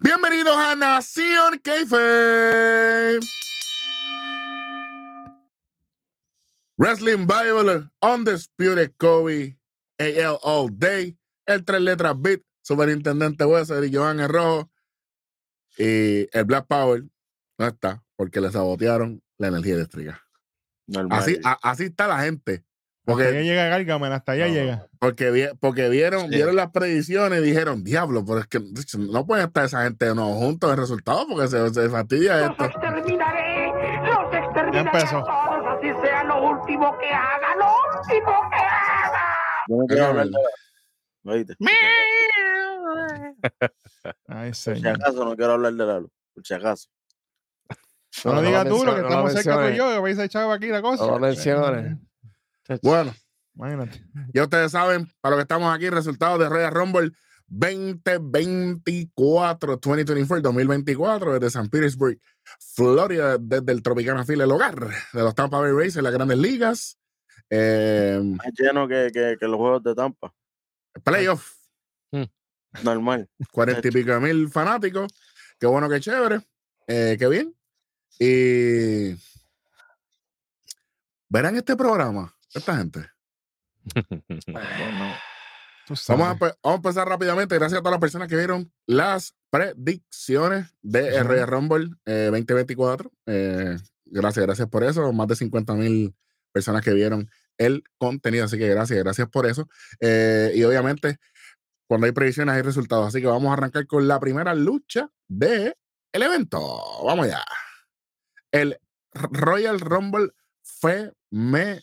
Bienvenidos a Nación Keife. Wrestling Bible, Undisputed Kobe, AL All Day, el tres letras beat, Superintendente Wesser y Joan el Rojo. Y el Black Power no está porque le sabotearon la energía eléctrica. Normal. Así, ah, a- así está la gente. Porque Porque allá llega Gargamel, hasta allá No. llega. Porque, vi- porque vieron, Sí. vieron las predicciones y dijeron, diablo, pero es que no pueden estar esa gente de nuevo juntos en el resultado porque se, se fastidia Los esto. exterminaré, los exterminaré a empezó. todos, así sea lo último que haga, lo último que haga. Yo no quiero hablar de la luz. ¿oíste? Ay, Por si señor. acaso, no quiero hablar de la luz. Por si acaso. No, lo digas tú, lo que menciones, no estamos cerca tú y menciones, yo, que vais a echar aquí la cosa. No lo menciones. Bueno, Imagínate. ya ustedes saben, para lo que estamos aquí, resultados de Royal Rumble 2024, 2024, 2024, desde San Petersburg, Florida, desde el Tropicana Field, el hogar de los Tampa Bay Rays en las grandes ligas. Eh, Más lleno que, que, que los juegos de Tampa. playoff, Normal. cuarenta y pico de mil fanáticos. Qué bueno, qué chévere. Eh, qué bien. Y verán este programa, esta gente. Tú sabes. Vamos a, empe- vamos a empezar rápidamente. Gracias a todas las personas que vieron las predicciones de Ujú. Royal Rumble eh, 2024. Eh, gracias, gracias por eso. Más de 50 mil personas que vieron el contenido. Así que gracias, gracias por eso. Eh, y obviamente, cuando hay predicciones, hay resultados. Así que vamos a arrancar con la primera lucha de el evento. Vamos allá. El Royal Rumble femenino.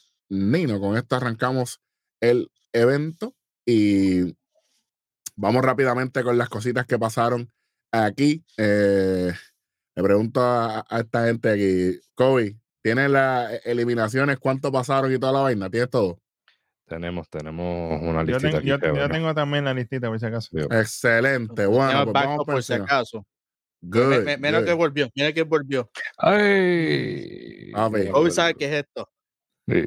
Con esto arrancamos el evento y vamos rápidamente con las cositas que pasaron aquí. Eh, le pregunto a, a esta gente aquí, Kobe, ¿tienes las eliminaciones? ¿Cuánto pasaron y toda la vaina? ¿Tienes todo? Tenemos, tenemos una yo, listita tengo, aquí. yo- yo cabrón. tengo también la listita, por si acaso. Dios. Excelente. Bueno, Señor pues Bacto, vamos por por si encima. acaso. Good, Me- Mira que good. volvió, mira que volvió. ¡Ay! A ver. Hoy sabe qué es esto. Sí.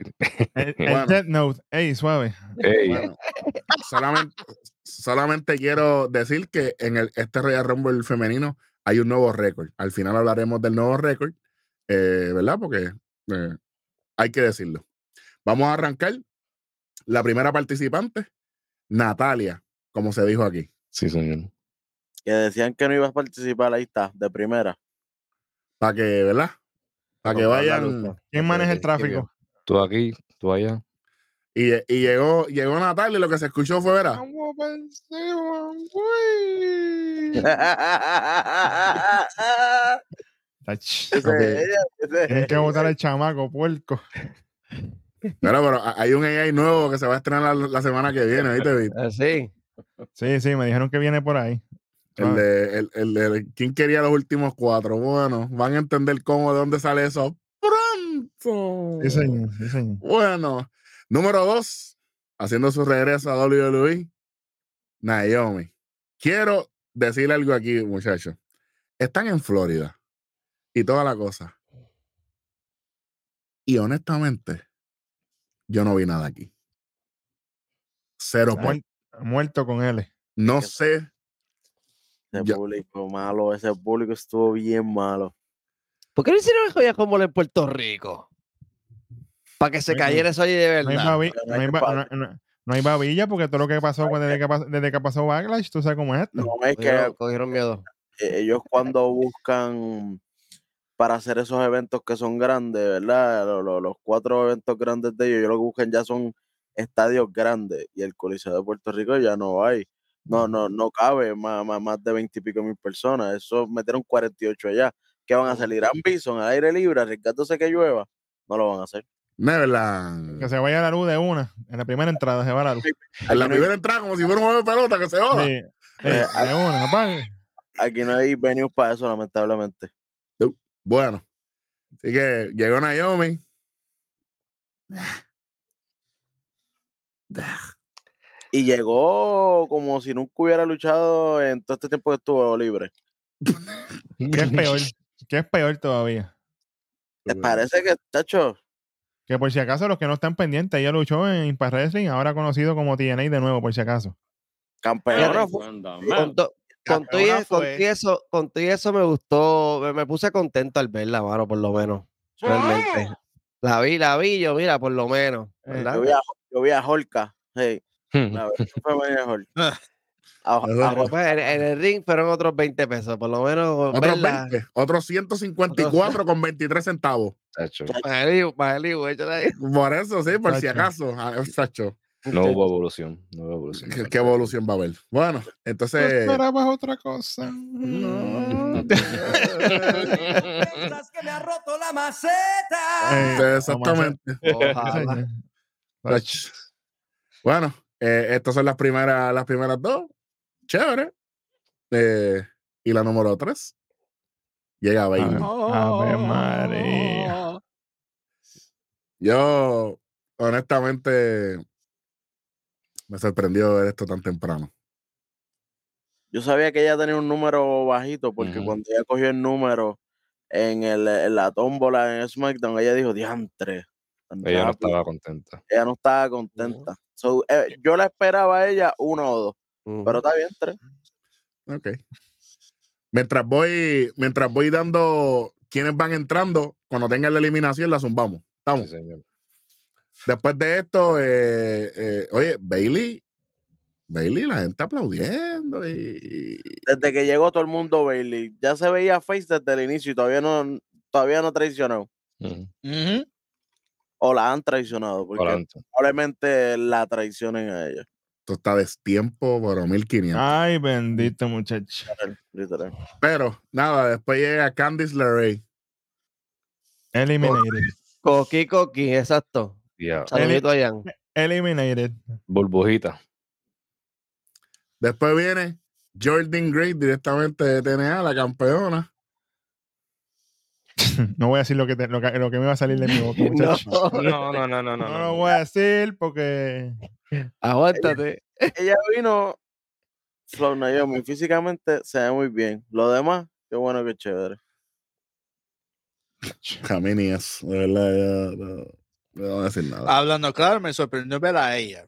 El, el Bueno. Death Note. Ey, suave. Ey, Bueno, solamente, solamente quiero decir que en el, este Royal Rumble femenino hay un nuevo récord. Al final hablaremos del nuevo récord, eh, ¿verdad? Porque eh, hay que decirlo. Vamos a arrancar. La primera participante, Natalia, como se dijo aquí. sí, señor. Que decían que no ibas a participar. Ahí está, de primera. Para que, ¿verdad? Para que Vamos a hablar vayan. ¿Quién maneja el Desde tráfico? principio. Tú aquí, tú allá. Y, y llegó, llegó Natalia y lo que se escuchó fue, ¿verdad? Vamos pa' encima, güey. Tach. Ese- Ok. ese- Tienes que botar al chamaco, puerco. Pero, pero hay un AI nuevo que se va a estrenar la, la semana que viene, ¿viste? Vic? Eh, Así. Sí, sí, me dijeron que viene por ahí. ah. El de, el, el de quién quería los últimos cuatro. Bueno, van a entender cómo, de dónde sale eso pronto. Sí, señor, sí, señor. Bueno, número dos, haciendo su regreso a WWE, Naomi. Quiero decir algo aquí, muchachos. Están en Florida y toda la cosa. Y honestamente, yo no vi nada aquí. Cero Muer- point. Muerto, con L. No sé. ese Ya. público malo, ese público estuvo bien malo. ¿Por qué no hicieron el Joya Rumble en Puerto Rico? Para que se No hay- cayera eso ahí de No hay, verdad. babi- pero no hay hay que ba- pagar. no- no- no hay babilla porque todo lo que pasó cuando- desde que, pas- desde que pasó Backlash, tú sabes cómo es esto. No es que Cogieron, cogieron miedo. eh, ellos cuando buscan para hacer esos eventos que son grandes, ¿verdad? Lo- lo- los cuatro eventos grandes de ellos, ellos lo que buscan ya son estadios grandes y el Coliseo de Puerto Rico ya no hay. No, no, no cabe más, más, más de veintipico mil personas. Eso metieron 48 allá. ¿Qué van a salir? Ambison al aire libre, arriesgándose que llueva. No lo van a hacer. Neverland. Que se vaya la luz de una. En la primera entrada se va la luz. En la primera entrada, como si fuera un juego de pelota, que se joda. Sí, sí, de una, apague. Aquí no hay venues para eso, lamentablemente. Bueno, así que llegó Naomi. Y llegó como si nunca hubiera luchado en todo este tiempo que estuvo libre. ¿Qué es peor? ¿Qué es peor todavía? ¿Te parece que, tacho? Que por si acaso, los que no están pendientes, ella luchó en Impact Wrestling, ahora conocido como TNA de nuevo, por si acaso. Campeona. Pero Ah, fue- Con, to- con todo y cabrona es- con fue. todo y eso, con todo y eso me gustó, me, me puse contento al verla, mano, por lo menos. Realmente. La vi, la vi yo, mira, por lo menos. Eh, ¿verdad? Yo vi a, yo vi a Holka. Hey, Hmm. la versión femenina de Holka. Ah, A- a- Pero, pues, en, en el ring fueron otros 20 pesos, por lo menos. Otros verla. 20, otros 154 con 23 centavos. Tacho, Majeliu, Majeliu, échale ahí. Por eso, sí, por si Chacho. acaso. Ah, Exacto. No hubo evolución. No hubo evolución. ¿Qué, qué evolución va a haber? Bueno, Tú entonces. esperabas otra cosa. No. Eh, que me ha roto la maceta. Eh, Sí, Exactamente. Ojalá. Tacho. Bueno, eh, estas son las primeras, las primeras dos. Chévere. Eh, y la número tres. Llega Bailey. Ave María. Yo, honestamente, me sorprendió ver esto tan temprano. Yo sabía que ella tenía un número bajito porque Ujú. cuando ella cogió el número en, el, en la tómbola en SmackDown, ella dijo, diantre. tan Ella no rápido". estaba contenta. Ella no estaba contenta. So, eh, yo la esperaba a ella uno o dos, pero está bien, tres. Ok. Mientras voy, mientras voy dando quienes van entrando, cuando tengan la eliminación, la zumbamos. Sí, Estamos. señor. Después de esto, eh, eh, oye, Bailey, Bailey, la gente aplaudiendo y, y- Desde que llegó todo el mundo Bailey, ya se veía face desde el inicio y todavía no, todavía no traicionó. Ujú. Ujú. O la han traicionado, porque Para adelante. probablemente la traicionen a ella. esto está destiempo, pero 1500. Ay, bendito muchacho. Literal. Pero nada, después llega Candice LeRae. Eliminated. Coqui, coqui, exacto. Ya, Saludito a Jan. Eliminated. Burbujita. Después viene Jordan Gray directamente de TNA, la campeona. No voy a decir lo que, te- lo que, lo que me va a salir de mi boca, muchacho. No, No, no, no, no, no. No, lo voy a decir porque. aguántate. ella vino Flow Naomi físicamente se ve muy bien lo demás qué bueno que chévere Jamini es, de verdad, ya no, no voy a decir nada. Hablando claro, me sorprendió ver a ella.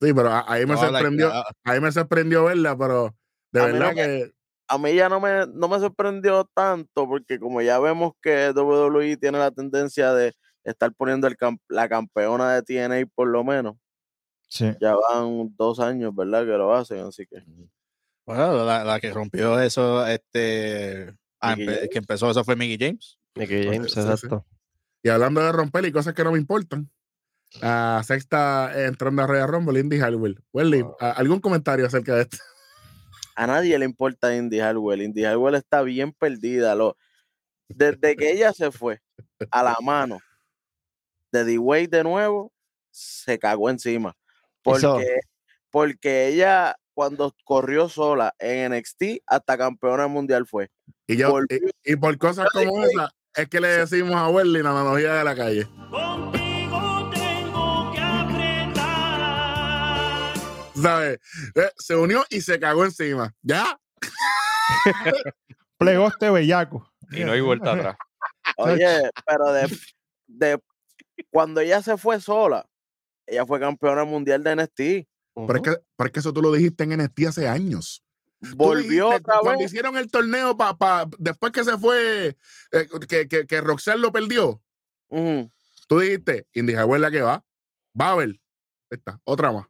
sí, pero a- ahí me No, like, sorprendió, ah, ahí me sorprendió verla, pero de A mí verdad no me- que a mí ya no me, no me sorprendió tanto porque como ya vemos que WWE tiene la tendencia de estar poniendo el cam- la campeona de TNA por lo menos Sí. ya van dos años verdad que lo hacen así que Bueno, la, la que rompió eso, este. ah, Mickey empe- James. que empezó eso fue Mickey James. Nicky James, sí, sí. exacto. Y hablando de romper y cosas que no me importan. La sexta entrando a Royal Rumble, Indy Harwell. Welly, Wow. a- ¿algún comentario acerca de esto? a nadie le importa Indy Harwell Indy Harwell está bien perdida lo, desde que ella se fue a la mano de D-Way de nuevo, se cagó encima. Eso. Porque, porque ella, cuando corrió sola en NXT, hasta campeona mundial fue. Y, yo- Volvió. y, y por cosas como esa, es que le decimos a Welly la analogía de la calle. Contigo tengo que apretar. ¿Sabes? Eh, Se unió y se cagó encima. ¿Ya? Plegoste bellaco. Y no hay vuelta atrás. Oye, pero de, de- cuando ella se fue sola, ella fue campeona mundial de NXT. Pero es, que, pero es que eso tú lo dijiste en NXT hace años. Tú Volvió dijiste otra Cuando vez. hicieron el torneo pa, pa- después que se fue, eh, que, que, que Roxanne lo perdió, Ujú. Tú dijiste, Indy Harwell la que va. Babel. Esta, otra más.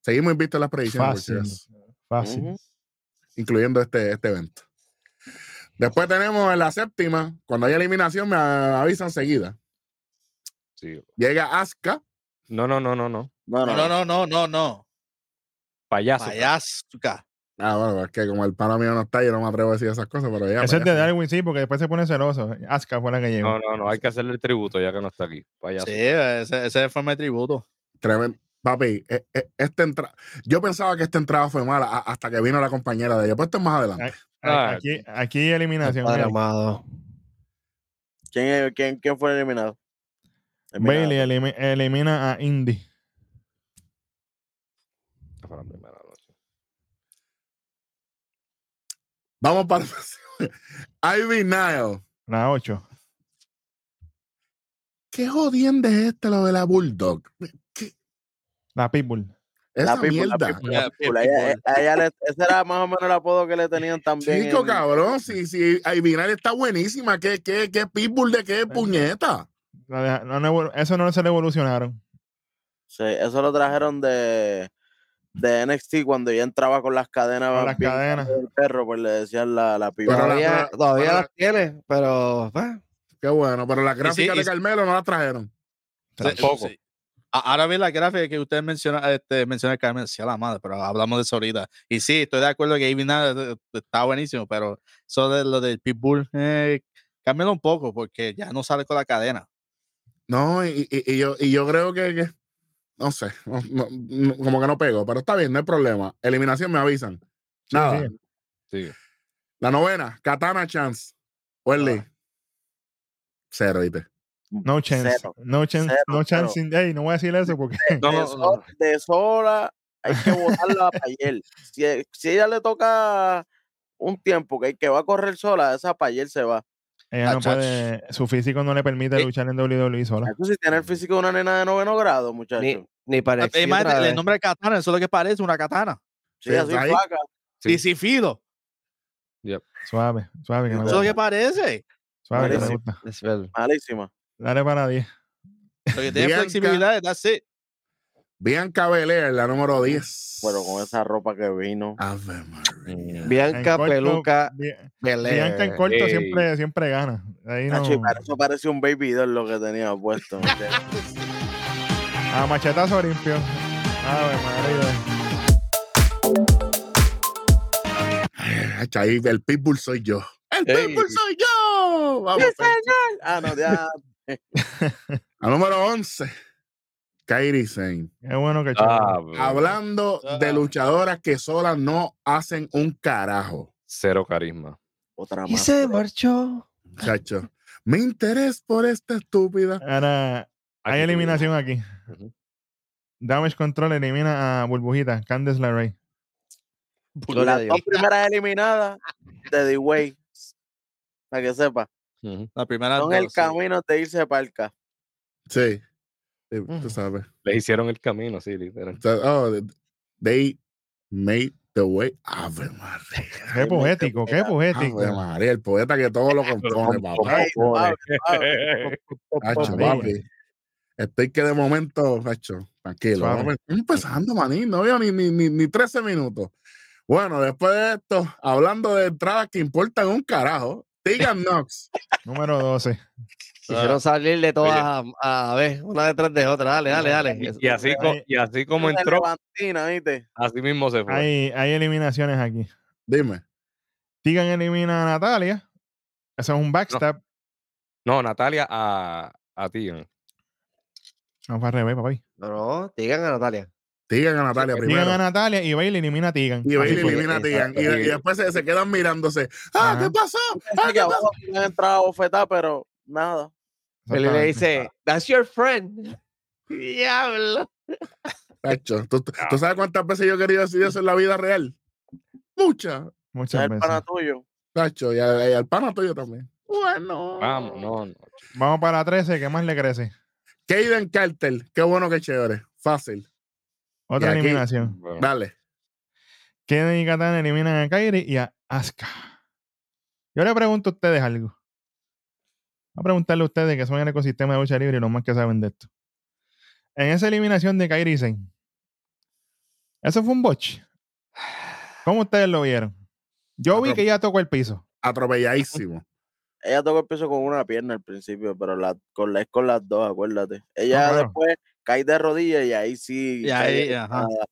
Seguimos invistos en las predicciones, por si Fácil. acaso, Fácil. Ujú. incluyendo este, este evento. Después tenemos en la séptima, cuando hay eliminación me a- avisan enseguida. Sí. Llega Asuka, No, no, no, no, no. No, no, No, no, no, no, no. Payaso. Payasca. ah, bueno, es que como el pana mío no está, yo no me atrevo a decir esas cosas, pero ya. pues, Ese es de payaso. Darwin, sí, porque después se pone celoso. Aska fue la que llegó. No, no, no. Hay que hacerle el tributo ya que no está aquí. Payaso. Sí, ese, ese fue mi tributo. Tremendo. Papi, eh, eh, esta entra- yo pensaba que esta entrada fue mala a- hasta que vino la compañera de ella. Pues esto es más adelante. A- Ah. Aquí, aquí hay eliminación. Padre mira. amado. ¿Quién, es- quién, quién fue eliminado? Eliminado. Bailey elimi- elimina a Indy. Esta fue la primera noche. Vamos para Ivy Nile. La 8. qué jodienda es este lo de la Bulldog. ¿Qué- La Pitbull. Esa la people, la mierda. people, la people. A ella- eh, a ella le- ese era más o menos el apodo que le tenían también. Chico, en- cabrón, si, si Aybinal está buenísima, ¿qué, qué, qué pitbull de qué puñeta? La deja- no, no evol- eso no se le evolucionaron. Sí, eso lo trajeron de, de NXT cuando ella entraba con las cadenas. Con las bien cadenas. grandes del perro, pues le decían la, la piba. Pero la- todavía pero la- todavía pero la- las tiene, pero eh, Qué bueno, pero las gráficas y de sí. Carmelo no las trajeron. Tampoco. Sí. A- Ahora vi la gráfica que usted menciona, este, menciona que me decía la madre, pero hablamos de eso ahorita. Y sí, estoy de acuerdo que Ivy Nada está buenísimo, pero eso de lo del Pitbull, eh, cámbialo un poco porque ya no sale con la cadena. No, y, y- y yo, y yo creo que, que- no sé, no- no- no- como que no pego, pero está bien, no hay problema. Eliminación me avisan. Nada. sí. Sí. La novena, Katana Chance. Welly. Ah. Cero, ¿viste? No chance. Cero. no chance. Cero, no chance. cero. in- ey, no voy a decir eso porque. No, de, no, so- no. de sola hay que botarla para ayer. Si, eh, si ella le toca un tiempo que, que va a correr sola, esa para ayer se va. Ella no Muchachos. puede, su físico no le permite Eh. luchar en WWE sola. Eso sí tiene el físico de una nena de noveno grado, ni, muchachos. ni parecía Además, otra Ah, el- el vez. nombre de katana, eso es lo que parece, una katana. Sí, así ahí- flaca. Sí. Disifido, Suave, suave, que me Eso eso es lo gusta. que parece. Suave, que me parece. gusta. Es verdad. Malísima. Dale para 10. Lo que tiene Bianca. flexibilidad, that's it. Bianca Belair, la número 10. Pero con esa ropa que vino. Ave María. Bianca En corto, Peluca Bi- Belén. Bianca en corto Ey. siempre, siempre gana. Ahí no. Nacho, y para eso parece un baby doll lo que tenía puesto. muchacho. A machetazo limpio. Ave María. Ay, ahí el pitbull soy yo. ¡El pitbull soy yo! Vamos, Fercho. ah, no, ya. la número 11. Kairi Sane. Qué bueno que Ah, chaval. bro. Hablando de Ah. luchadoras que solas no hacen un carajo. Cero carisma. Otra y más. se marchó. Chacho. Mi interés por esta estúpida. Ahora, hay Aquí te eliminación aquí. Ujú. Damage Control elimina a Burbujita, Candice LeRae. Gloria a Las Dios. dos primeras eliminadas de The Way. Para que sepa. digo. Ujú. La primera Son dos, el sí. camino de irse para el ca. Sí. Sí, Tú sabes. Les hicieron el camino, sí, literal. O sea, oh, th- they made the way. Ave María. Qué poético, qué Ave Ah, poético. Ave Ah, pues, María, el poeta que todo lo compone, papá. Ey, suave, suave. Hacho, María. papi. Estoy que de momento, Hacho, tranquilo. Suave. vamos a- empezando, manín, no veo ni, ni, ni, ni 13 minutos. Bueno, después de esto, hablando de entradas que importan un carajo, Tegan Knox. Número 12. Quisieron salir de todas a, a ver, una detrás de otra. Dale, dale, dale. Y- Eso- Y así, co- y así como Esa entró, levantina, ¿viste? así mismo se fue. Hay, hay eliminaciones aquí. Dime. Tegan elimina a Natalia. Eso es un backstab. No, Natalia a, a ti. ¿no? No, para revés, papi. No, no, digan a Natalia. Tegan a Natalia Tegan a primero. Natalia y Bailey elimina a Tegan. Y Bailey Así fue. elimina a Tegan. Y, Exacto. y después se, se quedan mirándose. ¡Ah, Ajá. qué pasó! Pensé ¡Ah, que qué a pasó! vos te iban a entrar a bofetar, pero nada. Él le Exactamente. dice, that's your friend. Diablo. Hacho, ¿tú, tú- tú sabes cuántas veces yo he querido decir eso en la vida real? Muchas. Es Muchas el pana veces. tuyo. Hacho, y al, y al pana tuyo también. Bueno. Vamos, no, no. Vamos para la 13, ¿qué más le crece? Kaden Carter, qué bueno, qué chévere. Fácil. Otra aquí- eliminación. Bueno, Dale. Kenny y Katana eliminan a Kairi y a Asuka. Yo le pregunto a ustedes algo. Voy a preguntarle a ustedes que son el ecosistema de lucha libre y los más que saben de esto. En esa eliminación de Kairi Sane, eso fue un botch. ¿Cómo ustedes lo vieron? Yo vi que ya tocó el piso. atropelladísimo. Ella tocó el piso con una pierna al principio, pero la, con la, es con las dos, acuérdate. Ella claro. después cae de rodillas y ahí sí. Y cae ahí, de ajá. nada.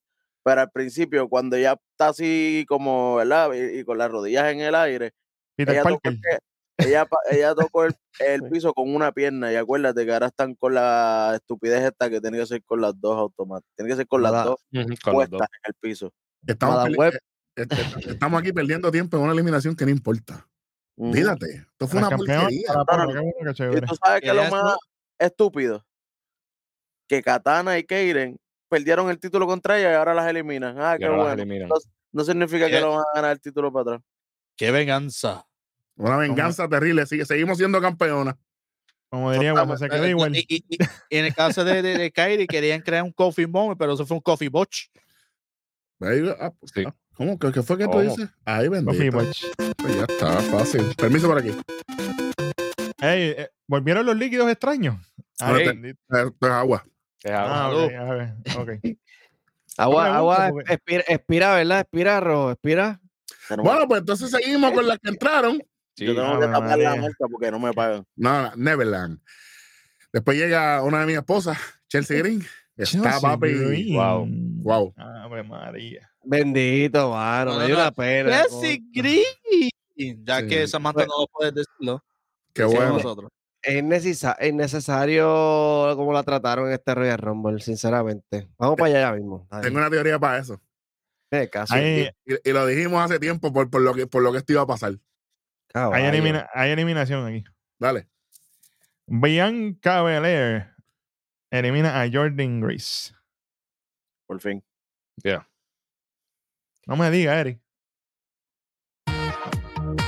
Pero al principio, cuando ella está así como, ¿verdad? Y, y con las rodillas en el aire, Peter ella tocó, Parker. el pie- ella, pa- ella tocó el, el piso con una pierna y acuérdate que ahora están con la estupidez esta que tiene que ser con las dos automáticas. Tiene que ser con las Nada. dos ujú, con los puestas dos. en el piso. Estamos, Madame perdi- Web. eh, eh, estamos aquí perdiendo tiempo en una eliminación que no importa. Ujú. Olvídate. Esto fue Mm. Las una campeonas, porquería. la porra, No, no, qué bueno, qué Y chévere. tú sabes que lo Ella es más estúpido. Que Katana y Keiren perdieron el título contra ella y ahora las eliminan. Ah, Y qué ahora las bueno. eliminan. No significa que Ella- lo van a ganar el título para atrás. Qué venganza. Una venganza terrible. sigue- seguimos siendo campeonas. Como diría, cuando se Eh, quedó igual. Y, y- y- y en el caso de, de, de Kairi, querían crear un coffee moment, pero eso fue un coffee botch. Ahí, ah, pues, Sí. ah, ¿Cómo? ¿Qué, qué fue que tú ¿Cómo? dices? Ahí Coffee bendito. Watch. Pues ya está, fácil. Permiso por aquí. Ey, eh, ¿volvieron los líquidos extraños? Ah, Ahora Ey. entendí. Eh, Esto es agua. Es Ah, agua. ok, a ver, ok. Agua, pregunto agua, porque- expira, expira, ¿verdad? Expira, rojo, expira. Tenemos- Bueno, pues entonces seguimos con las que entraron. Sí. yo tengo Ave que tapar la María. marca porque no me pagan. No, no, Neverland. Después llega una de mis esposas, Chelsea Green. Está Eh, Chelsea papi. Green. Wow. Wow. Ave Ah, María. Bendito, mano. No, me no, dio no. una pena. Jesse Green. Ya Sí. que Samantha no va a poder decirlo. Qué decimos bueno. nosotros. Es, necesa- es necesario como la trataron en este Royal Rumble, sinceramente. Vamos para allá ya mismo. Ay, Tengo una teoría para eso. qué caso, Hay, Y, y lo dijimos hace tiempo por, por lo que, por lo que esto iba a pasar. hay caballo. elimina- hay eliminación aquí. Dale. Bianca Belair elimina a Jordan Grace. Por fin. No me diga, Eric.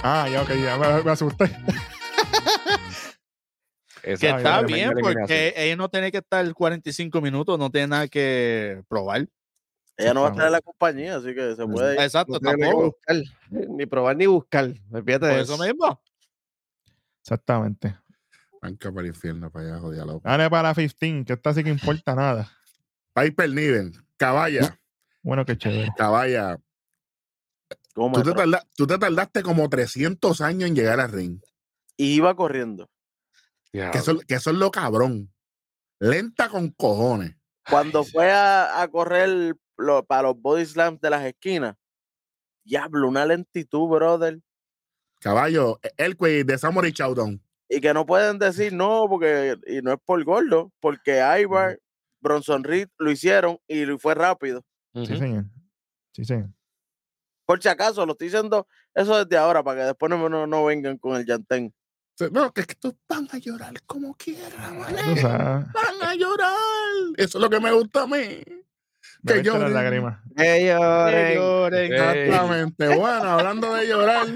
Ah, ya, ok, ya me, me asusté. Esa Que Ay, está vale, bien, tremenda eliminación. porque ella no tiene que estar 45 minutos, no tiene nada que probar. Ella no va a Ajá. estar en la compañía, así que se puede ir. Exacto, No tiene ni que tampoco. buscar, ni probar ni buscar. Olvídate Por de eso eso. mismo. Exactamente. Banca para el infierno, para allá, jodida loca. Dale para 15, que esta sí que importa nada. Piper Niven, caballa, Bueno, qué chévere. caballa. ¿Cómo Tú te, entró? tarda- tú te tardaste como 300 años en llegar al ring. Y iba corriendo. Que Diablo. eso, que eso es lo cabrón. Lenta con cojones. Cuando fue a, a correr lo- para los body slams de las esquinas, diablo, una lentitud, brother. Caballo, el de Samurai Chowdown. Y que no pueden decir no, porque y no es por gordo, porque Ivar, Bronson Reed lo hicieron y lo- fue rápido. Ujú. Sí, señor. Sí, señor. Por si acaso, lo estoy diciendo eso desde ahora, para que después no, no, no vengan con el llantén. Se- No, que es que tú van a llorar como quieran, ¿vale? Tú sabes, Van a llorar. Eso es lo que me gusta a mí. me Que viste las lloren. lágrimas. Que lloren. Lloren. Ey. Exactamente. Bueno, hablando de llorar,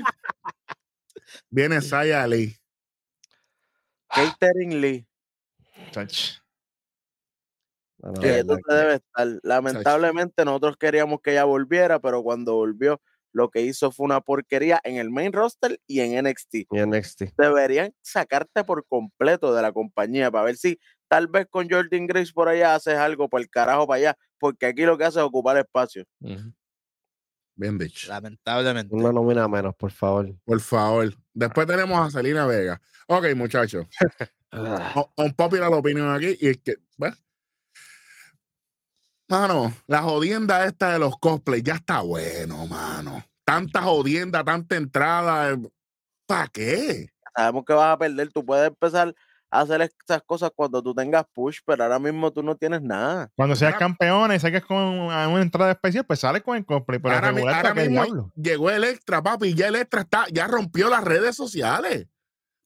viene Saya Ali. Catering Lee, Chach. No, no, que de ahí es verdad donde debe estar. Lamentablemente, nosotros queríamos que ella volviera, pero cuando volvió, lo que hizo fue una porquería en el main roster y en NXT. que- Y en NXT. deberían sacarte por completo de la compañía para ver si tal vez con Jordan Grace por allá haces algo por el carajo para allá, porque aquí lo que hace es ocupar espacio. Ujú. Bien dicho. Lamentablemente. Una nómina menos, por favor. Por favor. Después tenemos a Selena Vega. Ok, muchachos. O- Un popular opinión aquí. Y es que, bueno. Mano, la jodienda esta de los cosplays ya está bueno, mano. Tanta jodienda, tanta entrada. ¿Para qué? Sabemos que vas a perder, tú puedes empezar a hacer estas cosas cuando tú tengas push, pero ahora mismo tú no tienes nada. Cuando seas Una- campeona y saques con una una entrada especial, pues sales con el cosplay. Pero Ahora mi- regular, ahora ¿para qué mismo- diablo? Llegó Electra, papi, y ya Electra está, ya rompió las redes sociales.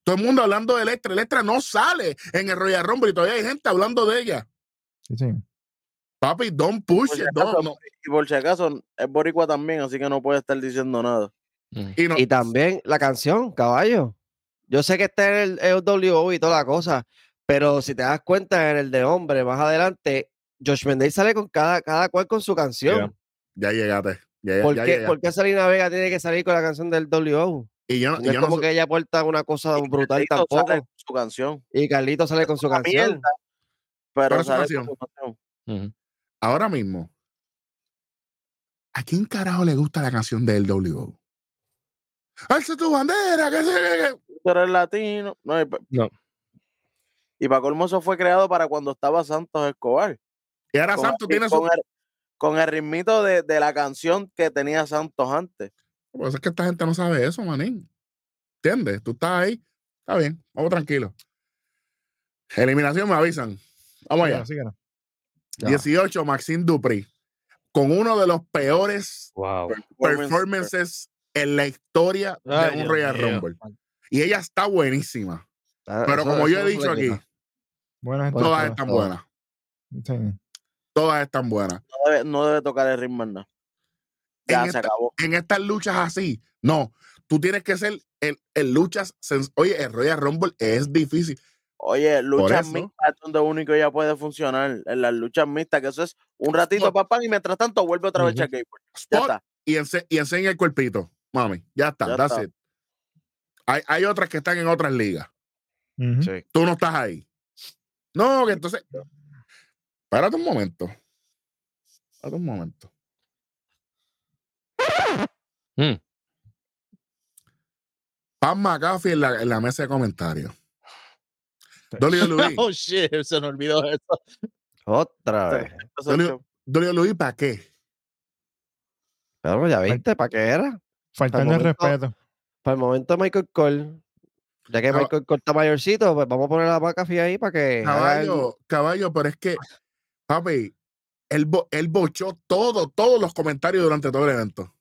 Todo el mundo hablando de Electra. Electra no sale en el Royal Rumble y todavía hay gente hablando de ella. Sí, señor. Papi, don't push Por si it. acaso, don't- no. Y por si acaso, es boricua también, así que no puede estar diciendo nada. Y no, Y también la canción, caballo. Yo sé que está en el, el WO y toda la cosa, pero si te das cuenta en el de hombre, más adelante, Josh Mendez sale con cada, cada cual con su canción. ya llegaste. Ya, ya ¿Por, qué, llegaste. por qué Selena Vega tiene que salir con la canción del WO? Y yo, no- No y yo es no como sé- que ella aporta una cosa Y brutal Carlito sale tampoco. con su canción. Y Carlito sale con su Una canción. mierda, pero ¿Cuál es su sale con canción? su canción. Ujú. ahora mismo, ¿a quién carajo le gusta la canción del W? Alza tu bandera, que se... que- que- Tú eres latino. No, y, pa- No. Y para colmo, eso fue creado para cuando estaba Santos Escobar. Y ahora con Santos el, tiene con su... el, con el ritmito de, de la canción que tenía Santos antes. Pues es que esta gente no sabe eso, manín. ¿Entiendes? Tú estás ahí, está bien, vamos tranquilo. Eliminación me avisan. Vamos allá. Síguela, síguela. 18, Maxine Dupri, con uno de los peores Wow. eh. performances en la historia Ay, de un Dios Royal mío. Rumble. Y ella está buenísima. Ah, Pero eso- como yo eso he es dicho aquí, polémica. Buenas Bueno, todas todas, están todas. buenas. Sí, señor. Todas están buenas. No debe, no debe tocar el ritmo en nada. Ya En esta- se acabó. en estas luchas así. No, tú tienes que ser el, el luchas. sens- Oye, el Royal Rumble es difícil. Oye, luchas eso. mixtas es donde único ya puede funcionar. En las luchas mixtas, que eso es un ratito, No. papá, y mientras tanto vuelve otra vez Ujú. a Gateway. Ya Spot está. y, ense- y enseña el cuerpito, mami. Ya está, Ya that's está. it. Hay, hay otras que están en otras ligas. Ujú. Sí. Tú no estás ahí. No, que entonces. Párate un momento. Párate un momento. Mm. Pam McAfee en la, en la mesa de comentarios. WWE, Oh shit, se me olvidó eso. Otra Sí. vez. Entonces, Dale- WWE ¿para qué? Pero pues, ya Pues viste, ¿para qué era? Faltando el momento- respeto. Para el momento Michael Cole. Ya que Caba- Michael Cole está mayorcito, pues vamos a poner a McAfee ahí para que. haga el- Caballo, caballo, pero es que, papi, él, bo- él bochó todo, todos los comentarios durante todo el evento.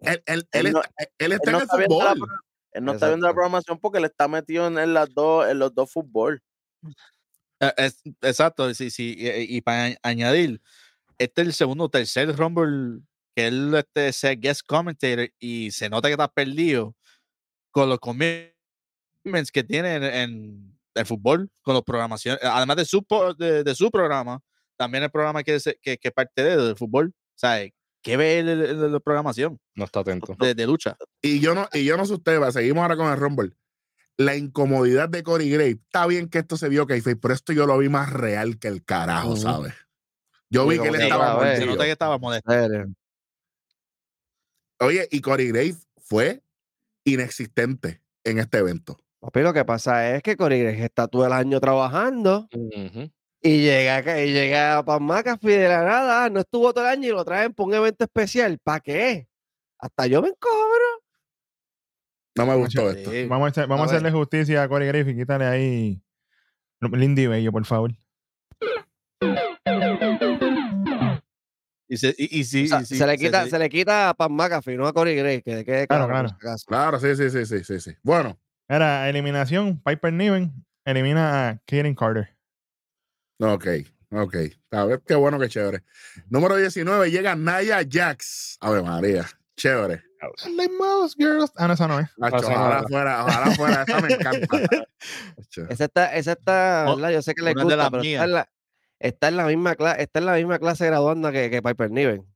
Él, él- él Él no- está, él está él no en el está viendo la fútbol. pro- él no está viendo la Exacto. programación porque le está metido en, en las dos, en los dos fútbol. Eh, es- exacto, sí, sí. Y, y para añadir, este es el segundo o tercer Rumble que él este, sea guest commentator y se nota que está perdido con los commitments que tiene en, en el fútbol, con los programaciones. Además de su, po- de, de su programa, también el programa que, se- que, que parte de él, del fútbol. O sea, ¿qué ve él en- en la programación No está atento. de, de lucha? Y yo no, y yo no sé ustedes, va, seguimos ahora con el Rumble. La incomodidad de Corey Gray. Está bien que esto se vio que pero esto yo lo vi más real que el carajo, Ujú. ¿sabes? Yo Sí, vi que como él que estaba cada vez. Se mordido. nota que estaba molesto. en serio. Oye, y Corey Gray fue inexistente en este evento. Papi, lo que pasa es que Corey Gregg está todo el año trabajando Ujú. y llega, acá- y llega Pan McAfee de la nada, "Ah, no estuvo todo el año y lo traen para un evento especial. ¿Para qué? Hasta yo me encobro. No me gustó Macho, esto. Sí. Vamos a, hacer- vamos a A ver. hacerle justicia a Corey Griffin. Quítale ahí. Lindy Bello, por favor. Y se, y, y sí, O sea, y sí, se, le quita, sí. se le quita a Pan McAfee, no a Corey Gregg, que quede Claro, claro. por claro. si acaso. Claro, sí, sí, sí, sí, sí, sí. Bueno, Era eliminación. Piper Niven elimina a Kaden Carter. Ok, ok. A ver, qué bueno, qué chévere. Número 19 llega Naya Jax. Ave María, chévere. Like most girls. Ah, no, esa no es. Nacho, Pasa ojalá nada. fuera, ojalá fuera. Esa me encanta. Nacho. Esa está, esa está, O- ¿verdad? Yo sé que le una de gusta, las pero está mías. en, la, está en la misma clase, está en la misma clase graduanda que, que Piper Niven.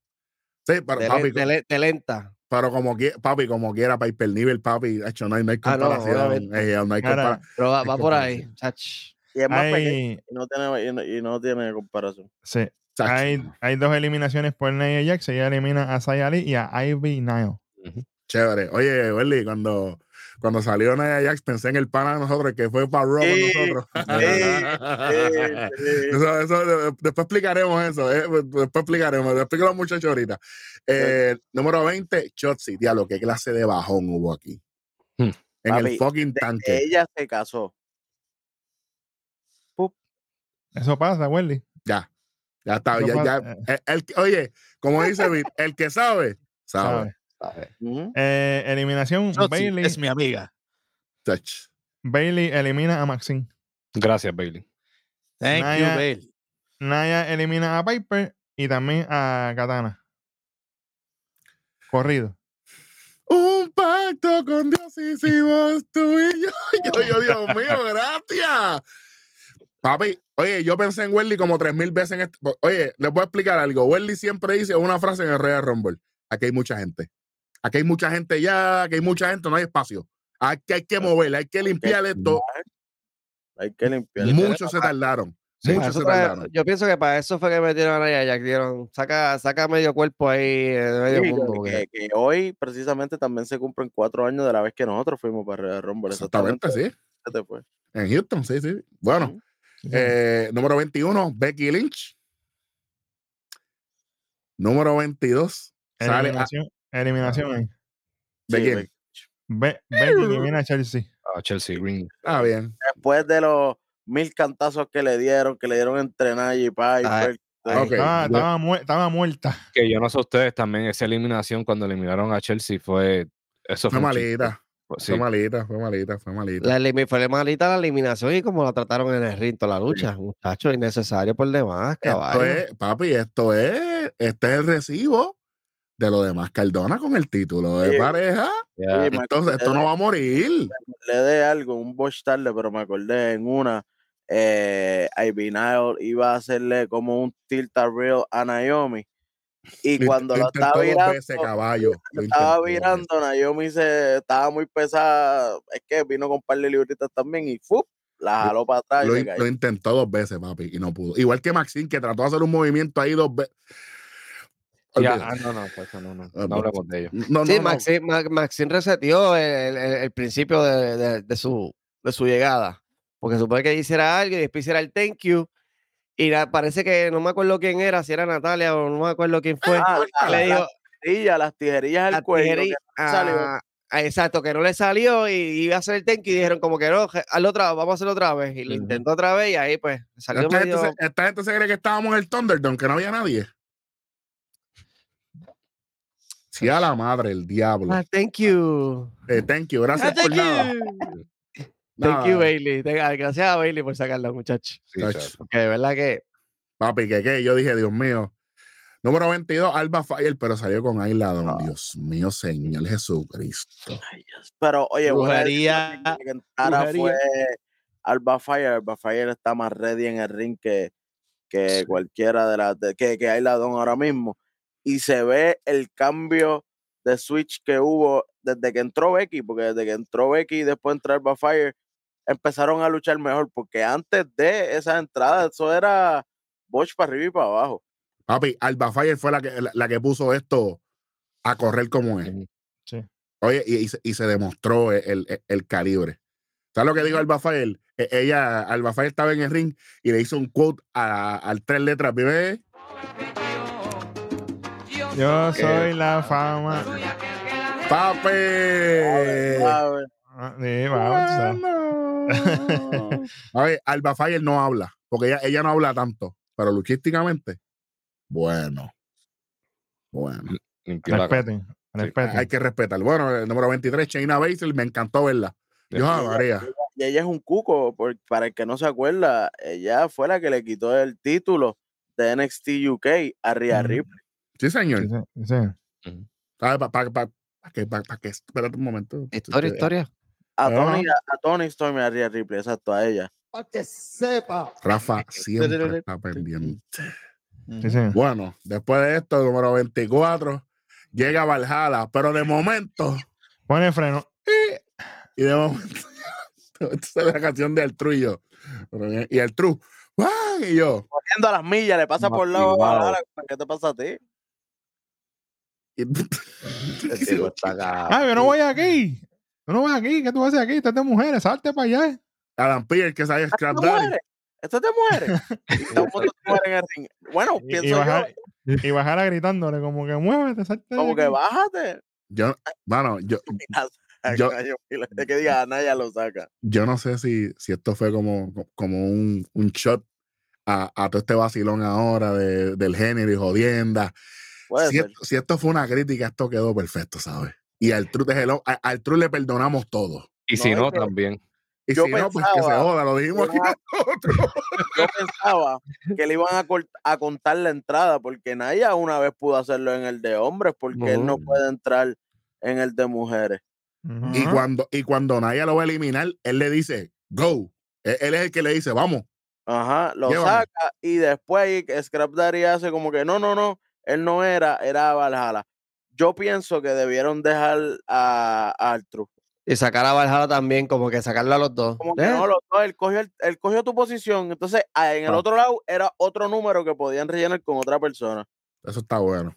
Sí, pero De, papi, le- de le- de lenta. pero como quiera, papi, como quiera, Piper Nivel, papi, hecho, no hay, no hay Ah, no, comparación. obviamente. eh, no hay Mira, compara- Pero va, Hay va por ahí. chach. Y es más pequeño hay, y no tiene, y no, y no tiene comparación. sí, Chacho, hay, hay dos eliminaciones por Nia Jax. Ella elimina a Saya Lee y a Ivy Nile. Chévere. Oye, Welly, cuando, cuando salió Naya Jax, pensé en el pana de nosotros que fue para Raw con Sí, nosotros. Eh, eh, Eso, eso, de- de- después explicaremos eso. eh, de- Después explicaremos. Lo explico a los muchachos ahorita. Eh, número 20, Chotzi. Diablo, qué clase de bajón hubo aquí. Hmm. En el Papi, fucking de- tanque. Ella se casó. Eso pasa, Welly. Ya. Ya está. Eso ya- ya. pasa, eh, El- el que- oye, como dice Vic, el que sabe, sabe. ¿sabes? Ujú. Eh, eliminación. Shotzi Bailey, es mi amiga. Touch. Bailey elimina a Maxine. Gracias, Bailey. Thank you, Naya- Bailey. Naya elimina a Piper y también a Katana. Corrido. Un pacto con Dios hicimos tú y yo. Yo, yo, Dios mío, gracias. Papi, oye, yo pensé en Welly como tres mil veces en este. Oye, les voy a explicar algo. Welly siempre dice una frase en el Real Rumble. Aquí hay mucha gente. Aquí hay mucha gente ya, aquí hay mucha gente, no hay espacio. Aquí hay que mover, hay que limpiar esto. Hay que limpiar. Muchos se tardaron. Sí, para muchos eso se trae- tardaron. yo pienso que para eso fue que metieron a Nia Jax. Dieron, saca, saca medio cuerpo ahí, eh, de medio Sí, mundo. que, porque- que hoy precisamente también se cumplen cuatro años de la vez que nosotros fuimos para Real Rumble. Exactamente, sí. fíjate, pues. En Houston, sí, sí. Bueno, Ujú. eh, número 21, Becky Lynch. Número 22, ah, sale a- Eliminación. Eliminación ahí. ¿De Sí, quién? güey. Be- Becky elimina a Chelsea. A Chelsea Green. Ah, bien. Después de los mil cantazos que le dieron, que le dieron a entrenar y pa, y Ah, pues, Ok. Estaba, estaba mu- estaba muerta. Que yo no sé ustedes también, esa eliminación cuando eliminaron a Chelsea fue. Eso fue. Fue un chiste. malita, Fue- fue sí. malita, fue malita, fue malita. La elimi- fue malita la eliminación y como la trataron en el rinto, la lucha, muchachos, innecesario por demás, Esto caballo. es, papi, esto es, este es el recibo de lo demás Cardona con el título de Sí. pareja. Ya. me Entonces, esto acordé no de- va a morir. le dé algo, un bosh tarde, pero me acordé en una eh, Ivy Nile iba a hacerle como un tilt a real a Naomi. Y Lo cuando int- lo lo estaba intentó dos virando, veces, caballo. Lo estaba intentó dos virando, Naomi se estaba muy pesada. Es que vino con un par de libritas también y ¡fup! la Lo- jaló para Ah, atrás. y Lo, se in- cayó. lo intentó dos veces, papi, y no pudo. Igual que Maxine, que trató de hacer un movimiento ahí dos veces. Ya, ah, no, no, pues, no, no, Ah, no hablemos de ellos. No, Sí, no, no. Maxine, Ma- Maxine reseteó el, el- el principio de, de- de su, de su llegada. Porque supone que hiciera algo y después hiciera el thank you. Y la- parece que no me acuerdo quién era, si era Natalia o no me acuerdo quién fue. Ah, que le dijo, tijerillas, las tijerillas al la cuello. que tijeri- no salió. ah, ah, exacto, que no le salió y iba a hacer el thank you. Y dijeron, como que no, je- hazlo otra, vamos a hacerlo otra vez. Y lo Ujú. intentó otra vez y ahí pues salió Esta gente, medio. se, esta gente se cree que estábamos en el Thunderdome, que no había nadie. Sí, a la madre, el diablo. Ah, thank you. Eh, thank you, gracias Ah, Ah, por nada. Thank you, Nada, Bailey. ah, Gracias a Bailey por sacarla, muchachos. Sí, Tacho. chacho. Porque de verdad que Papi, que qué, yo dije, Dios mío. Número 22, Alba Fire, pero salió con Ailadón. Ah. Dios mío, Señor Jesucristo. Pero oye, voy a decir Brujería, una que Tara brujería. fue Alba Fire. Alba Fire está más ready en el ring que, que cualquiera de las de- que, que hay la don ahora mismo. Y se ve el cambio de switch que hubo desde que entró Becky, porque desde que entró Becky y después entró Alba Fire, empezaron a luchar mejor, porque antes de esa entrada, eso era Bosch para arriba y para abajo. Papi, Alba Fire fue la que, la, la que puso esto a correr como es. Ujú. Sí. Oye, y, y se- y se demostró el, el- el calibre. ¿Sabes lo que dijo Alba Fire? E- Ella, Alba Fire estaba en el ring y le hizo un quote a- al tres letras. Vive, Yo soy la fama. papi. ¿sabes? Ah, sí, va, o sea, Bueno. A ver, Alba Fire no habla, porque ella, ella no habla tanto, pero luchísticamente, bueno. Bueno. Limpió la cara. Respeten, Hay respeten. que respetar. Bueno, el número 23, Chaina Baszler, me encantó verla. Yo, ah, María. y ella es un cuco, por- para el que no se acuerda, ella fue la que le quitó el título de NXT UK a Rhea Ujú. Ripley. Sí, señor. Sí, sí, sí. ¿Sabes? Para pa, pa, pa que, pa, pa que, espérate un momento. Historia, Este, historia. A Ah. Tony, a, Tony Storm y a Rhea Ripley, exacto, a ella. Rafa siempre está pendiente. Sí, sí. Bueno, después de esto, el número 24, llega Valhalla, pero de momento, Pon el freno. y de momento, esta es la canción de Altru y yo. Pero- Y Altru, ¡guau! y yo. Corriendo a las millas, le pasa por lado a Valhalla, ¿qué te pasa a ti? Y- Ah, yo no voy aquí. Yo no voy aquí. ¿Qué tú haces aquí? Estás de mujeres. Salte para allá. Adam Pierce, que sabe ¿Esto Scrap te Daddy. muere? ¿Esto te muere? Y todo el mundo se muere en el ring. Bueno, Y, y pienso yo, bajar, y bajara gritándole como que muévete, salte. de como que aquí". bájate. Yo, mano, yo, Yo- Es que diga, Ana ya lo saca. yo no sé si, si esto fue como, como un, un shot a, a todo este vacilón ahora de- del género y jodienda. Puede Si ser. esto, si esto fue una crítica, esto quedó perfecto, ¿sabes? Y al True, de hello- a- al True le perdonamos todo. Y si No, no, es que- también. Y Yo si no, pues que se pensaba- joda, lo dijimos aquí Yo- nosotros. yo pensaba que le iban a, cort- a contar la entrada, porque Naya una vez pudo hacerlo en el de hombres, porque él no Mm. puede entrar en el de mujeres. Ujú. Y cuando, y cuando Naya lo va a eliminar, él le dice, go. E, Él, él es el que le dice, vamos. Ajá, lo Llévame. saca y después ahí Scrap Daddy hace como que no, no, no, él no era, era Valhalla. Yo pienso que debieron dejar a, a Artru. Y sacar a Valhalla también, como que sacarla a los dos. Como que Eh, no, los dos, él cogió, el- él cogió tu posición. Entonces, ah, en el Ah. otro lado era otro número que podían rellenar con otra persona. Eso está bueno.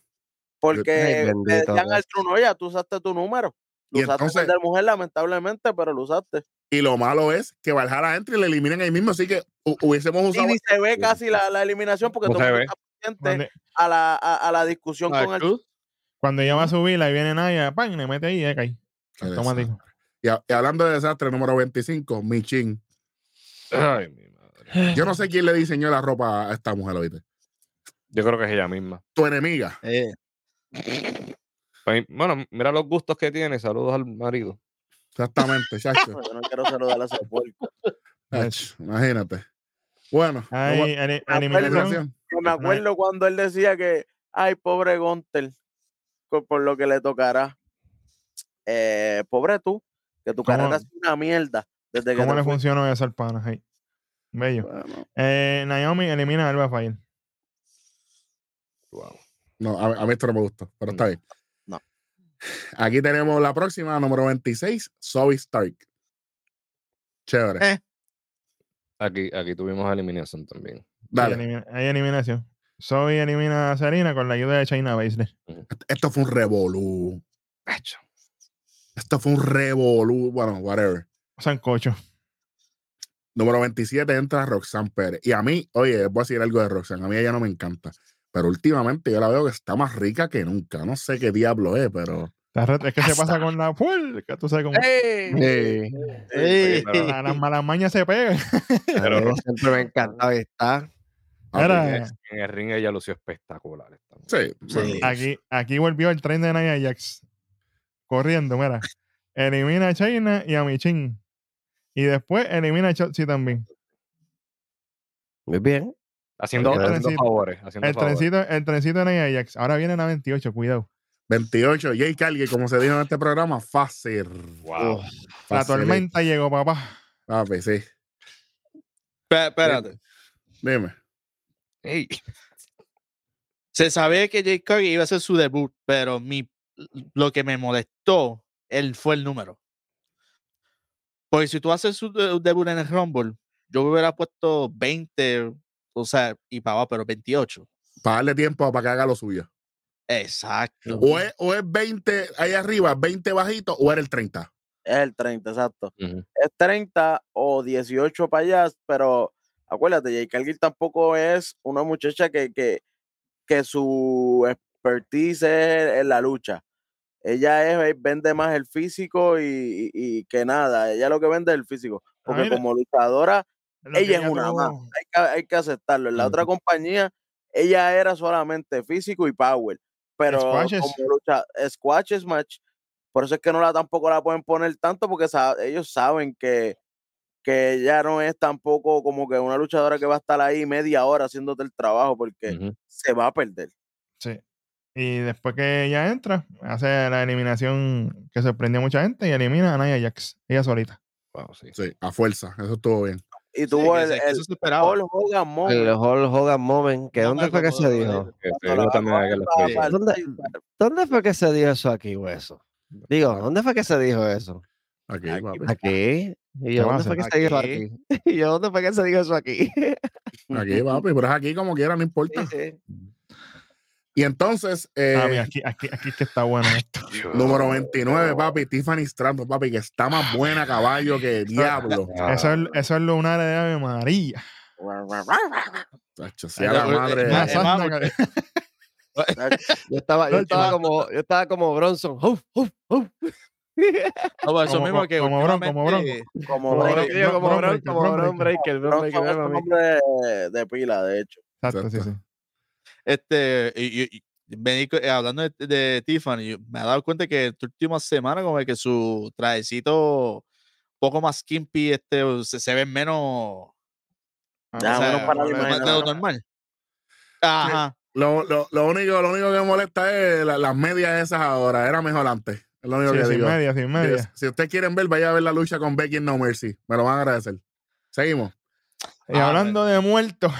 Porque le bendito, decían al Dios. Artru, no, ya tú usaste tu número. Lo Y usaste en el entonces- de mujer, lamentablemente, pero lo usaste. Y lo malo es que Valhalla entre y le eliminan ahí mismo. Así que hu- hubiésemos Y usado ni se ve casi la, la eliminación porque No todo el se mundo ve. está Cuando, pendiente a la, a, a la discusión con el cuando ella va a subir, ahí viene Naya, pan, le mete ahí y ya cae. Qué Automático. Y, ha- y hablando de desastre, número 25, Michin. Ay, mi madre. Yo no sé quién le diseñó la ropa a esta mujer, ¿oíste? Yo creo que es ella misma. Tu enemiga. Eh, Pues, bueno, mira los gustos que tiene. Saludos al marido. Exactamente, chacho. No, Yo no quiero saludar a ese puerco. Chacho, imagínate. Bueno, Ahí, ele- Ah, eliminación. eliminación. Yo me acuerdo cuando él decía que, ay, pobre Gunter, co- por lo que le tocará. Eh, pobre tú, que tu ¿Cómo- carrera es una mierda. Desde que ¿Cómo te le fuiste. funcionó eso al pana? Ahí. Bello. Bueno, Eh, Naomi elimina a Alba Fire. no, a, a mí esto no me gusta, pero está bien. No. Aquí tenemos la próxima, número 26, Zoe Stark. Chévere. Eh. Aquí, aquí tuvimos eliminación también. Dale. Hay, elimina- hay eliminación. Zoe elimina a Sarina con la ayuda de China Baszler. Esto fue un revolú. Gacho. Esto fue un revolú. Bueno, whatever. Sancocho. Número 27 entra Roxanne Pérez. Y a mí, oye, voy a decir algo de Roxanne. A mí ella no me encanta. Pero últimamente yo la veo que está más rica que nunca. No sé qué diablo es, pero. Está re- Es que se pasa Hasta. con la puerca. Tú sabes cómo. ¡Ey! Ey. A las malas mañas se pega. A mí siempre me encanta estar. Ahora- Era- En el ring ella lució espectacular. esta mujer. Sí, bueno, Sí. Aquí, aquí volvió el tren de Nia Jax. Corriendo, mira. Elimina a China y a Michin. Y después elimina a Chotzi también. Muy bien. Haciendo, El haciendo trencito. favores. Haciendo El favores. trencito, el trencito de Nia Jax. Ahora viene la 28, cuidado. 28, Jay Calgary, como se dijo en este programa, fácil. Wow. La Fácil, tormenta llegó, papá. Papi, sí. Espera- Espérate. Dime. Ey, Se sabía que Jake Curry iba a hacer su debut, pero mi, lo que me molestó él fue el número. Porque si tú haces su de- debut en el Rumble, yo me hubiera puesto 20, o sea, y para abajo, pero 28. Para darle tiempo para que haga lo suyo. Exacto. O es, o es 20 ahí arriba, 20 bajito, o era el 30. Es el 30, exacto. Ujú. Es 30 o 18 para allá, pero acuérdate, Jay Cargill tampoco es una muchacha que, que, que su expertise es en la lucha. Ella es, eh, vende más el físico y, y- y que nada. Ella lo que vende es el físico. Porque mira. como luchadora Lo que Ella es ya una tuvo- hay que, hay que aceptarlo. En la otra compañía, ella era solamente físico y power. Pero Squashes. como lucha, squashes match. Por eso es que no la tampoco la pueden poner tanto, porque sa- ellos saben que, que ella no es tampoco como que una luchadora que va a estar ahí media hora haciéndote el trabajo, porque Mm. ujú. se va a perder. Sí. Y después que ella entra, hace la eliminación que sorprendió a mucha gente y elimina a Nia Jax, ella solita. Wow, sí. Sí, a fuerza. Eso estuvo bien. Y Sí, tuvo que el, se- que el eso se esperaba. Paul Hogan moment, El Hulk Hogan Moment. que No me ¿Dónde fue que se acuerdo de dijo? eso. Que te cuando la digo también van a que lo para- escuché. para el ¿Dónde- table. ¿Dónde fue que se dijo eso aquí, hueso? Digo, ¿dónde fue que se dijo eso? Aquí, Aquí, papi. Aquí. Y yo, va a ¿dónde fue que hacer? se dijo aquí? Aquí. Y yo, ¿dónde fue que se dijo eso aquí? Aquí, papi. Pero es aquí como quiera, no importa. Y entonces, eh, Ah, mira, aquí, aquí, aquí es que está bueno ¿eh? esto. número 29, papi, Tiffany Stratton, papi, que está más buena caballo que diablo. Ah, Eso es, eso es lunar de Ave María. Tacho, sea Ay, la no, eh, madre. Una eh, Eso- sarna vamos. que- Yo estaba, yo Ocho. estaba como, yo estaba como Bronson. Uf, uf, uf. No, pero eso como- mismo que como Bronco, como Bronco. últimamente- Como Como Bron- Bron- Yo como Bron- Bron- como Bron- Bron Breaker, Bron Bron Breaker, Strowman es era un mami. hombre de, de pila, de hecho. Exacto, sí, sí. Este, y- y- y me di cu- eh, hablando de, de Tiffany, yo me he dado cuenta que esta última semana como que su trajecito poco más skimpy, este, o se, se ve menos, Ah, Ya, o sea, uno para la más de imaginación. lo normal. Ajá. Lo, lo, lo único, lo único que molesta es la- las medias esas ahora. Era mejor antes. Es lo único sí, que sin digo. media, sin Que media. s- Si ustedes quieren ver, vaya a ver la lucha con Becky en No Mercy. Me lo van a agradecer. Seguimos. Y Ah, hablando de muertos,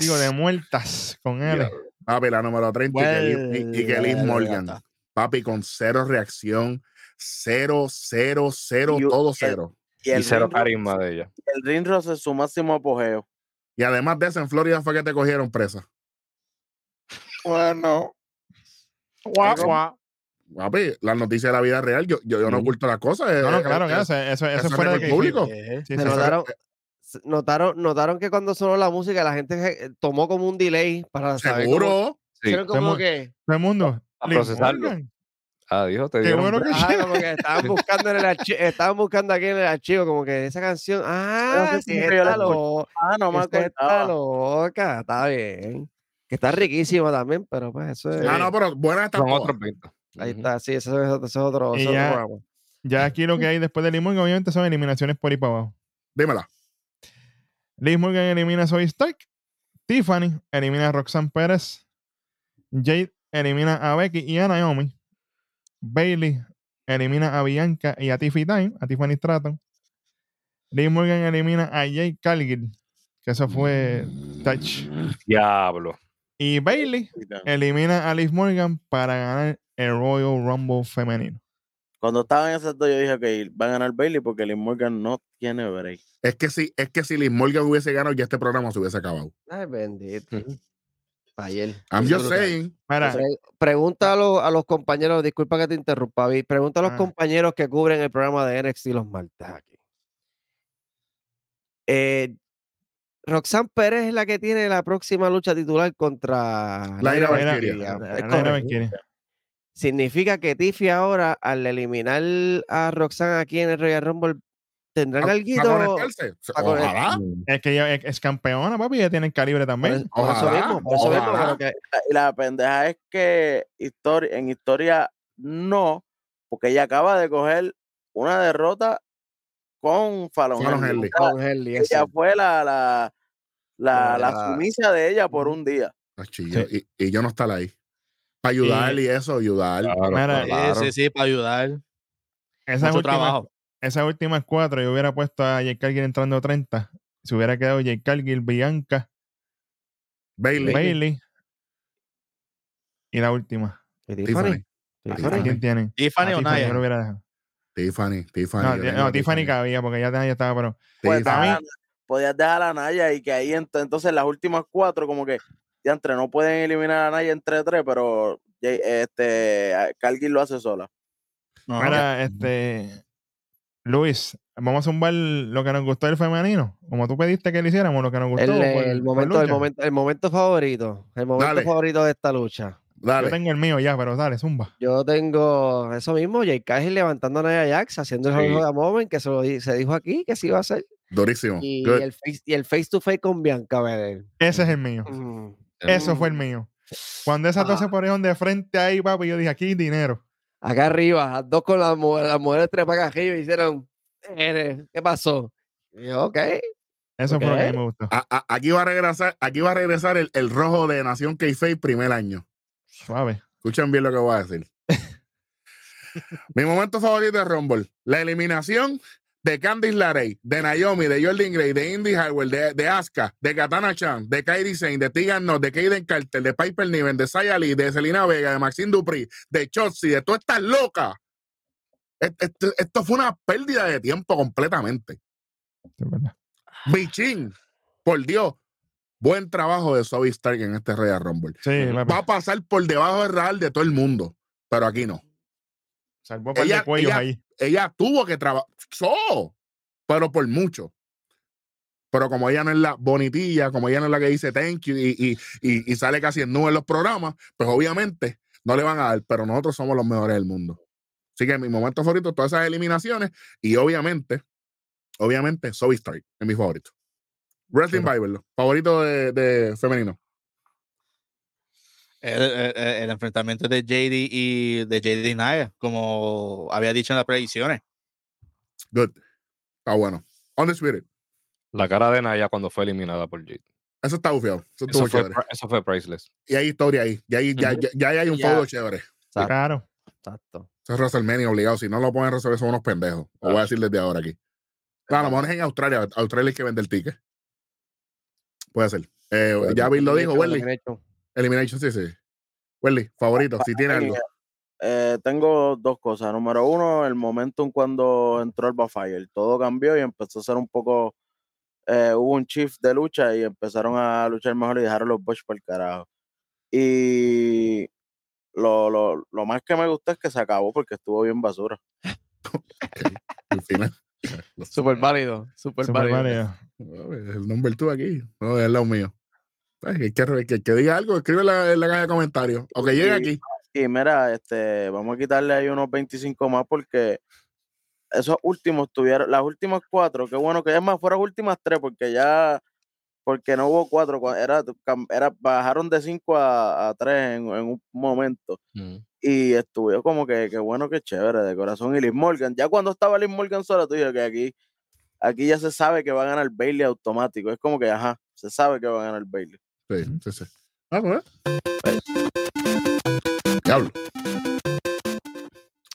digo, de muertas con él. Papi, la número 30 y que Liz- y, y que Liz Bueno, Morgan. Pues, ya está. Papi, con cero reacción. Cero, cero, cero, Y u- todo el- cero. Y cero ring ro- carisma de ella. El Ring Ross es su máximo apogeo. Y además de eso, en Florida fue que te cogieron presa. Bueno. Papi, las noticias de la vida real, yo, yo, yo no Ujú. oculto las cosas. eh, No, no, eh, claro, eh, claro. Eso, eso, eso eso fuera es de del que- público. Eh, Sí, Pero sí, Eso- notaron, s- notaron, notaron que cuando sonó la música la gente se- eh, tomó como un delay para saber. cómo- Seguro. Sí. hicieron como Estamos- que, Todo el mundo. A Liz procesarlo. Morgan, Adiós, Ah, te Qué dieron bueno que break. ajá, como que estaban buscando en el archivo, estaban buscando aquí en el archivo, como que esa canción, ah, sé sí, si es yo la esta lo- Ah, no me esta está acordaba. loca, está bien. Que está riquísima también, pero pues eso es. Ah, no, pero buenas están Son todas. otros 20. Ahí Ujú. está, sí, eso es otro, eso es otro, Y eso es otro ya- programa. Ya aquí lo que hay después de Liz Morgan, obviamente, son eliminaciones por ahí para abajo. Dímela. Liz Morgan elimina a Zoe Stark. Tiffany elimina a Roxanne Pérez. Jade elimina a Becky y a Naomi. Bailey elimina a Bianca y a Tiffany Time, a Tiffany Stratton. Liz Morgan elimina a Jade Calgill. que eso fue touch. Diablo. Y Bailey elimina a Liv Morgan para ganar el Royal Rumble femenino. Cuando estaban en esas dos, yo dije que va a ganar Bailey porque Liz Morgan no tiene break. Es que si, es que si Liz Morgan hubiese ganado, ya este programa se hubiese acabado. Ay, bendito. Ayer. I'm Eso just es brutal. saying. Ah, Mira, Pre- Pregunta a los, a los compañeros, disculpa que te interrumpa, Vic, Pregunta a los Ah. compañeros que cubren el programa de NXT los martes aquí. Eh, Roxanne Pérez es la que tiene la próxima lucha titular contra Laira Valkyria. Valkyria. Es Laira correcto. Valkyria. Significa que Tiffy ahora, al eliminar a Roxanne aquí en el Royal Rumble, tendrán ¿Para algo. conectarse? pa' conect- Ojalá. Es que ella es, es campeona, papi, ella tiene el calibre también. Por eso Ojalá, mismo, por eso mismo, ojalá. pero que- Ah, Y la pendeja es que histori- en historia no, porque ella acaba de coger una derrota con Fallon, Fallon Henley. Henley. O sea, con Henley, es Ella cierto. fue la, la, la, Como la la- sumisa de ella por un día. Ach, y yo- y, y yo no estar ahí. Para ayudar y eso, ayudar. Claro, Mira, claro. Sí, sí, sí, para ayudar. Esas Mucho últimas, Ah, trabajo. esas últimas cuatro, yo hubiera puesto a Jake Cargill entrando 30. Se hubiera quedado Jake Cargill, Bianca, Bailey. Bailey. Y la última. ¿Y Tiffany. Tiffany? Tiffany. ¿A Tiffany. quién tienen? A Tiffany o Tiffany, Naya. yo lo hubiera dejado. Tiffany. Tiffany. No, yo ti- tengo no, a Tiffany cabía porque ya, ya estaba, pero Pues, Tiffany. dejar a- podías dejar a Naya y que ahí ent- entonces las últimas cuatro, como que ya entre no pueden eliminar a Naya entre tres, pero Jay- este a- Cargill lo hace sola. No, Mira, este. Luis, vamos a zumbar lo que nos gustó del femenino. Como tú pediste que lo hiciéramos, lo que nos gustó. El, eh, por- el por momento, el, lucha. momento, el momento favorito. El momento Dale. favorito de esta lucha. Yo Dale. tengo el mío ya, pero dale, zumba. Yo tengo eso mismo, Jay Cahill levantando a Nia Jax, haciendo el Sí. juego de Moment, que se, lo di- se dijo aquí que se iba a hacer. Durísimo. Y Mm, Good. el, face, y el face to face con Bianca Belair. Ese es el mío. Mm. Eso fue el mío. Cuando esas dos se ponieron de frente ahí, papi, yo dije, aquí hay dinero. Acá arriba, dos con las mu- las mujeres tres para acá arriba, y hicieron, "Eh, ¿qué pasó? Y yo, ok. Eso fue lo que a Ok. mí me gustó. A- a- aquí va a regresar, aquí va a regresar el, el rojo de Nación k primer año. Suave. Escuchen bien lo que voy a decir. Mi momento favorito de Rumble, la eliminación de Candice LaRey, de Naomi, de Jordan Gray, de Indy Harwell, de, de Asuka, de Katana Chan, de Kairi Sane, de Tegan Nox, de Kaden Carter, de Piper Niven, de Saya Lee, de Selena Vega, de Maxine Dupri, de Chotzi, de todas estas locas. Et- esto- esto fue una pérdida de tiempo completamente. De verdad. Bichín, por Dios, buen trabajo de Zoe Stark en este Royal Rumble. Sí, Va papi. a pasar por debajo del radar de todo el mundo, pero aquí no. Salvó un par Ella- de cuellos ella- ahí. Ella tuvo que trabajar, pero por mucho. Pero como ella no es la bonitilla, como ella no es la que dice thank you y, y- y- y sale casi en nube en los programas, pues obviamente no le van a dar, pero nosotros somos los mejores del mundo. Así que mi momento favorito, todas esas eliminaciones y obviamente, obviamente, Zoe Stark es mi favorito. Wrestling Bible, favorito de, de femenino. El, el- el- el enfrentamiento de JD y de JD y Naya, como había dicho en las predicciones. Good. Está bueno. Undisputed. La cara de Naya cuando fue eliminada por Jade. Eso está bufiado. Eso estuvo Eso fue, chévere. pri- eso fue priceless. Y hay historia ahí. Ya hay, ya, Ujú. ya- ya hay un Ya. feudo chévere. Exacto. Claro. Exacto. Eso es WrestleMania obligado. Si no lo pueden resolver, son unos pendejos. Lo voy a decir desde ahora aquí. Claro, a lo mejor es en Australia. Australia es que vende el ticket. Puede ser. Eh, ya Bill lo dijo, Welly. Elimination, sí, sí. Welly, favorito, si tiene algo. Eh, tengo dos cosas. Número uno, el momentum cuando entró el Fire. Todo cambió y empezó a ser un poco. eh, hubo un shift de lucha y empezaron a luchar mejor y dejaron los Bush por el carajo. Y lo, lo, lo más que me gustó es que se acabó porque estuvo bien basura. Al final. Súper válido, súper Super válido. válido. El number two aquí. No, es lo mío. Ay, el que, el que, el que diga algo, escribe en la, en la caja de comentarios. O que llegue aquí. Y mira, este, vamos a quitarle ahí unos 25 más porque esos últimos tuvieron, las últimas cuatro, qué bueno que es más, fueron las últimas tres porque ya, porque no hubo cuatro, cua- era, cam- era, bajaron de cinco a, a tres en, en un momento. Mm. Y estuvo como que, qué bueno, que chévere, de corazón. Y Liz Morgan, ya cuando estaba Liz Morgan sola, tú dices que aquí, aquí ya se sabe que va a ganar Bailey automático. Es como que, ajá, se sabe que va a ganar Bailey. Sí, sí, sí. Ah, bueno. Diablo.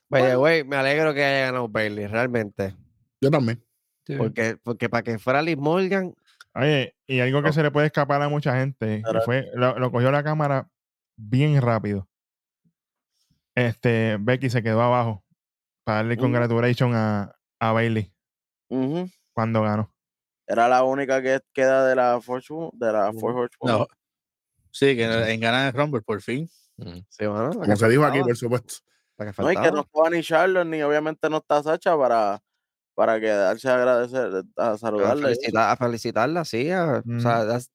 Oye, güey, me alegro que haya ganado Bailey, realmente. Yo también. Porque, porque para que fuera Liz Morgan, Oye, y algo que se le puede escapar a mucha gente, Claro. y fue, lo, lo cogió la cámara bien rápido. Este, Becky se quedó abajo para darle Mm. congratulations a, a Bailey Ujú. cuando ganó. Era la única que queda de la Fortune, de la Four Horsewomen. No. Sí, que en ganar el Rumble, por fin. Sí, mano, la Como que se dijo aquí, faltaba, por supuesto. la que No, y que faltaba. no estaba ni Charlotte, ni obviamente no está Sacha para, para quedarse a agradecer, a A saludarle. felicitar- a felicitarla, sí. a- Mm. o sea, das-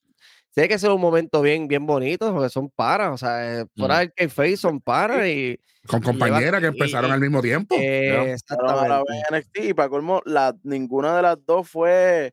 tiene que ser un momento bien, bien bonito, porque son paras. O sea, eh, fuera Mm. del que face son paras y. Con compañeras que empezaron y- al mismo tiempo. eh, ¿no? Pero a la vez exactamente. NXT y para colmo, la, ninguna de las dos fue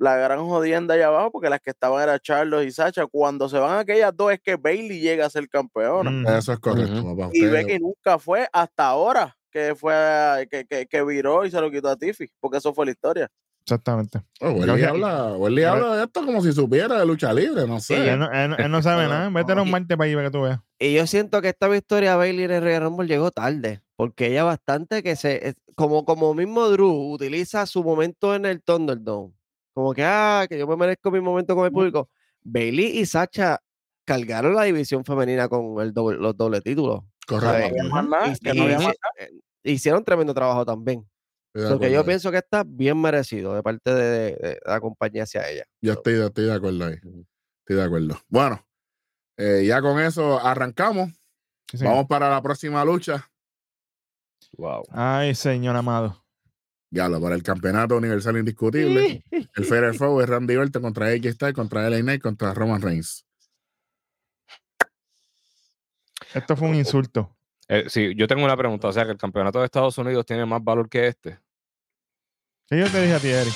la gran jodienda allá abajo, porque las que estaban era Charlotte y Sacha. Cuando se van aquellas dos es que Bailey llega a ser campeona. Mm. Eso es correcto, Ujú. papá. Y Usted- Becky nunca fue hasta ahora que fue a- que, que, que viró y se lo quitó a Tiffy, porque eso fue la historia. Exactamente. Oh, Welly Creo que- habla, Welly creo- habla de esto como si supiera de lucha libre, no sé. Él, no, él no- él no sabe nada. Vete los Y- martes para ahí para que tú veas. Y yo siento que esta victoria de Bailey en el Royal Rumble llegó tarde, porque ella bastante que se. es- Como, como mismo Drew utiliza su momento en el Thunderdome. Como que, ah, que yo me merezco mi momento con el público. Bailey y Sacha cargaron la división femenina con el doble- los dobles títulos. Correcto. Ay, Ujú. Más nada, Hici- Ah, que no había hici- más eh, hicieron tremendo trabajo también. Estoy de So que yo acuerdo ahí. pienso que está bien merecido de parte de, de- de la compañía hacia ella. Yo So, estoy, de- estoy de acuerdo ahí. Estoy de acuerdo. Bueno, eh, ya con eso arrancamos. Sí, señor. Vamos para la próxima lucha. Ay, señor amado. Ya lo para el campeonato universal indiscutible. el Fair Four es Randy Orton contra AJ Styles, contra LA Knight, contra Roman Reigns. Esto fue un insulto. Eh, sí, yo tengo una pregunta. O sea, que el campeonato de Estados Unidos tiene más valor que este. ¿Qué yo te dije a ti, Eric?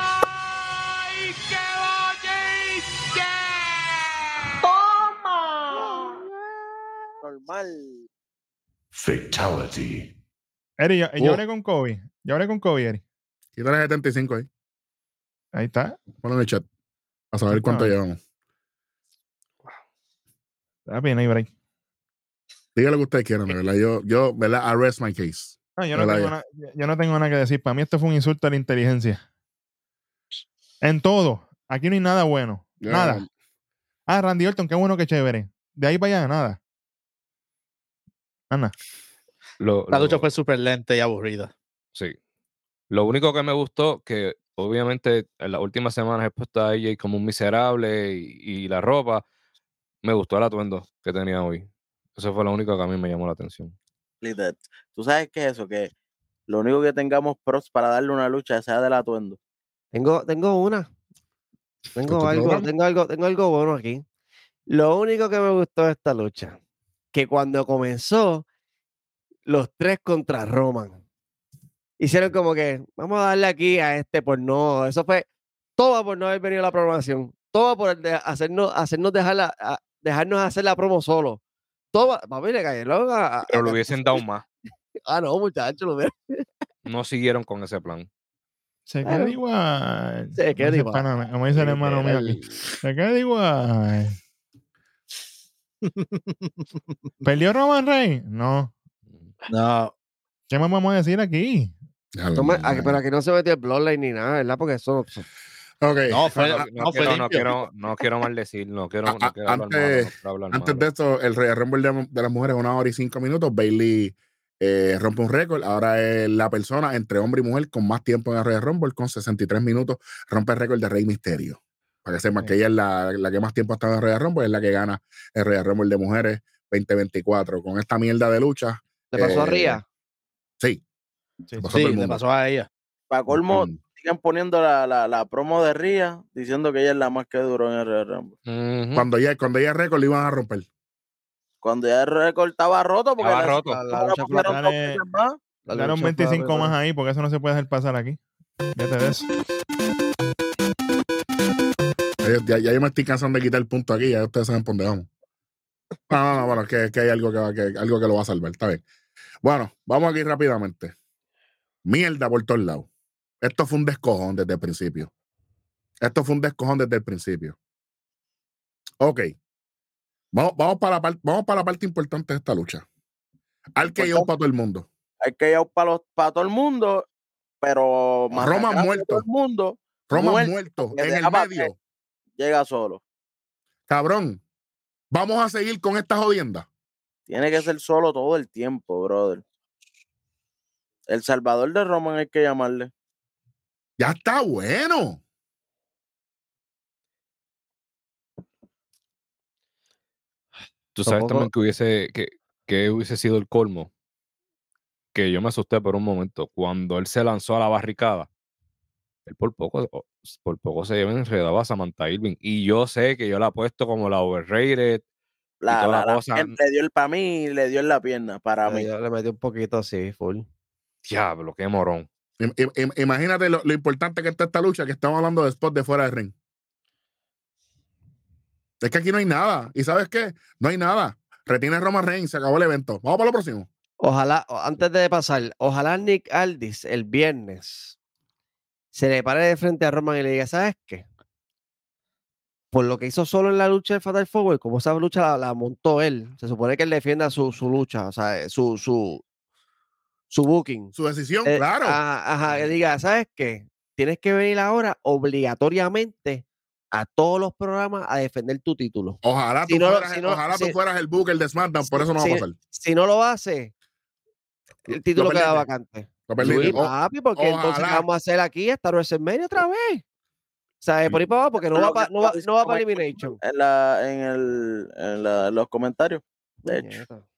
¡Ay, qué bollete! ¡Toma! normal. Fatality. Eric, yo, yo Oh. hablé con Kobe. Yo hablé con Kobe, Eric. Quítale 75 ahí. Ahí está. Ponlo en el chat. A saber cuánto Ah. llevamos. Está bien, ahí, break. Dígale lo que ustedes quieran, de ¿verdad? Yo, yo, ¿verdad? Arrest my case. No, yo, no Hola, tengo ya. nada, yo no tengo nada que decir. Para mí esto fue un insulto a la inteligencia. En todo. Aquí no hay nada bueno. Ya, Nada. Ah, Randy Orton, qué bueno, qué chévere. De ahí para allá, nada. Ana. Lo- La lucha lo- fue súper lenta y aburrida. Sí. Lo único que me gustó, que obviamente en las últimas semanas he puesto a AJ como un miserable y, y la ropa, me gustó el atuendo que tenía hoy. Eso fue lo único que a mí me llamó la atención. Literal. Tú sabes qué es eso, que lo único que tengamos pros para darle una lucha sea del atuendo. Tengo, tengo una. Tengo tu algo, programa? tengo algo, tengo algo bueno aquí. Lo único que me gustó de esta lucha, que cuando comenzó, los tres contra Roman. Hicieron como que, vamos a darle aquí a este por no. Eso fue todo por no haber venido a la programación. Todo por de- hacernos, hacernos dejar la- a- dejarnos hacer la promo solo. Todo, papi, le cayeron a, a- Pero lo hubiesen dado más. Ah, no, muchachos, lo hubiera- No siguieron con ese plan. Se Claro. queda igual. Se Como queda dice el igual. pana mío- Como dice el hermano mío aquí. Se queda igual. ¿Perdió Roman Reigns? No. No, ¿Qué más vamos a decir aquí? ya lo No me- mandé. ah, que- pero aquí no se metió el Bloodline ni nada, ¿verdad? Porque eso no- Ok. no, fue, Ah, No, no, no fue quiero, no limpio. quiero, no quiero maldecir, no quiero, A- a- no quiero hablar malo, no antes- quiero hablar Antes malo. de esto, el Royal Rumble de, de las mujeres, una hora y cinco minutos. Bailey eh, rompe un récord. Ahora es la persona entre hombre y mujer con más tiempo en el Royal Rumble, con 63 minutos. Rompe el récord de Rey Misterio. Para que sepan Sí. que ella es la, la que más tiempo ha estado en el Royal Rumble, es la que gana el Royal Rumble de mujeres 2024. Con esta mierda de lucha, le pasó a Eh, Ría. sí. Sí, pasó Sí, todo el le mundo. pasó a ella. Para colmo, Mm. siguen poniendo la, la, la promo de Ría diciendo que ella es la más que duró en el Royal Rumble. Ujú. Cuando ella, cuando ella récord, le iban a romper. Cuando ya el récord estaba roto, porque Estaba la- roto. la- la La lucha pusieron dos fue- Dale. veces más. La Daron lucha fue 25 más brutal. ahí porque eso no se puede dejar pasar aquí. Vete de eso. Ya, ya- ya yo me estoy cansando de quitar el punto aquí, ya ustedes saben por dónde vamos. No, no, no, bueno, que, que hay algo que, va- que- algo que lo va a salvar, está bien. Bueno, vamos aquí rápidamente. Mierda por todos lados. Esto fue un descojón desde el principio. Esto fue un descojón desde el principio. Ok. Vamos, vamos, para, la par- vamos para la parte importante de esta lucha. Al que yo para todo el mundo. Hay que ir para, los, para todo el mundo pero masacrando a muerto. todo el mundo Roma Muerto, muerto que en el dejaba- medio. llega solo. Cabrón, vamos a seguir con esta jodienda. Tiene que ser solo todo el tiempo, brother. El Salvador de Roman hay que llamarle. Ya está bueno. Tú sabes Tampoco- también que hubiese, que, que hubiese sido el colmo. Que yo me asusté por un momento. Cuando él se lanzó a la barricada, él por poco, o- por poco se lleva enredado a Samantha Irving. Y yo sé que yo la he puesto como la overrated. La, toda la- la la cosa, piel- le dio el para mí y le dio en la pierna para mí. Yo le metí un poquito así, full. Diablo, qué morón. Im- im- im- Imagínate lo, lo importante que está esta lucha, que estamos hablando de spot de fuera del ring. Es que aquí no hay nada. ¿Y sabes qué? No hay nada. Retiene Roman Reigns, se acabó el evento. Vamos para lo próximo. Ojalá, o- antes de pasar, ojalá Nick Aldis el viernes se le pare de frente a Roman y le diga, ¿sabes qué? Por lo que hizo solo en la lucha del Fatal Forward, como esa lucha la, la montó él, se supone que él defienda su, su lucha, o sea, eh, su, su, su booking. Su decisión, Eh, claro. Ajá, ajá, que diga, ¿sabes qué? Tienes que venir ahora obligatoriamente a todos los programas a defender tu título. Ojalá, si tú, no lo- fueras, si no- ojalá si- tú fueras el Booker de SmackDown, por si- eso no si- va a pasar. Si no lo hace, Lo- el título queda perdiste. vacante. Lo Oh, Sí, ah, perdiste. O- papi, porque entonces ¿qué ojalá. vamos a hacer aquí hasta WrestleMania otra vez. O sea, de por ahí para abajo, porque no Lo va que para no va, estaba no va diciendo pa' Mike Elimination. En, la, en, el, en la- en los comentarios. De hecho, Puñeta.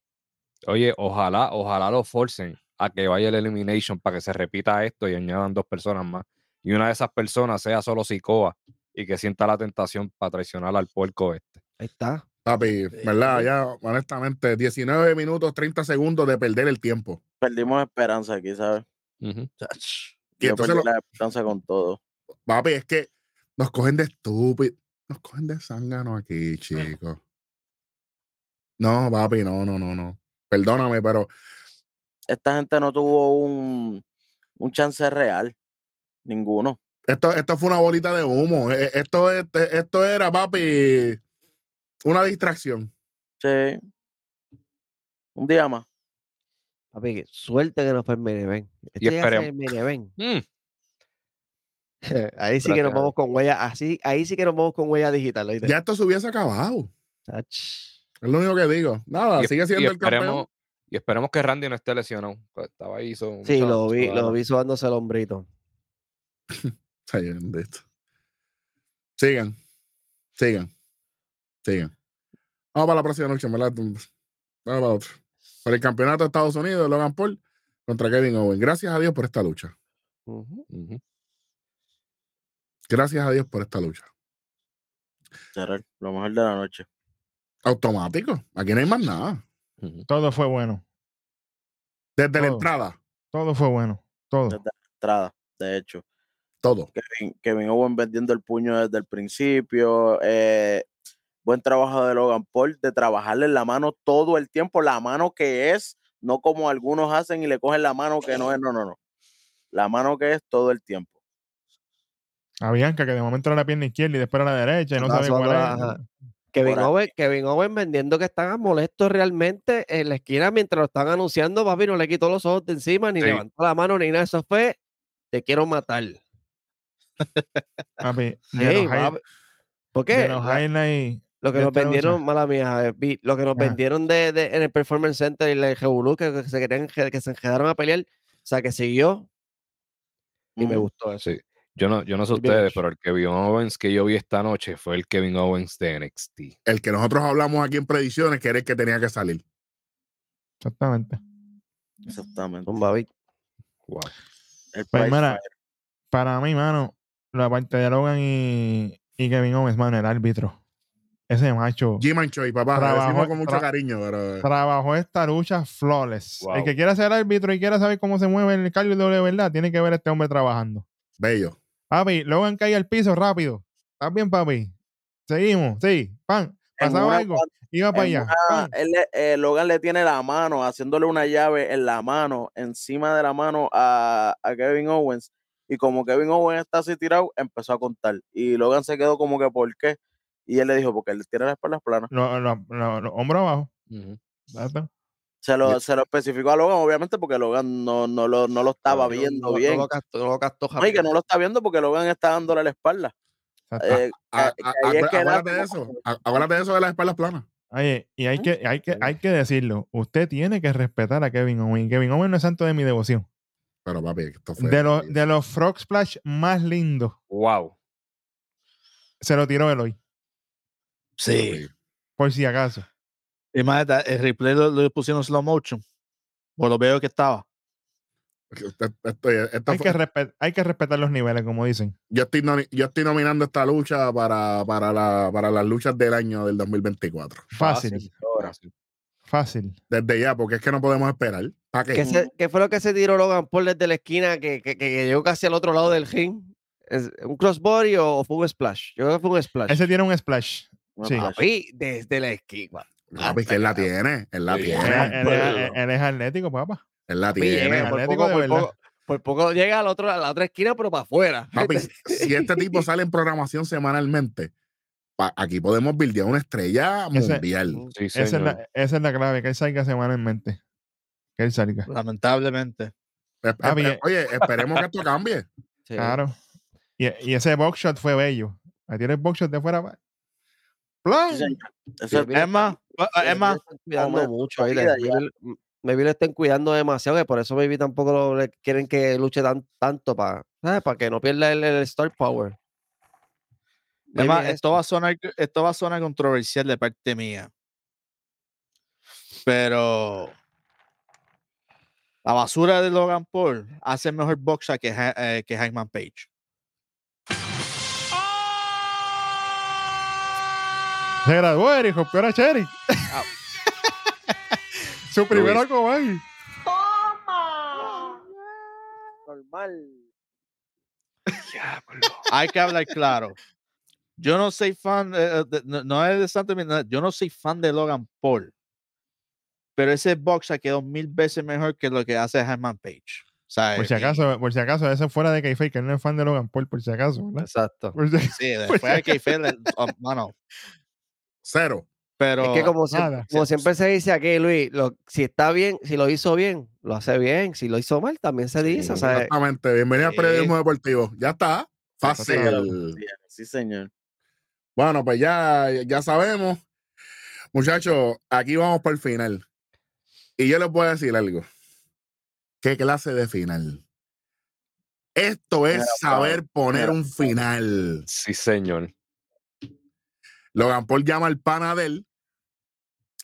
Oye, ojalá, ojalá lo forcen a que vaya el elimination para que se repita esto y añadan dos personas más. Y una de esas personas sea solo Sikoa y que sienta la tentación para traicionar al puerco este. Ahí está. eh, Papi, ¿verdad? Ya, honestamente, 19 minutos, 30 segundos de perder el tiempo. perdimos esperanza aquí, ¿sabes? Ujú. Y Yo entonces, perdí lo- la esperanza con todo. papi, es que nos cogen de estúpido. Nos cogen de zángano Ah. aquí, chicos. No, papi, no, no, no, no. Perdóname, pero Esta gente no tuvo un, un chance real. Ninguno. esto, esto fue una bolita de humo. E- e- Esto, es- esto era, papi, una distracción. Sí. Un día más. Papi, que suerte que nos fue el main event. Este ya sea esperemos. el main event. Mm. Eh, Ahí sí que Gracias a nos vamos Dios. con huella, así, ahí sí que nos vamos con huella digital. ¿oíste? Ya esto se hubiese acabado. Ach. Es lo único que digo. Nada, Y- Ah, sigue y siendo el campeón. esperemos- Y esperemos que Randy no esté lesionado. pues, estaba ahí. hizo Sí, mucha lo vi, lo sudadera. vi subándose el hombrito. Ay, bendito. Sigan, sigan, sigan. Vamos para la próxima noche, en ¿verdad? Vamos para otra. Para el campeonato de Estados Unidos, Logan Paul contra Kevin Owen. Gracias a Dios por esta lucha. Ujú. Ujú. Gracias a Dios por esta lucha. Gerard, Lo mejor de la noche. Automático. Aquí no hay más nada. Ujú. Todo fue bueno. Desde la Todo. entrada, Todo fue bueno. Todo. Entrada, de hecho. todo. Kevin, Kevin Owen vendiendo el puño desde el principio. eh, buen trabajo de Logan Paul de trabajarle la mano todo el tiempo, la mano que es, no como algunos hacen y le cogen la mano que no es, no, no, no. La mano que es todo el tiempo. A Bianca, que de momento era la pierna izquierda y después era la derecha, y no Estaba sabía cuál subando la- era. ajá. Kevin Ahora- Owen, Kevin Owen vendiendo que están molestos realmente en la esquina mientras lo están anunciando, papi, no le quitó los ojos de encima, ni Sí. levantó la mano, ni nada. Eso fue, te quiero matar. Papi, de Ey, los high- papi. ¿Por de qué? los La- highlights. lo que de nos esta lucha. vendieron, mala mía, eh, vi- lo que nos Ajá. vendieron de, de- en el Performance Center y la Revolú, que, que se querían, que, que se quedaron a pelear, o sea, que siguió y me Ujú. gustó eso. Sí. Yo no, yo no sé Muy bien ustedes, hecho. pero el Kevin Owens que yo vi esta noche fue el Kevin Owens de NXT. El que nosotros hablamos aquí en predicciones, que era el que tenía que salir. Exactamente. Exactamente. Zumba, vi. Wow. El Pues, Price mira, Fighter, para mí, mano, la parte de Logan y, y Kevin Owens, mano, el árbitro. Ese macho Jim and Choi, papá, lo Trabajó- decimos con mucho tra- cariño, pero eh, trabajó esta lucha flawless. El Wow. que quiera ser árbitro y quiera saber cómo se mueve el cargo de verdad, tiene que ver a este hombre trabajando. bello. Papi, Logan cae al piso rápido. ¿Estás bien, papi? Seguimos, sí. Pan, en pasaba una algo. cuan- Iba para en allá. una- pan. él le- eh, Logan le tiene la mano, haciéndole una llave en la mano, encima de la mano a, a Kevin Owens. Y como Kevin Owens está así tirado, empezó a contar. Y Logan se quedó como que, ¿por qué? Y él le dijo, porque él tiene las espaldas planas. Lo- lo- lo- Los hombros abajo. Ujú. Ya está. Se lo, se lo especificó a Logan, obviamente, porque Logan no, no, lo, no lo estaba viendo No- no- bien. No lo castó, no lo castó No, y que rápido. Ah, no lo está viendo porque Logan está dándole la espalda. Exacto. Eh, A- que- a- que ahí es que acuérdate da de como- eso. A- Acuérdate de eso de las espaldas planas. Oye, y hay que, hay, que, hay que decirlo. Usted tiene que respetar a Kevin Owen. Kevin Owen no es santo de mi devoción. Pero papi, esto fue. De los, de los Frog Splash más lindos, Wow. se lo tiró Eloy, Sí. por si acaso. Y más, da- el replay lo, lo pusieron en slow motion. Por lo veo que estaba. Esto- esto- esto Hay fue- que, respet- hay que respetar los niveles, como dicen. yo, estoy nomi- yo estoy nominando esta lucha para, para, la, para las luchas del año del 2024. Fácil, Fácil. fácil. Desde ya, porque es que no podemos esperar. ¿Para qué? ¿Qué, se- qué fue lo que se tiró Logan Paul desde la esquina que, que, que- que llegó casi al otro lado del ring? ¿Es ¿Un crossbody o, o fue un splash? Yo creo que fue un splash. Ese tiene un splash. Sí. Ah, Papi, desde la esquina. Papi, que él la tiene. Él la Él, es- él es- tiene. él- él es atlético, papá. Él la Papi, llega, tiene. por, Atlético poco, de por, verdad. poco, por poco llega al otro, a la otra esquina, pero para afuera. Papi, si este tipo sale en programación semanalmente, pa- aquí podemos bildear una estrella Ese- Mm. mundial. Sí, Esa es, señor. la, esa es la clave, que él salga semanalmente. Que él salga. Lamentablemente. Espe- Papi, espe- eh. oye, esperemos que esto cambie. Sí. Claro. Y, y ese box shot fue bello. Ahí tiene el box shot de fuera. pa- ¡Plan! sí, señor. Eso es- Es más, ah, Maybe eh, es lo más, están cuidando momento, mucho. ahí, vida, Maybe, lo- maybe lo estén cuidando demasiado, que por eso maybe tampoco lo- le quieren que luche tan, tanto para para que no pierda el, el star power. es más, Maybe es- esto va a sonar, esto va a sonar controversial de parte mía. Pero la basura de Logan Paul hace mejor boxa que, Ha- eh, que Hangman Page. Se graduó Eric, rompió la Cherry. Su primera cobay. ¡Toma! normal. Hay que hablar claro. Yo no soy fan, eh, eh, de- no, no es de Santo Domingo, yo no soy fan de Logan Paul. Pero ese boxa quedó mil veces mejor que lo que hace Hangman Page. O sea, Por si y- acaso, por si acaso, eso fuera de Kayfabe, que él no es fan de Logan Paul, por si acaso, ¿verdad? Exacto. Por si- Sí, después de Kayfabe, le- oh, mano, Cero. Pero Es que como, siem- nada. como siempre se dice aquí, Luis, lo- si está bien, si lo hizo bien, lo hace bien. Si lo hizo mal, también se dice. o sea, eh, Exactamente. Bienvenido al Sí. periodismo deportivo. Ya está. Fácil. Sí, señor. Bueno, pues ya, ya sabemos. Muchachos, aquí vamos por el final. Y yo les voy a decir algo. ¿Qué clase de final? Esto es Mira, saber poner mira, un final. Sí, señor. Logan Paul llama al pana de él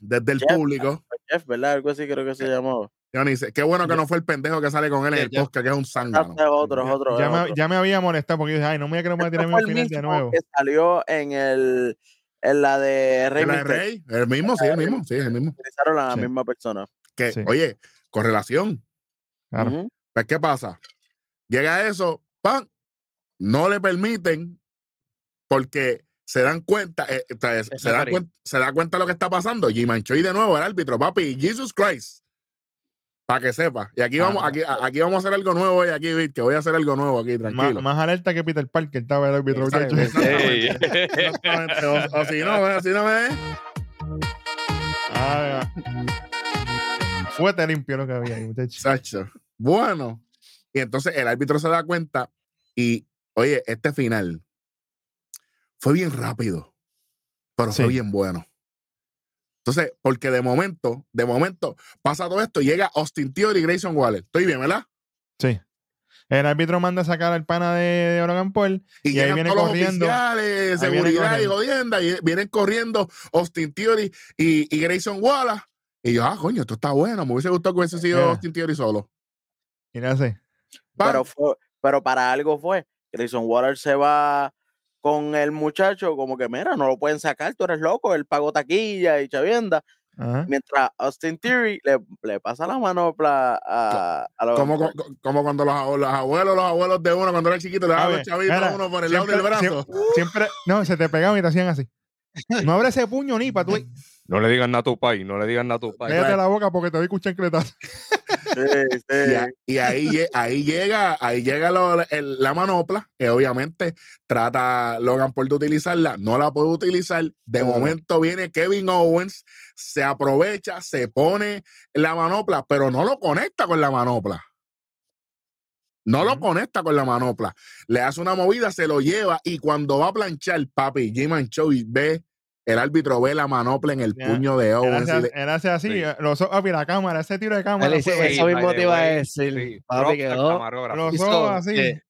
desde el Jeff. público. Jeff, ¿verdad? Algo así creo que Eh, se llamaba. Y uno dice, qué bueno que no fue el pendejo que sale con él en Ya, el ya. podcast, que es un Ah, zángano. es otro, es otro. ya, es me, otro. ya me había molestado porque dije, ay, no me voy a querer tirar Este mi fue el final de mismo nuevo. que salió en el en la de Rey ¿El Mysterio. rey? El mismo, sí, el mismo, sí, el mismo. Utilizaron a la Sí. misma persona. Que, Sí. oye, correlación. Claro. Ujú. Pues, ¿qué pasa? Llega eso, ¡pam! No le permiten porque se dan cuenta, eh, eh, se- se, dan referee. cuen- se da cuenta de lo que está pasando. G. Manchoy de nuevo, el árbitro, papi, Jesus Christ. Para que sepa. Y aquí vamos, aquí, a- aquí vamos a hacer algo nuevo hoy, aquí, Vic, que voy a hacer algo nuevo aquí, Ma- tranquilo. Más, alerta que Peter Parker estaba el árbitro. Exacto, muchacho. exactamente, exactamente. O, o si no, o si no me ves. Ah, ya. Fuerte limpio lo que había ahí, muchachos. Sacho. Bueno. Y entonces el árbitro se da cuenta y, oye, este final fue bien rápido, pero fue Sí. bien bueno. Entonces, porque de momento, de momento, pasa todo esto, llega Austin Theory y Grayson Waller. Estoy bien, ¿verdad? Sí. El árbitro manda a sacar al pana de, de Logan Paul. Y, Y ahí llegan viene todos corriendo. los oficiales, Ahí viene seguridad y jodienda, y vienen corriendo Austin Theory y, y Grayson Waller. Y yo, ah, coño, esto está bueno. Me hubiese gustado que hubiese sido Mira. Austin Theory solo. Y le hace. Pam. Pero, fue, pero para algo fue. Grayson Waller se va con el muchacho, como que, mira, no lo pueden sacar, tú eres loco, él pagó taquilla y chavienda. Ajá. Mientras Austin Theory le, le pasa la mano a, a, a los- Como, co- co- como cuando los, ab- los abuelos, los abuelos de uno, cuando era chiquito, le daban Oye, los chavitos a mira, uno por el lado del siempre- brazo. Siempre, no, se te pegaban y te hacían así. No abre ese puño ni para tú. No le digan nada a tu país, no le digan nada a tu país. Cállate la boca porque te voy a escuchar chancletazo. Sí, Y, sí. a- y ahí, lle- ahí llega, ahí llega lo- el- la manopla, que obviamente trata Logan Paul de utilizarla, no la puede utilizar. De momento viene Kevin Owens, se aprovecha, se pone la manopla, pero no lo conecta con la manopla. No lo conecta con la manopla. Le hace una movida, se lo lleva y cuando va a planchar, papi, Jim Show y ve, el árbitro ve la manopla en el Ya, puño de Él Owens. y hace, pues, le- él hace así, eh, Sí. los ojos, papi, la cámara, ese tiro de cámara. Él dice, fue- eso mismo by the te iba a way, decir. Sí, Papi, props al quedó- camarógrafo. los hizo, ojos así. eh,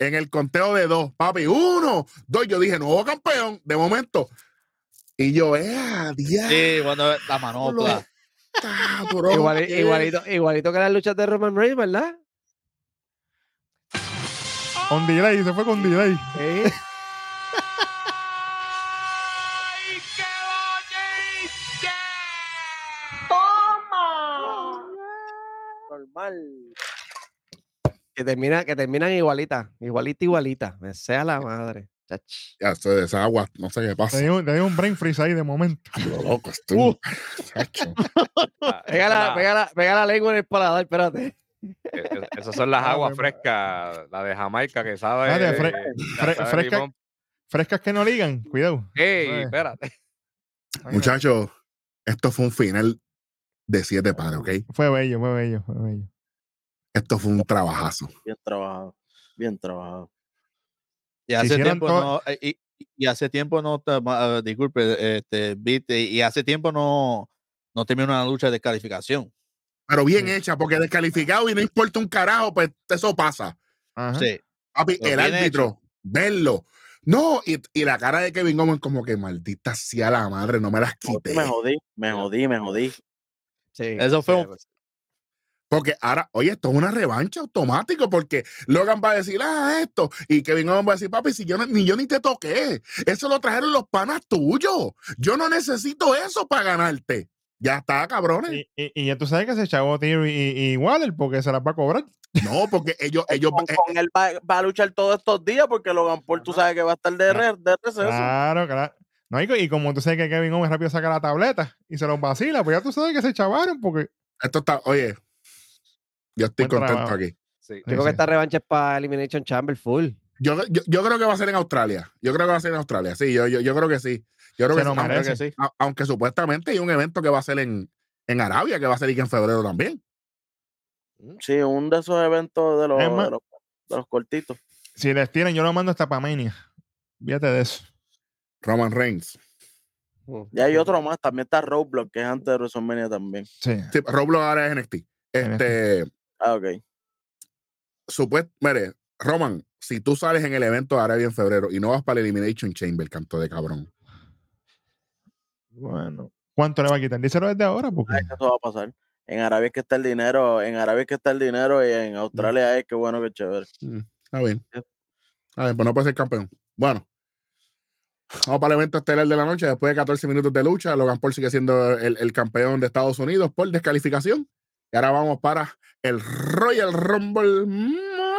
en el conteo de dos, papi, uno, dos, yo dije, nuevo campeón, de momento. Y yo, eh, diablo, Sí, cuando la manopla. cabrón, Igual- qué igualito, igualito que las luchas de Roman Reigns, ¿verdad? Con delay, se fue con delay. Sí. ¡Ay, qué boliche! ¡Toma! Normal. Que, termina, que terminan igualita, igualita, igualita. Me sea la madre. Chach. Ya, estoy de esa agua, no sé qué Te pasa. dio, te dio un brain freeze ahí de momento. Lo loco, estoy. Uh. Chacho. La- Pega la, la- pega la- pega la lengua en el paladar, espérate. e- e- Esas son las Ah, aguas pues, frescas, la de Jamaica que sabe. Ah, de fre- ya fre- sabe fresca- limón. Frescas que no ligan, cuidado. Ey, Ay. espérate. Muchachos, esto fue un final de siete pares, ¿ok? Fue bello, fue bello, fue bello. Esto fue un trabajazo. Bien trabajado. Bien trabajado. Y hace hicieron tiempo todo- no. eh, Y, y hace tiempo no. ta- ma- eh, Disculpe, este, Beat, eh, y hace tiempo no. No terminó una lucha de calificación. Pero bien hecha, porque descalificado y no importa un carajo, pues eso pasa. Ajá. Sí. Papi, Pero el bien árbitro, verlo. No, y, y la cara de Kevin Owens como que maldita sea la madre, no me las quité. Me jodí, me jodí, me jodí. Sí, pues, Eso fue un- Porque ahora, oye, esto es una revancha automático porque Logan va a decir, ah, esto. Y Kevin Owens va a decir, papi, si yo no- ni yo ni te toqué. Eso lo trajeron los panas tuyos. Yo no necesito eso para ganarte. Ya está, cabrones. Y, y- y ya tú sabes que se chavó Theory y, y Waller porque se las va a cobrar. No, porque ellos, ellos, con, eh, con él va, va a luchar todos estos días porque Logan Paul, tú sabes que va a estar de, re- de receso. Claro, claro. No, y, co- y como tú sabes que Kevin Owens rápido saca la tableta y se los vacila, pues ya tú sabes que se chavaron porque. esto está, oye, yo estoy Buen contento trabajo. aquí. Sí. Yo creo Sí, que sí. esta revancha es para Elimination Chamber full. Yo, yo, yo creo que va a ser en Australia. Yo creo que va a ser en Australia. Sí, yo, yo, yo creo que sí. Yo creo Se que, lo sí. merece. Aunque, Creo que sí. a- aunque supuestamente hay un evento que va a ser en, en Arabia, que va a ser y que en febrero también. Sí, un de esos eventos de los, Es más- de los, de los cortitos. Si les tiran, yo lo mando hasta para Mania. Fíjate de eso. Roman Reigns. Y Mm. hay otro más, también está Roblox, que es antes de WrestleMania también. Sí. Sí, Roblox ahora es NXT. Este, Ah, ok. supuesto, mire, Roman, si tú sales en el evento de Arabia en febrero y no vas para el Elimination Chamber, canto de cabrón. Bueno. ¿Cuánto le va a quitar? Díselo desde ahora porque. Ay, que Eso va a pasar. En Arabia es que está el dinero, en Arabia es que está el dinero y en Australia es que bueno, que chévere. Está bien. Está bien, pues no puede ser campeón. Bueno. Vamos para el evento estelar de la noche. Después de 14 minutos de lucha, Logan Paul sigue siendo el, el campeón de Estados Unidos por descalificación. Y ahora vamos para el Royal Rumble masculino.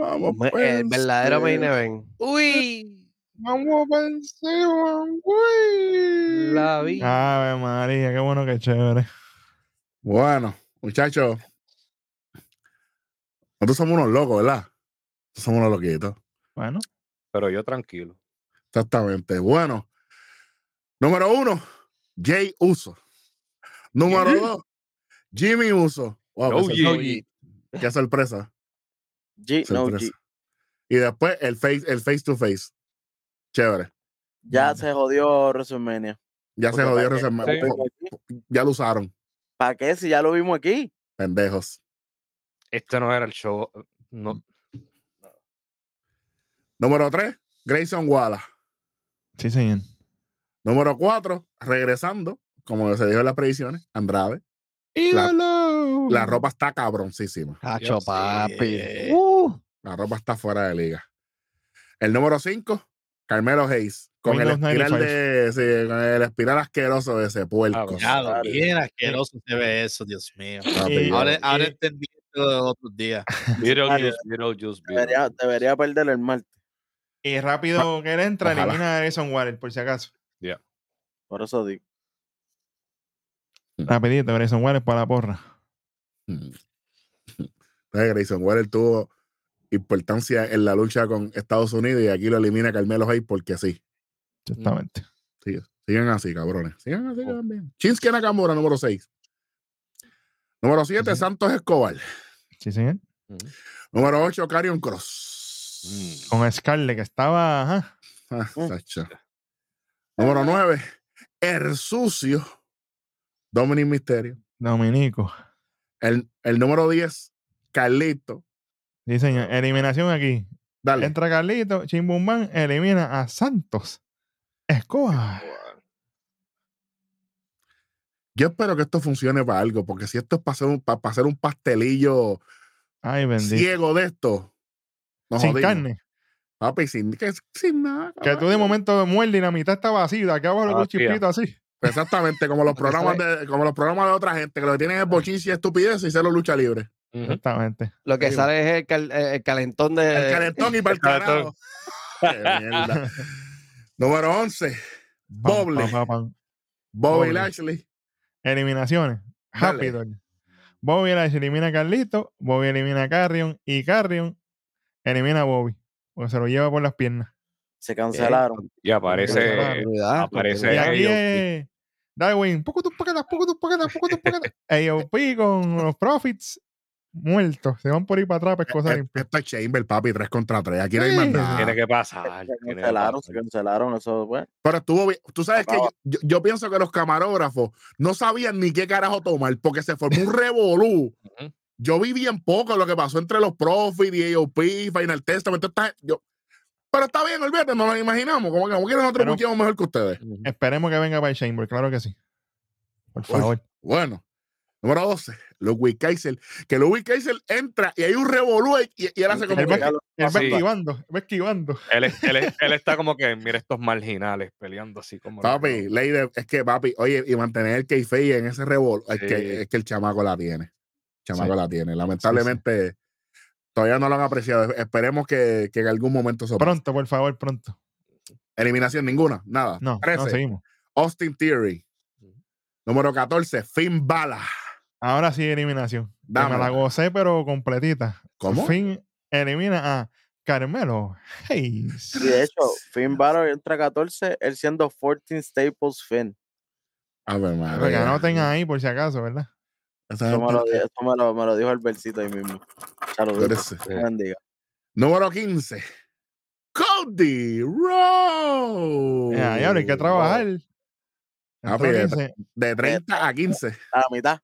Vamos Mm, pues. Me- eh, para El verdadero main ese. event. Uy, Vamos para el segundo, güey. la vi. Ave María, qué bueno que chévere. Bueno, muchachos. Nosotros somos unos locos, ¿verdad? Nosotros somos unos loquitos. Bueno, Pero yo tranquilo. Exactamente. Bueno. Número uno, Jay Uso. Número dos, Jimmy Uso. Wow, qué, No, sorpresa. Jay. Qué sorpresa. G, no sorpresa. G. Y después el face, el face to face. Chévere. Ya se jodió WrestleMania. Ya se Porque jodió para que- reserva- Sí. po- Ya lo usaron, ¿Para qué? Si ya lo vimos aquí. pendejos. Este no era el show. No, Número tres, Grayson Wallace. sí, señor. Número cuatro, regresando, como se dijo en las predicciones, Andrade. ¡Ídolo! La ropa está cabroncísima. Cacho, sí. papi. Eh, Uh, La ropa está fuera de liga. El número 5, Carmelo Hayes. Con el, Windows espiral 95. de, sí, con el espiral asqueroso de ese puerco. bueno. Ya, lo Dale. bien asqueroso se ve eso, Dios mío. Papi, yo- Ahora, eh. ahora entendí lo de los otros días. Beetlejuice, Beetlejuice, Debería, Beetlejuice. debería perder el martes. Y rápido que él entra, Ojalá. elimina a Harrison Waller, por si acaso. Yeah. Por eso digo. Rapidito, Grayson Waller para la porra. Entonces, Grayson Waller tuvo importancia en la lucha con Estados Unidos y aquí lo elimina Carmelo Hayes porque sí. Exactamente. Sí, sigan así, cabrones. Sigan así también. Shinsuke Nakamura, número 6. Número 7, Ujú. Santos Escobar. Sí, señor. Número 8, Carion Cross. Con Scarlett, que estaba. Ajá. Ah, e tacho. Número 9, El Sucio, Dominic Misterio. Dominico. El, el número 10, Carlito. Sí, señor. Eliminación aquí. Dale. Entra Carlito, Chimbumban, elimina a Santos. Escobar. Yo espero que esto funcione para algo, porque si esto es para hacer un, para, hacer un pastelillo Ay, bendito. ciego de esto, nos Sin jodimos. carne. Papi, sin, que- sin nada. Que tú de momento muerdes y la mitad está vacía. De aquí abajo lo que un Ah, tía. chispito así. Exactamente, como los programas de, como los programas de otra gente, que lo que tienen es bochinche y estupidez y se lo lucha libre. Ujú. Exactamente. Lo que Sí. sale es el, cal- eh, el calentón de. El calentón y para el carajo. calentón. Qué mierda. Número 11, Pam, pam, Doble. pam, pam. Bobby Doble. Lashley. Eliminaciones. Dale. Rápido. Bobby Lash elimina a Carlito. Bobby elimina a Carrion. Y Carrion elimina a Bobby. Porque se lo lleva por las piernas. Se cancelaron. Y aparece. Continuidad, aparece Y continuidad. aquí AOP. es Darwin, poco tus paquetas, poco tus paquetas, poco tus paquetas. AOP con los profits muertos. Se van por ahí para atrás, pues cosa Eh, limpia. Esto es Chamber, papi, 3 contra 3. Aquí no hay Sí. más nada. Tiene que Se pasar. tiene que cancelaron, se pasar. cancelaron. Eso, bueno. Pero estuvo bien. Tú sabes que yo, Acababa. yo- yo pienso que los camarógrafos no sabían ni qué carajo tomar porque se formó un revolú. Ujú. Yo vi bien poco lo que pasó entre los Profit y AOP, Final Testament. toda esta- yo- pero está bien, olvídate, no lo imaginamos. Como que como quiera nosotros Pero- buqueamos mejor que ustedes. Esperemos que venga para el Chamber, claro que sí. Por Uy, ah, favor. Bueno, número 12, Ludwig Kaiser. Que Ludwig Kaiser entra y hay un revolú y, y- y él hace como El que- Becky- Él va sí. esquivando, va esquivando. Él, es- él es- él está como que, mira estos marginales peleando así como. Papi, ley de- es que papi, oye, y mantener el keife en ese revolú, es, Sí. que, es que el chamaco la tiene. El chamaco Sí. la tiene. Lamentablemente, todavía no lo han apreciado. Esperemos que, que en algún momento eso pase. Pronto, por favor, pronto. Eliminación ninguna, nada. No, no 13, seguimos. Austin Theory. Número 14, Finn Bala. Ahora sí, eliminación. Que Me la Dámela. gocé, pero completita. ¿Cómo? Fin elimina a Carmelo. Hayes. Y de hecho, Finn Balor entra 14, él siendo 14 Staples Finn. A ver, madre. Porque anoten ahí por si acaso, ¿verdad? Esa Eso me lo, gente- di- eso me lo- me lo dijo Albertito ahí mismo. Saludos. Parece. Dios te bendiga. Número 15, Cody Rhodes. Ya, ya, ahora Eh, hay que trabajar. Uh, Ah, Entró pero- 15. De 30 a 15. A la mitad.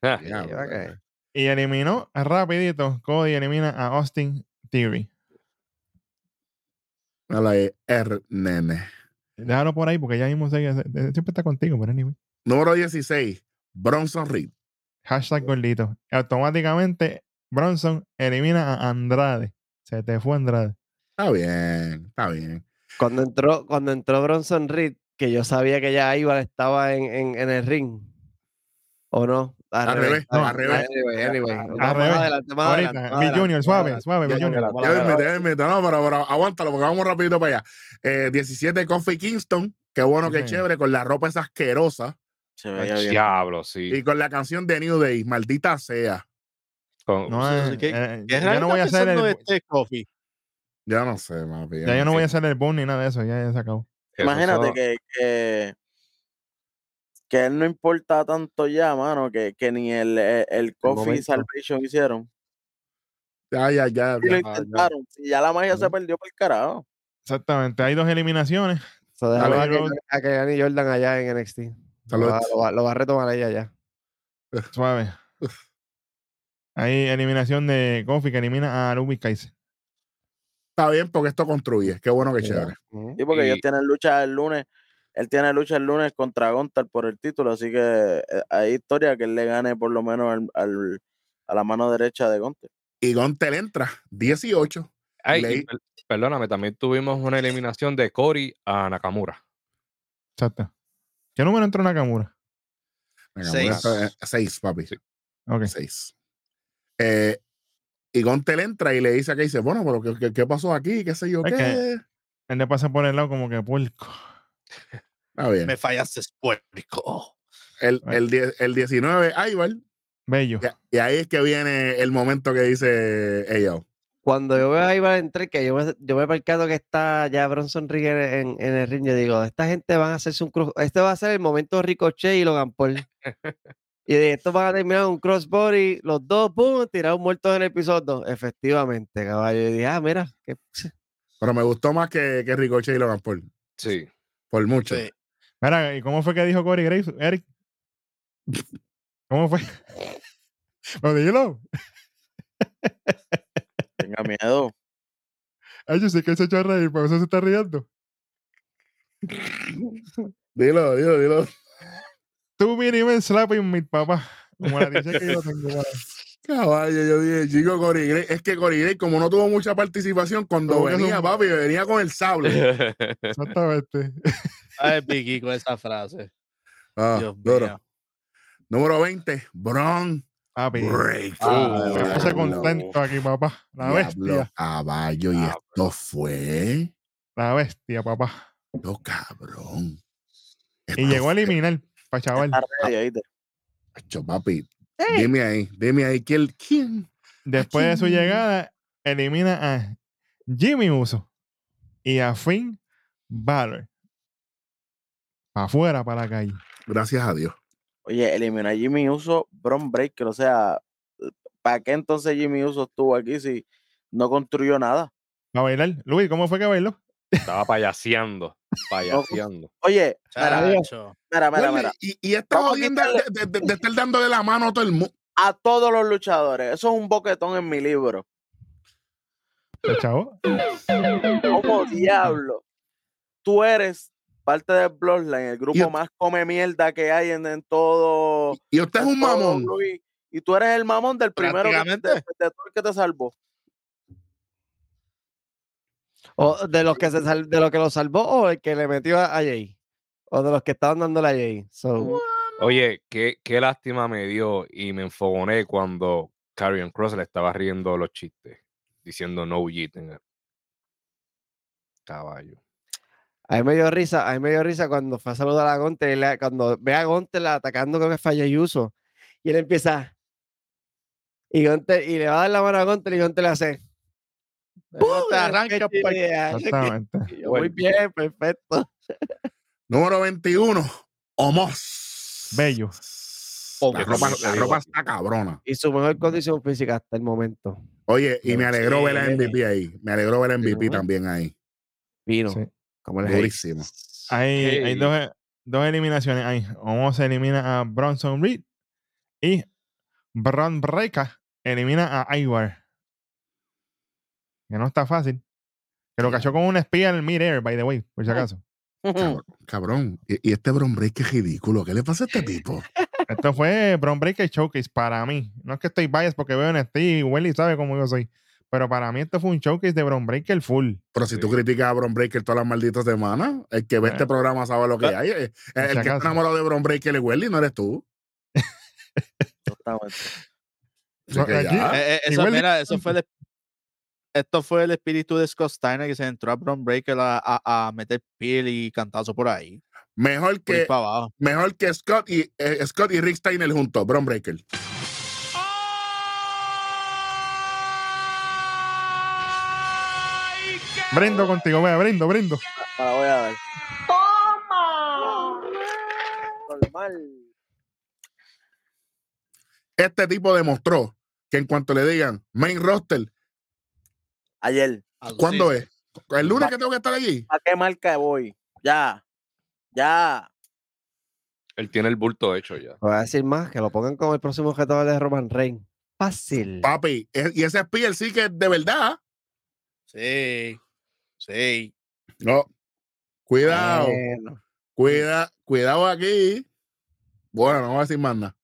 Ah, Ya, Sí, ok. Y eliminó rapidito. Cody elimina a Austin Theory. A la E, R, nene. Déjalo por ahí porque ya mismo sé que se- de- siempre está contigo, pero anyway. Número 16, Bronson Reed. Hashtag gordito. Automáticamente Bronson elimina a Andrade. Se te fue Andrade. Está bien, está bien. Cuando entró, cuando entró Bronson Reed, que yo sabía que ya Ibar estaba en, en, en el ring. ¿O no? Al revés, Ah, no, al revés. Anyway, anyway. Vamos revés. adelante, más Ahorita, adelante, más mi adelante, Junior, más suave, adelante. suave, mi Ya, ya, Junior. Ya mismito, ya mismito. No, pero, pero aguántalo porque vamos rapidito para allá. Eh, 17, Coffee Kingston. Qué bueno, Sí, qué señor. chévere, con la ropa esa asquerosa Se veía bien. Ah, Diablo, sí. y con la canción de New Day, maldita sea. Con- No, Sí, eh, sí, ¿qué- eh, ¿Qué ya no voy a hacer el, este coffee? Ya no sé, papi. ya yo no voy a hacer el boom ni nada de eso. Ya, ya se acabó. eso Imagínate son- que, que, que él no importa tanto ya, mano, que, que ni el, el, el Coffee momento. Salvation hicieron. Ya, ya, ya. Y lo ya. ya. intentaron. si ya la magia se perdió por el carajo. Exactamente. Hay dos eliminaciones. So, déjalo Dale, a que- Rhodes. a que Dani Jordan allá en NXT. Lo Saludos. va, lo va- lo va a retomar ella ya. Suave. Hay eliminación de Kofi que elimina a Ludwig Kaiser. Está bien porque esto construye. Qué bueno, qué chévere. Ujú. Sí, porque ellos Y- tienen lucha el lunes. Él tiene lucha el lunes contra Gontar por el título, así que eh, hay historia que él le gane por lo menos al, al- a la mano derecha de Gontar. Y Gontel entra, 18. Ay, y Ley. per- perdóname, también tuvimos una eliminación de Cory a Nakamura. Exacto. ¿Qué número entró Nakamura? Seis. 6, eh, papi. Sí. Ok. 6. Eh, y Gontel entra y le dice que dice, bueno, pero ¿qué, qué, qué pasó aquí? ¿Qué sé yo Es qué? que- Él le pasa por el lado como que puerco. Está bien. Me fallaste, puerco. El, el, die- el 19, Aibar. Bello. Y, y ahí es que viene el momento que dice ella. Cuando yo veo a Ibar entrar, que yo me, yo me percato que está ya Bronson Reed en, en- en el ring, yo digo, esta gente van a hacerse un cross. Este va a ser el momento Ricochet y Logan Paul. y de esto van a terminar un crossbody, los dos, pum, tirados muertos en el episodio. Efectivamente, caballo. Y dije, ah, mira, qué- Pero me gustó más que, que Ricochet y Logan Paul. Sí. Por mucho. Sí. Mira, ¿y cómo fue que dijo Corey Graves, Eric? ¿Cómo fue? Bueno, dilo. Tenga miedo. Ay, yo sé que él se echó a reír, por eso se está riendo. Dilo, dilo, dilo. Tú mínimo slapping mi papá. Como la dice que yo tengo. mano. Caballo, yo dije, chico, Cory Gray. Es que Cory Gray, como no tuvo mucha participación, cuando Como que es venía, un- papi, venía con el sable. Exactamente. Ay, Biggie con esa frase. Ah, Dios duro. mío. Número 20, Bron Papi. Break. Ah, Me puse contento aquí, papá. La bestia. Caballo, y esto fue. La bestia, papá. Lo cabrón. Y llegó a eliminar, pa' chaval. Está ready, ¿oíste? Acho, papi, dime ahí, dime ahí, ¿quién? quién? Después de su quién? llegada, elimina a Jimmy Uso y a Finn Balor. Pa' afuera, para la calle. Gracias a Dios. Oye, elimina a Jimmy Uso, Bron Breaker. O sea, ¿para qué entonces Jimmy Uso estuvo aquí si no construyó nada? A bailar. Luis, ¿cómo fue que bailó? Estaba payaseando. Payaseando. Oye, mira, Chacho. mira, mira, Bueno, mira. Y, y esta Vamos a jodienda quitarle- de, de- de- de estar dándole la mano a todo el mundo. A todos los luchadores. Eso es un boquetón en mi libro. El chavo. ¿Cómo diablo? Tú eres parte del Bloodline, el grupo Yo- más come mierda que hay en, en todo. Y usted es en un todo mamón. WWE, Y tú eres el mamón del primero que, de, Prácticamente. de todo el que te salvó. o de los que se sal- de los que lo salvó o el que le metió a, a Jay. O de los que estaban dándole a Jay. So, Oye, qué, qué lástima me dio y me enfogoné cuando Carrion Cross le estaba riendo los chistes, diciendo no yeet en el caballo. a mí me dio risa, a mí me dio risa cuando fue a saludar a Gonte, y le- cuando ve a Gonte la atacando creo que fue a Jey Uso, y él empieza y Gonte, y le va a dar la mano a Gonte y Gonte le hace No te "Qué arrancas, puerco. idea". Exactamente. Y yo, Muy bien, perfecto. Número 21, Homos. Bello. La Homos. ropa, Te la digo. ropa está cabrona. Y su mejor condición física hasta el momento. Oye, y Pero me alegró sí, ver la eh, nene. MVP ahí. Me alegró ver la MVP Ujú. también ahí. Vino, Sí. como el hate. Durísimo. Hay, hay Hey. dos, e- dos eliminaciones. Ahí. Uno se elimina a Bronson Reed y Bron Breaker elimina a Ivar. Que no está fácil. Que lo cachó con una espía en el mid-air, by the way, por si acaso. Cabrón. cabrón. Y, y este Bron Break es ridículo. ¿Qué le pasa a este tipo? Esto fue Bron Breaker Showcase para mí. No es que estoy biased porque veo en este y Welly sabe cómo yo soy. Pero para mí esto fue un showcase de Bron Breaker full. Pero si tú Sí. criticas a Bron Breaker todas las malditas semanas, el que ve Bueno. este programa sabe lo que hay. Eh, eh, El, que Eh. si está acaso. enamorado de Bron Breaker es Welly, no eres tú. Totalmente. Así No, que aquí- ya. Eh, eh, eso, Igual de- mira, eso fue el, esto fue el espíritu de Scott Steiner que se entró a Bron Breaker a, a- a meter piel y cantazo por ahí. Mejor Por Pues, ahí que, para abajo. mejor que Scott y eh, Scott y Rick Steiner juntos, Bron Breaker. ¡Ay, qué Brindo contigo, vea, brindo, brindo. Me la voy a dar. ¡Toma! Normal. Este tipo demostró que en cuanto le digan main roster, Ayer, ¿cuándo Alucina. es? ¿El lunes que tengo que estar allí? ¿a qué marca voy? Ya. Ya. Él tiene el bulto hecho ya. Voy a decir más, que lo pongan como el próximo objeto de Roman Reigns. Fácil. Papi, es- y ese Spear sí que es de verdad. Sí, sí. No. Cuidado, Eh. Bueno. cuida, cuidado aquí. Bueno, no voy a decir más nada.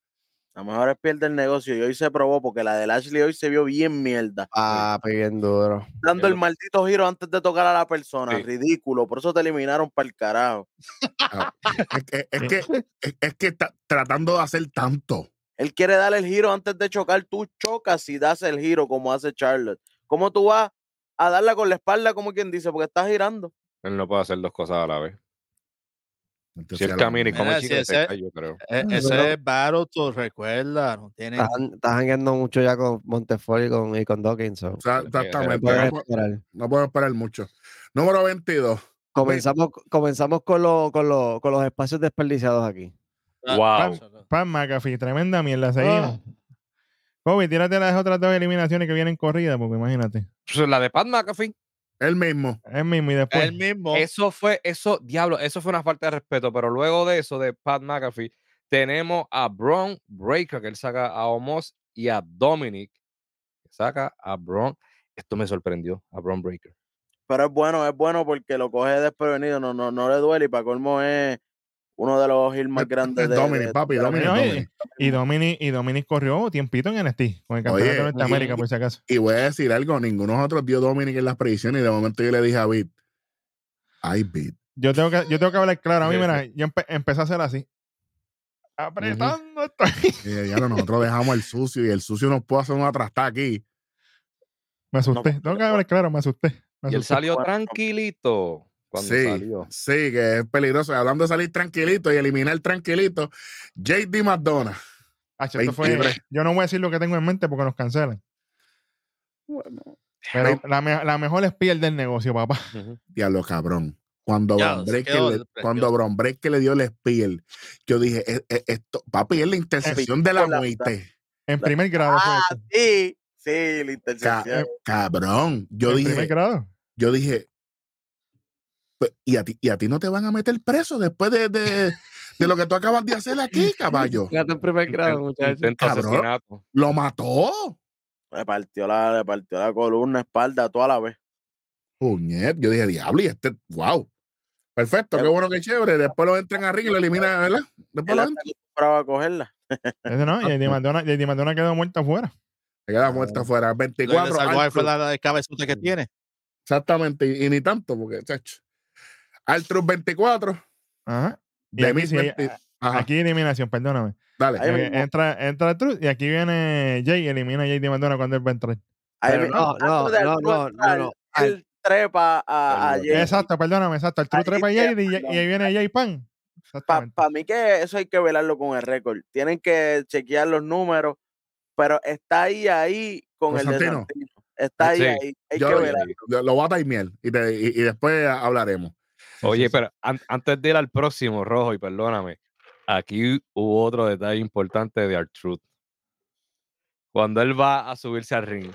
La mejor es piel del negocio y hoy se probó porque la de Lashley hoy se vio bien mierda. Ah, Papi, bien duro. Dando el Pero- maldito giro antes de tocar a la persona. Sí. Ridículo. Por eso te eliminaron para el carajo. Es que, es que, es- es que está tratando de hacer tanto. Él quiere dar el giro antes de chocar. Tú chocas y das el giro como hace Charlotte. ¿Cómo tú vas a darla con la espalda como quien dice? Porque estás girando. Él no puede hacer dos cosas a la vez. Si él el camina y Mira, come si chicle, ese- se cae, yo creo. Ah, E- Mm, Ese pero- es Baruto, recuerda. No tiene, Estás estás jangueando mucho ya con Montefort y con, y con Dawkins. so, Exactamente. puedes No, po- esperar. no podemos esperar mucho. Número 22. Comenzamos, comenzamos con, lo- con, lo- con los espacios desperdiciados aquí. Wow. Pan McAfee, tremenda mierda, seguimos. Kobe, tírate las otras dos eliminaciones que vienen corridas, porque imagínate. Eso es La de Pat McAfee, El mismo. Es mismo y Pues, después. el mismo. eh, eso fue, eso, diablo, eso fue una falta de respeto. Pero luego de eso, de Pat McAfee, tenemos a Braun Breaker, que él saca a Omos, y a Dominic, que saca a Braun. Esto me sorprendió, a Braun Breaker. Pero es bueno, es bueno porque lo coge desprevenido, no, no, no le duele y para colmo es uno de los Eh, hills más Es- grandes es de, eh, Dominic, de- papi, de la Dominic, liga. Oye, Dominic. Y Dominic, y Dominic corrió tiempito en NXT con el campeonato Oye, de Norteamérica, por si acaso. Y voy a decir algo. Ninguno de nosotros dio Dominic en las predicciones y de momento yo le dije a Bit. Ay, Bit. Yo tengo que, yo tengo que hablar claro. A mí, Sí, mira, yo empe- empecé a hacer así. Apretando estoy. Eh, ya lo- nosotros dejamos el sucio y el sucio nos puede hacer una trastada aquí. Me asusté. No, tengo que hablar claro, me asusté. Me Y él asusté. salió Bueno. tranquilito cuando sí, salió. sí, que es peligroso. Hablando de salir tranquilito y eliminar tranquilito, JD McDonough. Hacho, Ah, esto fue- 23. yo no voy a decir lo que tengo en mente porque nos cancelan. Pero la, me- la mejor espía del negocio, papá. Ujú. Diablo, cabrón. Cuando Ya, Bron se Breaker quedó le, precioso. cuando Bron Breaker le dio el spiel, yo dije, "E- e- esto, papi, es la intersección de la con la- muerte. En primer grado fue Ah, esto. sí, sí, eh, la Ca- intersección. cabrón. Yo en dije, primer grado. yo dije, "Pe- y a ti, y a ti no te van a meter preso después de, de, de lo que tú acabas de hacer aquí, caballo. Gato en primer grado, Inten- muchachos. Intento Cabrón. asesinato. Lo mató. Le partió la, le partió la columna, espalda, toda la vez. Puñet. Yo dije, diablo, y este, wow. Perfecto, qué bueno, qué chévere. Después lo entran a ring y lo eliminan, ¿verdad? Después Él lo está entran. acostumbrado a cogerla. Ese no, y JD Madonna, JD Madonna quedó muerta afuera. Se queda muerta afuera. Lo que le 24. salvó ahí fue Arthur. la, la cabezota que tiene. Exactamente, y, y ni tanto, porque, chacho. Altrus 24, Ajá. Y de aquí, sí, 20. a- Ajá, aquí eliminación, perdóname. dale. Ahí Eh, mismo. entra, entra Truth y aquí viene Jay, elimina a JD Madonna cuando él va a entrar. Ahí Pero vi- no, no, antes de no, Arturo no, no, entrar, no. Él trepa a, a Ahí Jay. Exacto, perdóname, exacto. El Truth Ahí trepa a te- Jay y, y ahí viene Jay Pan. Para Exactamente. mí que eso hay que velarlo con el récord. Tienen que chequear los números, pero está ahí, ahí con Con el de Santino. Santino. Está ahí, Sí. ahí. Hay Yo que lo, velarlo. lo- lo voy a timear y, te- y- y después ah, hablaremos. Oye, pero an- antes de ir al próximo, Rojo, y perdóname, aquí hubo otro detalle importante de R-Truth. Cuando él va a subirse al ring,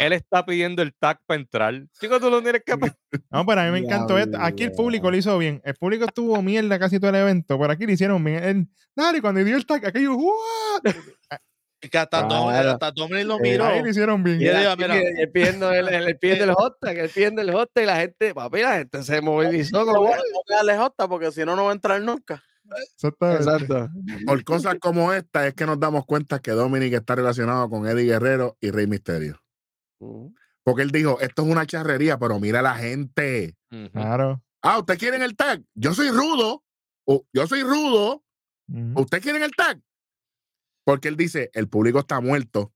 él está pidiendo el tag para entrar. Chico, tú lo tienes que pedir. No, pero a mí me encantó esto. Aquí el público lo hizo bien. El público estuvo mierda casi todo el evento, pero aquí lo hicieron bien. Él- dale, cuando dio el tag, aquello, ¡guau! Y que hasta, Ah, Dom- bueno. hasta Dominic lo Eh, miró. Ahí lo hicieron bien. Y él dijo, mira, Y él pidiendo el, el, el pidiendo el hot tag, el pidiendo el hot tag, y la gente, papi, la gente se movilizó Pero con bueno, no te alejes, Jota, porque si no, no va a entrar nunca. Exactamente. Exacto. Por cosas como esta es que nos damos cuenta que Dominic está relacionado con Eddie Guerrero y Rey Misterio. Porque él dijo, esto es una charrería, pero mira la gente. Claro. Ah, ¿ustedes quieren el tag? Yo soy rudo. Oh, yo soy rudo. Ujú. ¿Ustedes quieren el tag? Porque él dice, el público está muerto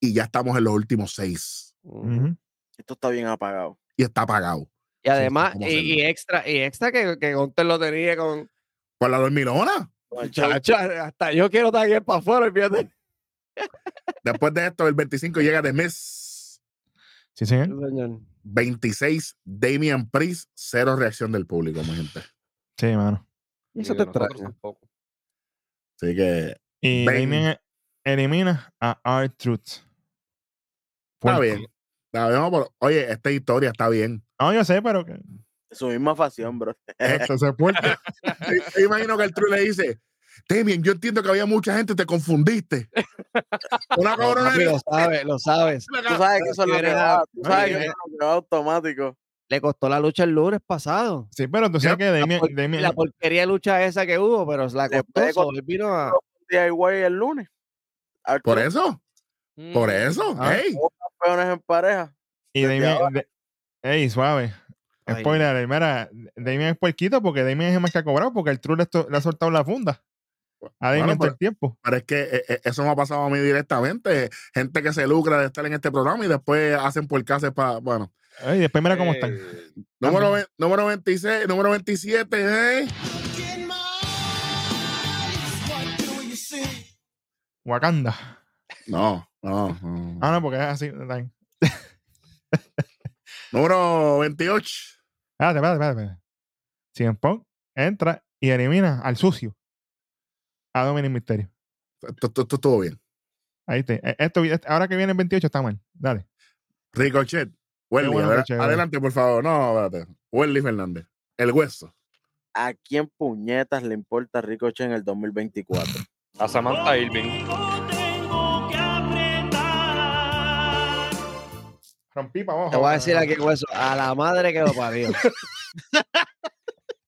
y ya estamos en los últimos seis. Ujú. Esto está bien apagado. Y está apagado. Y además, cómo y, y extra, y extra que, que Gunter lo tenía con. Con Pues la dormilona. Con el show. Chacha, eh, hasta yo quiero estar para afuera, fíjate. Después de esto, el 25 llega de mes. Sí, señor. Señor. 26, Damian Priest, cero reacción del público, mi gente. Sí, mano. Y eso te extraña. Así que Y Ben. Damien elimina a R-Truth. está Puerco. bien. Está bien, pero, oye, esta historia está bien. No, yo sé, pero que. Su misma facción, bro. Exacto, ese puerco. Yo imagino que el True le dice, Damian, yo entiendo que había mucha gente, te confundiste. Una cabrona Papi, de- lo sabes, lo sabes. Tú sabes que eso es lo que Quieres va. a- Tú sabes que eh. Oye, eso es lo que va automático. Le costó la lucha el lunes pasado. Sí, pero tú sabes que Damien. por- Damien- La porquería de lucha esa que hubo, pero la Le costó. puede so, él vino a. DIY el lunes. Arturo, Por eso, por Mm. eso. Ah. hey. campeones en pareja. Y Desde Damien. ahora. de- Ey, suave. Ay, Spoiler, mira, Damien es puerquito porque Damien es el más que ha cobrado porque el True le, to- le ha soltado la funda. A Damien Bueno, todo pero- el tiempo. Pero es que eh, eh, eso me ha pasado a mí directamente. Gente que se lucra de estar en este programa y después hacen por casa para. Bueno, Ay, después mira cómo están. Eh, Número, ve- número 26, número 27, ¿eh? Wakanda. No, no. no. Ah, no, porque es así. está bien. Número 28. Espérate, espérate, espérate, espérate. CM Punk entra y elimina al sucio. A Dominic Misterio. Esto, esto- esto estuvo bien. Ahí está. Eh, Esto, esto- ahora que viene el 28 está mal. Dale. Ricochet. Welly, bueno, adela- Ricochet. adelante, por favor. No, espérate. Welly Fernández. El hueso. ¿A quién puñetas le importa Ricochet en el 2024? a Samantha Irving. Rompí para abajo. Te voy a decir aquí, hueso, a la madre que lo parió.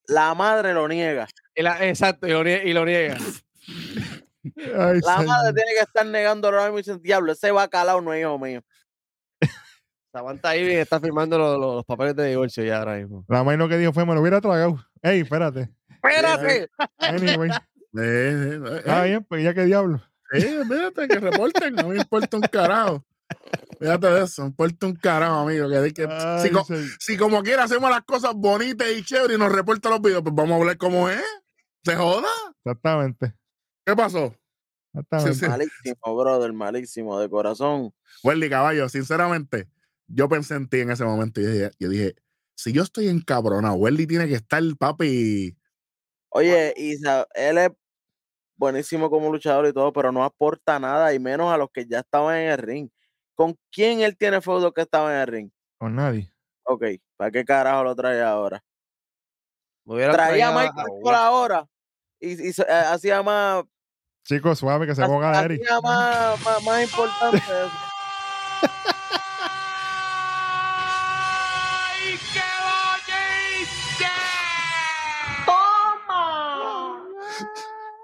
La madre lo niega. Y la- exacto, y lo, nie- y lo niega. Ay, La señor. madre tiene que estar negando ahora mismo y dice, diablo, ese bacalao no es hijo mío. Samantha Irving está firmando lo- lo- los papeles de divorcio ya ahora mismo. La main lo que dijo fue, me lo hubiera tragado. Ey, espérate. ¡Espérate! Anyway. Eh, eh, eh, Está bien, pues ya que diablo. eh, espérate, que reporten. No me importa un carajo. Fíjate de eso. Me importa un carajo, amigo. Que, que, Ay, si, co- señor. si como quiera hacemos las cosas bonitas y chéveres y nos reportan los videos, pues vamos a hablar cómo es. ¿Se joda? Exactamente. ¿Qué pasó? Exactamente. Ah, Sí. Malísimo, brother, malísimo, de corazón. Welly Caballo, sinceramente, yo pensé en ti en ese momento y dije- yo dije, si yo estoy encabronado, Welly tiene que estar, papi. Oye, Isa, él es buenísimo como luchador y todo, pero no aporta nada, y menos a los que ya estaban en el ring. ¿Con quién él tiene feudo que estaba en el ring? Con nadie. Ok, ¿para qué carajo lo trae ahora? Me hubiera Traía a traído a- Michael Cole ahora y, y se- eh, hacía más, Chico, suave que se aboga a Eric. hacía más, más, más importante. eso. ¡Ay, qué bonito! ¡Toma!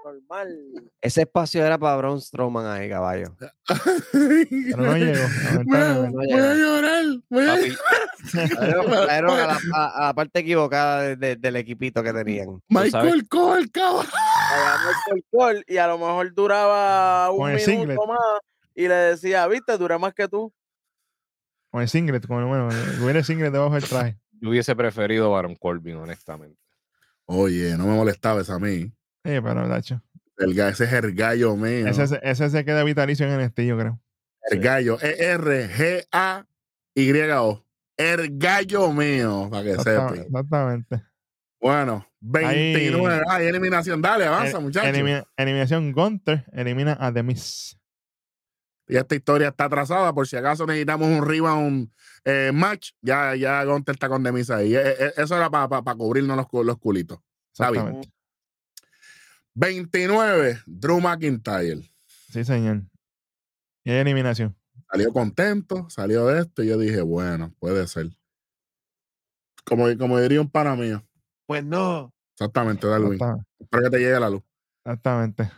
Normal. Ese espacio era para Braun Strowman ahí, caballo. Pero no eh, llegó. voy, a, lamentablemente. voy pues, a llorar. voy a- Papi, Trajeron trajeron a la, a- a la parte equivocada de- de- del equipito que tenían. sabes- Michael Cole, cabrón. Traía a Michael Cole y a lo mejor duraba un Con el minuto singlet. más y le decía, viste, duré más que tú. Con el singlet, con bueno, hubiera el singlet debajo del traje. yo hubiese preferido Baron Corbin, honestamente. Oye, no me molestaba esa a mí. Eh, pero, Nacho. El, ga- ese es el gallo mío. Ese, se- ese se queda vitalicio en el estillo, creo. El gallo. E E-R-G-A-Y-O. El gallo mío, para que Exacta- sepa. Exactamente. Bueno, 29. Ay, eliminación. Dale, avanza, El- muchachos. elimina- eliminación Gunter elimina a The Miz. Y esta historia está atrasada. Por si acaso necesitamos un rebound eh, match, ya, ya Gunter está con Demisa ahí. E- e- Eso era para cubrirnos los, cu- los culitos. Está bien. Exactamente. 29, Drew McIntyre. Sí, señor. Y hay eliminación. Salió contento, salió de esto. Y yo dije, bueno, puede ser. Como, como diría un pana mío. Pues no. Exactamente, Darwin. Exacta- Espero que te llegue la luz. Exactamente.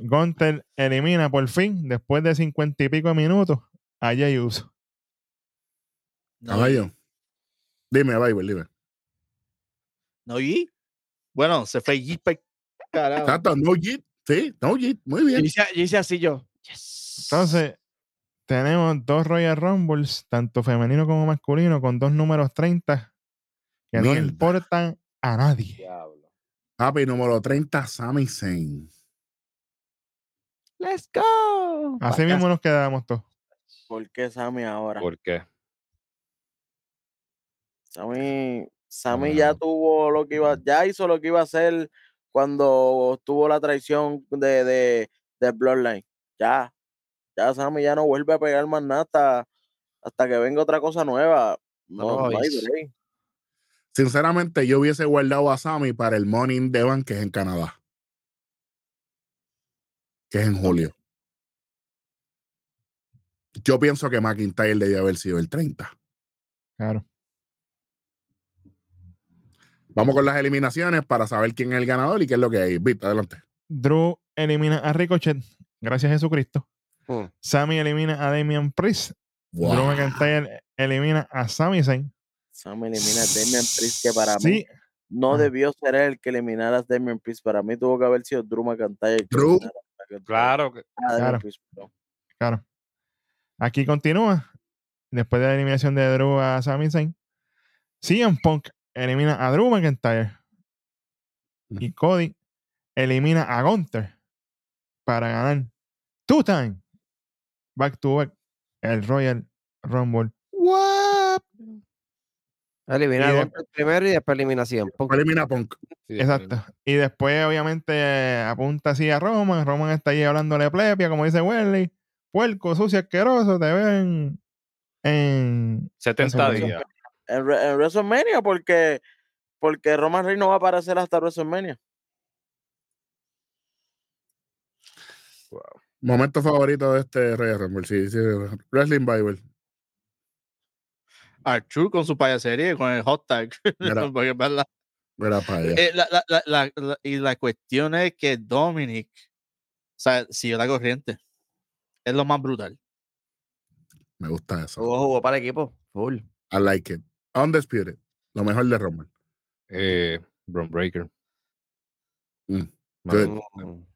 Gunter elimina por fin, después de cincuenta y pico de minutos, a Jay Uso. No, Caballo. Dime, Bible, dime. no, y bueno, se fue Jeep pa'l carajo. Exacto, no JIT. Sí, no JIT. Muy Yo bien. hice, yo hice así yo. Yes. Entonces, tenemos dos Royal Rumbles, tanto femenino como masculino, con dos números 30 que no Mierda. importan a nadie. Diablo. Happy número 30, Sami Zayn. Let's go. Así mismo nos quedamos todos. ¿Por qué Sammy ahora? ¿Por qué? Sammy, Sammy ya tuvo lo que iba, ya hizo lo que iba a hacer cuando tuvo la traición de, de, de Bloodline. Ya, ya Sammy ya no vuelve a pegar más nada hasta, hasta que venga otra cosa nueva. No, no hay Nice. break. Sinceramente, yo hubiese guardado a Sammy para el Morning in the Bank, que es en Canadá. Que es en julio. Yo pienso que McIntyre debía haber sido el 30. Claro. Vamos con las eliminaciones para saber quién es el ganador y qué es lo que hay. Viste, adelante. Drew elimina a Ricochet, gracias a Jesucristo. Hmm. Sammy elimina a Damian Priest. Wow. Drew McIntyre elimina a Sami Zayn. Sammy elimina a Damian Priest, que para mí Sí, no Ah. debió ser el que eliminara a Damian Priest. Para mí tuvo que haber sido Drew McIntyre. el que Drew. eliminara a Ah, Damian Claro que Priest. Claro. Aquí continúa. después de la eliminación de Drew a Sami Zayn, CM Punk elimina a Drew McIntyre y Cody elimina a Gunther para ganar two time back to back el Royal Rumble. What? Elimina Y a de- Gunther primero y después eliminación. Fue Elimina a Punk. Sí, Exacto. Y después, obviamente, apunta así a Roman. Roman está ahí hablándole plepia, como dice Welly. Puerco, sucio, asqueroso, te ven en... 70 Eso es días. En, Re- en WrestleMania, porque, porque Roman Reigns no va a aparecer hasta WrestleMania. Momento favorito de este Royal Rumble. Sí, sí. Wrestling Bible. Arthur con su payasería y con el hot tag. Mira, Porque, es verdad. mira para allá. Eh, la- la- la- la- la- y la cuestión es que Dominic o sea, siguió la corriente. Es lo más brutal. Me gusta eso. Jugó, jugó para el equipo. Full. I like it. Undisputed. Lo mejor de Rumble. Eh, Bron Breaker. Mm, Mano, Mm.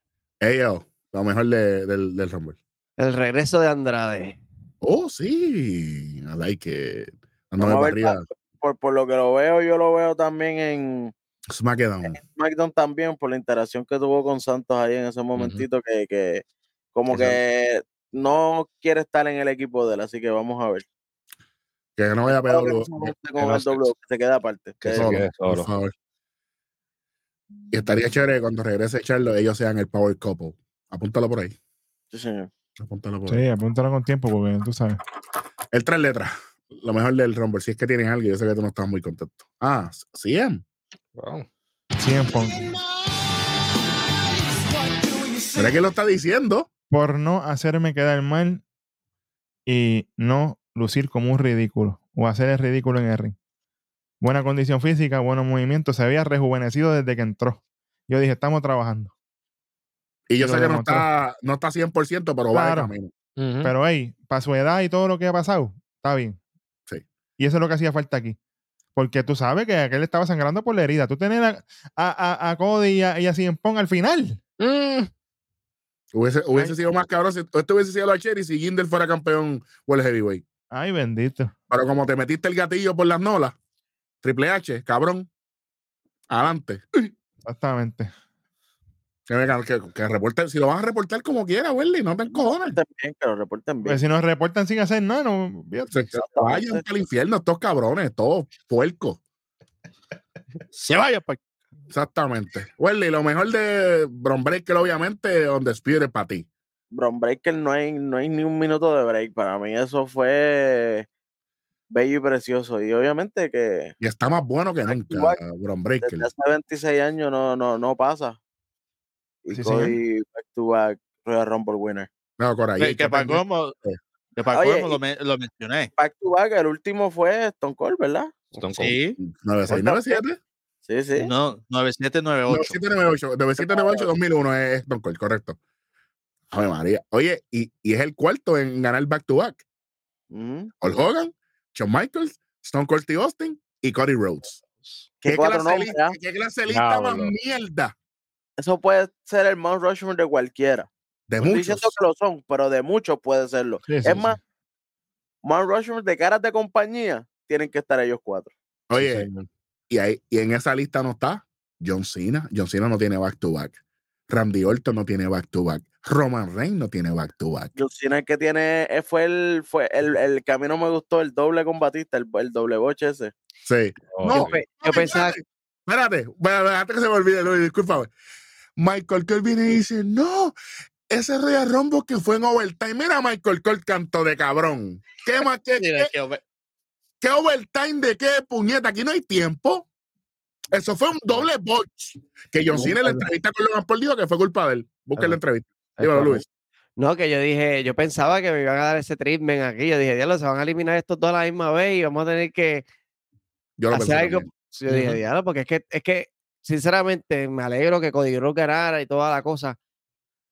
AO. Lo mejor de- del, del Rumble. El regreso de Andrade. Oh, sí. I like it. Andame Vamos a para ver, arriba. Por, por lo que lo veo, yo lo veo también en SmackDown. Eh, SmackDown también, por la interacción que tuvo con Santos ahí en ese momentito, que, que como que no quiere estar en el equipo de él, así que vamos a ver. Que no vaya a pegar Espero que no lo- se lo- moleste que con eh, no el se- doble, que se queda aparte. Eh, que que- se solo, quede por solo. favor. Y estaría chévere cuando regrese Charlo, ellos sean el Power Couple. Apúntalo por ahí. sí, señor. Apúntalo por ahí. Sí, apúntalo con tiempo porque tú sabes. El tres letras. Lo mejor del Rumble. Si es que tienes algo, yo sé que tú no estás muy contento. Ah, CM. Wow. CM Punk. Mira que lo está diciendo. Por no hacerme quedar mal y no lucir como un ridículo o hacer el ridículo en el ring. Buena condición física, buenos movimientos. Se había rejuvenecido desde que entró. Yo dije, estamos trabajando. Y yo Lo sé que no demostró. está, no está 100%, pero va de Claro. camino. Ujú. Pero hey, para su edad y todo lo que ha pasado, está bien. Sí. Y eso es lo que hacía falta aquí. Porque tú sabes que aquel estaba sangrando por la herida. Tú tenías a, a, a- a Cody y a, y a CM Punk al final. Mm. Hubiese, hubiese sido más cabrón si esto hubiese sido la Cherry si Jinder fuera campeón World Heavyweight. Ay, bendito. Pero como te metiste el gatillo por las nolas, Triple H, cabrón, adelante. Exactamente. Que, venga, que, que reporte- si lo vas a reportar como quiera, Welly, no te encojones. Reporten bien, que lo reporten bien. Porque Pues si nos reportan sin hacer nada, no. fíjate. Se, se vayan al infierno estos cabrones, todos puercos. Se vaya pa' Exactamente. Welly, lo mejor de Bron Breaker, obviamente, on the spirit para ti. Bron Breaker no hay, no hay ni un minuto de break. Para mí eso fue bello y precioso. Y obviamente que Y está más bueno que Back to nunca, back. Bron Breaker. desde hace 26 años no, no, no pasa. Y Sí, señor. Cody back to back Royal Rumble winner. No, Coray, Que, que Eh. ¿qué para tal? colmo- Sí. que para Oye, colmo y- lo, men- lo mencioné. Back to back, el último fue Stone Cold, ¿verdad? Stone Cold. Sí, 96, 97, Sí, sí. no, 9798. 97, 98, 97, 98, 2001 es Don Cole, correcto. Ave María. Oye, y, y es el cuarto en ganar back to back. Ujú. Hulk Hogan, Shawn Michaels, Stone Cold Steve Austin y Cody Rhodes. ¿Qué cuatro clase nombres, lista- ah? qué clase lista más Diablo. mierda? Eso puede ser el Mount Rushmore de cualquiera. De No estoy diciendo muchos. que lo son, pero de muchos puede serlo. Sí, sí, es sí. más, Mount Rushmore de caras de compañía tienen que estar ellos cuatro. Oye, y, ahí- y en esa lista no está John Cena. John Cena no tiene back to back. Randy Orton no tiene back to back. Roman Reigns no tiene back to back. John Cena el que tiene eh, fue el fue el, el que a mí no me gustó el doble con Batista, el, el doble boche ese. Sí. Oh, No, Yo, sí. pe- yo pensaba Espérate, espérate, espérate, espérate que se me olvide, Luis, discúlpame. Michael Cole viene y dice, no, ese Royal Rumble que fue en overtime. Mira, Michael Cole, canto de cabrón. ¿Qué más que Mira, que ob- ¿Qué overtime de qué puñeta? Aquí no hay tiempo. Eso fue un doble botch. Que John Cena en la entrevista con Logan Paul dijo que fue culpa de él. Busca Ah. la entrevista. Es Dímelo, Luis. No, que yo dije, yo pensaba que me iban a dar ese treatment aquí. Yo dije, diablo, se van a eliminar estos dos a la misma vez y vamos a tener que Yo lo hacer pensé. algo. también. Yo dije, Ujú. diablo, porque es que, es que, sinceramente, me alegro que Cody Rhodes ganara y toda la cosa.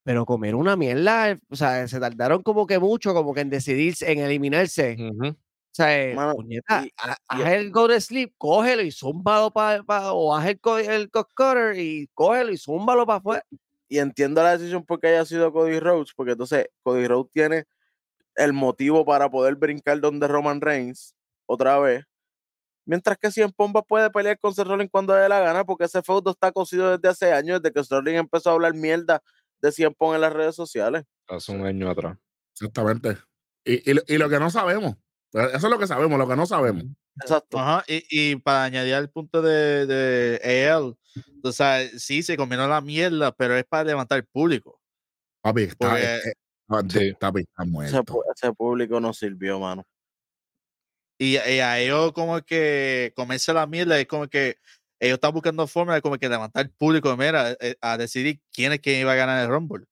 Pero comer una mierda, eh, o sea, se tardaron como que mucho, como que en decidirse, en eliminarse. Ujú. O sea, eh, Mano, puñeta, y- ha- y- haz el go to sleep, cógelo y zúmbalo para, o haz el, co- el cock cutter y cógelo y zúmbalo para afuera. Y entiendo la decisión porque haya sido Cody Rhodes, porque entonces Cody Rhodes tiene el motivo para poder brincar donde Roman Reigns otra vez. Mientras que Cien Pomba puede pelear con Seth Rollins cuando dé la gana, porque ese feudo está cocido desde hace años, desde que Seth Rollins empezó a hablar mierda de Cien Pong en las redes sociales. Hace un año atrás. Exactamente. Y, y lo- y lo que no sabemos. eh, Eso es lo que sabemos, lo que no sabemos. Exacto. Ajá, y, y para añadir al punto de, de él, o sea, sí, se combinó la mierda, pero es para levantar público. Papi, está, Porque- eh, eh, Sí. papi, está Ese, muerto. pu- ese público no sirvió, mano. Y, y a ellos como que comerse la mierda, es como que ellos están buscando formas de como que levantar público, mira, eh, a decidir quién es quien iba a ganar el Rumble.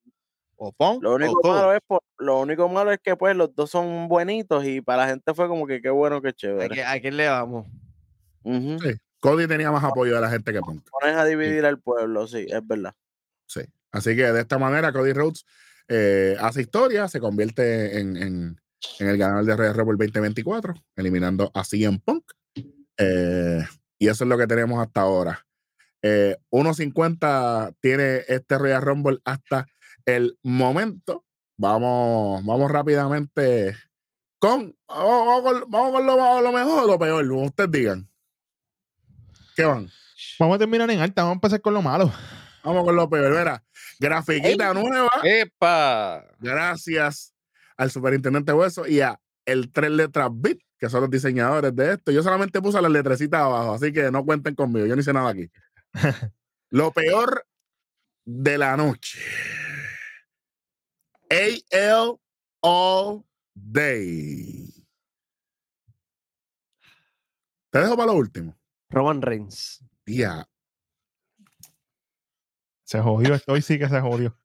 O Punk Lo único, o Cole. malo es, po- lo único malo es que pues los dos son buenitos y para la gente fue como que qué bueno, qué ¿A, chévere. qué- a quién le vamos? Ujú. Cody tenía más apoyo de la gente que Punk. Pones a dividir al pueblo, sí, es verdad. Sí. Así que de esta manera, Cody Rhodes eh, hace historia, se convierte en, en- en el ganador de Royal Rumble 2024, eliminando a CM Punk. Eh, y eso es lo que tenemos hasta ahora. Eh, 1.50 tiene este Royal Rumble hasta el momento. Vamos, vamos rápidamente con. Vamos, vamos con- vamos con lo, lo mejor o lo peor, como ustedes digan. ¿Qué van? Vamos a terminar en alta, vamos a empezar con lo malo. Vamos con lo peor. Mira, grafiquita nueva. ¡Epa! Gracias al superintendente Hueso y a el tres letras bit, que son los diseñadores de esto. Yo solamente puse las letrecitas abajo, así que no cuenten conmigo. Yo no hice nada aquí. Lo peor de la noche. AL All Day. Te dejo para lo último. Roman Reigns. Tía, Se jodió, estoy sí que se jodió.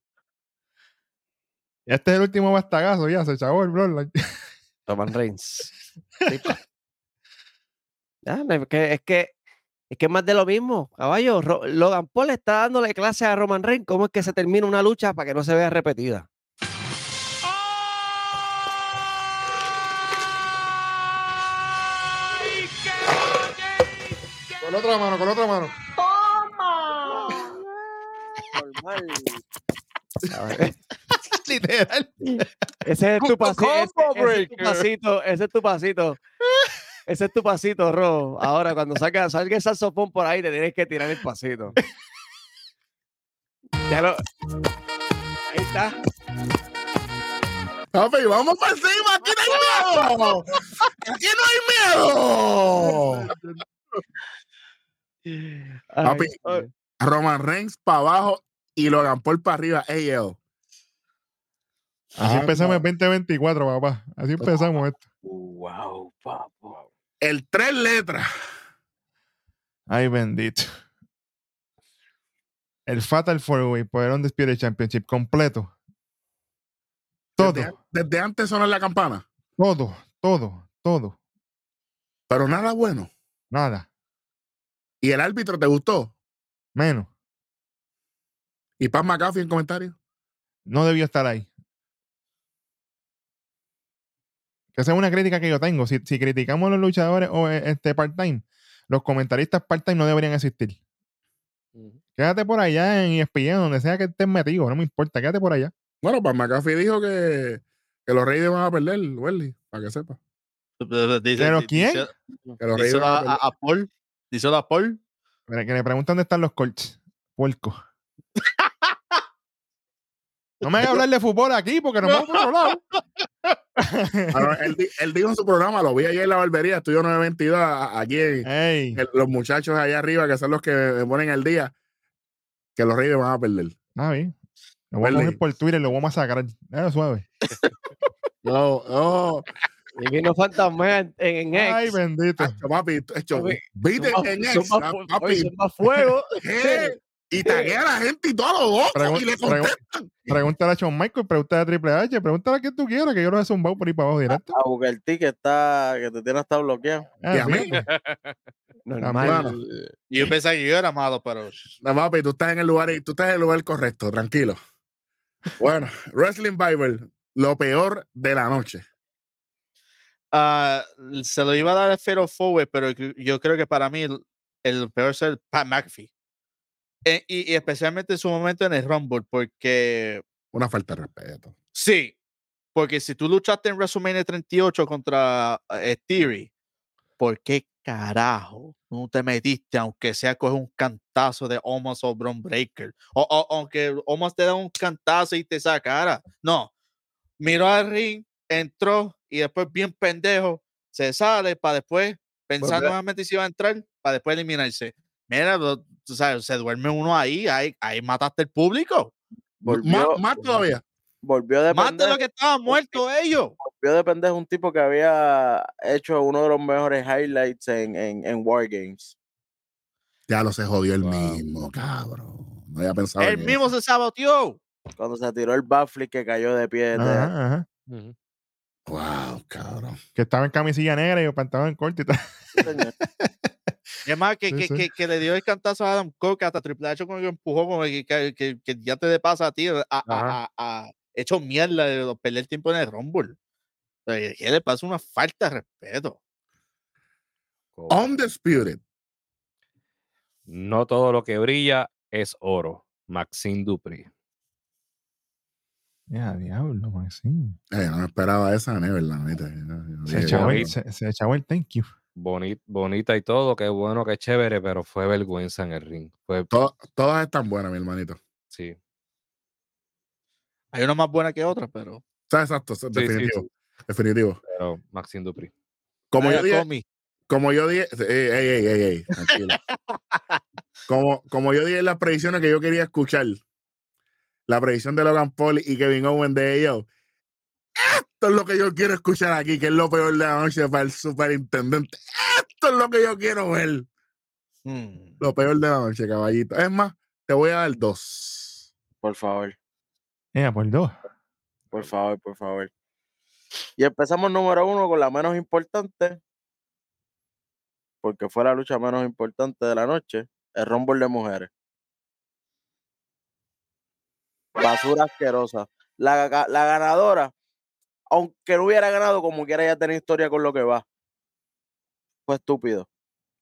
Este es el último bastagazo, ya se chavó el Bloodline. Roman Reigns. Flipa. Ah, no, es, que, es que es que es más de lo mismo, caballo. Ro- Logan Paul está dándole clases a Roman Reigns. ¿Cómo es que se termina una lucha para que no se vea repetida? ¡Ay, qué Con la otra mano, con la otra mano. ¡Toma! Normal. ¿sabes? Literal. ese es tu pasito. Ese, Combo ese es tu breaker. pasito. Ese es tu pasito. Ese es tu pasito, Ro. Ahora, cuando salga, salga el saxofón por ahí, te tienes que tirar el pasito. Ya lo. Ahí está. papi, vamos para encima. Aquí no hay miedo. Aquí no hay miedo. Ay, Papi, ay. Roman Reigns para abajo y Logan Paul para arriba. Ey, yo. Así Ah, empezamos no. el 2024, papá. Así empezamos esto. Wow, papo. El tres letras. Ay, bendito. El Fatal Four Way por el Undisputed Championship completo. Todo, Desde, desde antes sonó la campana. todo, todo, todo. Pero nada bueno. Nada, Y el árbitro te gustó. menos. Y Pam McAfee en comentarios. No debió estar ahí. Que esa es una crítica que yo tengo. Si, si criticamos a los luchadores o eh, este part-time, los comentaristas part-time no deberían existir. Quédate por allá en E ESPN, donde sea que estés metido, no me importa, quédate por allá. Bueno, Pam McAfee dijo que, que los Reyes van a perder, Welly, para que sepa. Dice- ¿Pero di- quién? dice- Que los Reyes díselo van a a, perder. a- a Paul. Díselo a Paul. Para que le preguntan dónde están los Colts. Puerco. No me hagas hablar de fútbol aquí porque nos vamos por otro lado. Ahora, él, di- él dijo en su programa, lo vi ayer en la barbería, estudio 922 a- a- aquí. en- Ey, en los muchachos allá arriba, que son los que me ponen al día, que los Reyes van a perder. está bien. Lo voy a Huele. poner por Twitter, lo voy a masacrar. Dale suave. No, no. Y vino Fantasma en, en X. Ay, bendito. Tacho, papi, esto, Papi, viste Zumba- en ex, zumba ah, fu- oye, papi, zumba fuego. ¿qué? Y taguea a la gente y todos los votos Pregun- y le pregun- contesta. Pregúntale a Shawn Michael, pregúntale a Triple H, pregúntale a quien tú quieras, que yo los he zumbado por ahí para abajo directo. A Booker T que está, que te tiene hasta bloqueado. Ah, y a mí. fíjate. Normal. Hermano. Yo pensaba que yo era malo, pero No, papi, tú estás en el lugar, tú estás en el lugar correcto, tranquilo. Bueno, Wrestling Bible, lo peor de la noche. ah, se lo iba a dar a Fero Forward, pero yo- yo creo que para mí el, el peor es el Pat McAfee. E- y, y especialmente en su momento en el Rumble, porque Una falta de respeto. sí, Porque si tú luchaste en WrestleMania 38 contra eh, Theory, ¿por qué carajo no te metiste, aunque sea coger un cantazo de Omos o Bron Breaker? O, o- aunque Omos te da un cantazo y te sacara. No. Miró al ring, entró y después, bien pendejo, se sale para después pensar Bueno, nuevamente si iba a entrar, para después eliminarse. Mira, lo- tú sabes, se duerme uno ahí, ahí, ahí mataste al público. Más, Volvió, más todavía. volvió de Más de lo pendejo, que estaban muertos ellos. volvió de pendejo un tipo que había hecho uno de los mejores highlights en, en, en Wargames. Ya lo se jodió el Wow. mismo, cabrón. No había pensado. Ah, El en mismo eso. se saboteó. Cuando se tiró el backflip que cayó de pie. de- Ajá, ajá. Ujú. Wow, cabrón. Que estaba en camisilla negra y el pantalón corto y tal. Sí, señor. Y Es más, que, Sí, que, sí. que, que le dio el cantazo a Adam Cole, que hasta Triple H como que empujó, como que, que, que- que ya te de pasa a ti, a, a- Ajá. a- a- hecho mierda de lo- perder tiempo en el Rumble. O sea, que le pasa una falta de respeto. Undisputed. No todo lo que brilla es oro. Maxine Dupri. Ya, diablo, Maxine. Eh, no me esperaba esa, ¿no? ¿verdad? Ahorita, eh, no Se llegué. echó ahí. el, se, se echó el thank you. Boni- bonita y todo, qué bueno, qué chévere, pero fue vergüenza en el ring. Fue, To- todas están buenas, mi hermanito. O sí. Hay una más buena que otra, pero. sea, exacto, eso es Sí, sí, definitivo. sí, Definitivo. pero Maxine Dupri. Como Vaya, yo dije, Tommy, como yo dije, ey, ey, ey, ey, ey, tranquilo. como, como yo dije en las predicciones que yo quería escuchar, la predicción de Logan Paul y Kevin Owen de ellos. Esto es lo que yo quiero escuchar aquí, que es lo peor de la noche para el superintendente. Esto es lo que yo quiero ver. Hmm. mm, Lo peor de la noche, caballito. Es más, te voy a dar dos. Por favor, Ella por dos. por favor, por favor. Y empezamos número uno con la menos importante, porque fue la lucha menos importante de la noche, el Rumble de mujeres. Basura asquerosa. La, ga- la ganadora, aunque no hubiera ganado, como quiera ya tenía historia con lo que va. Fue estúpido.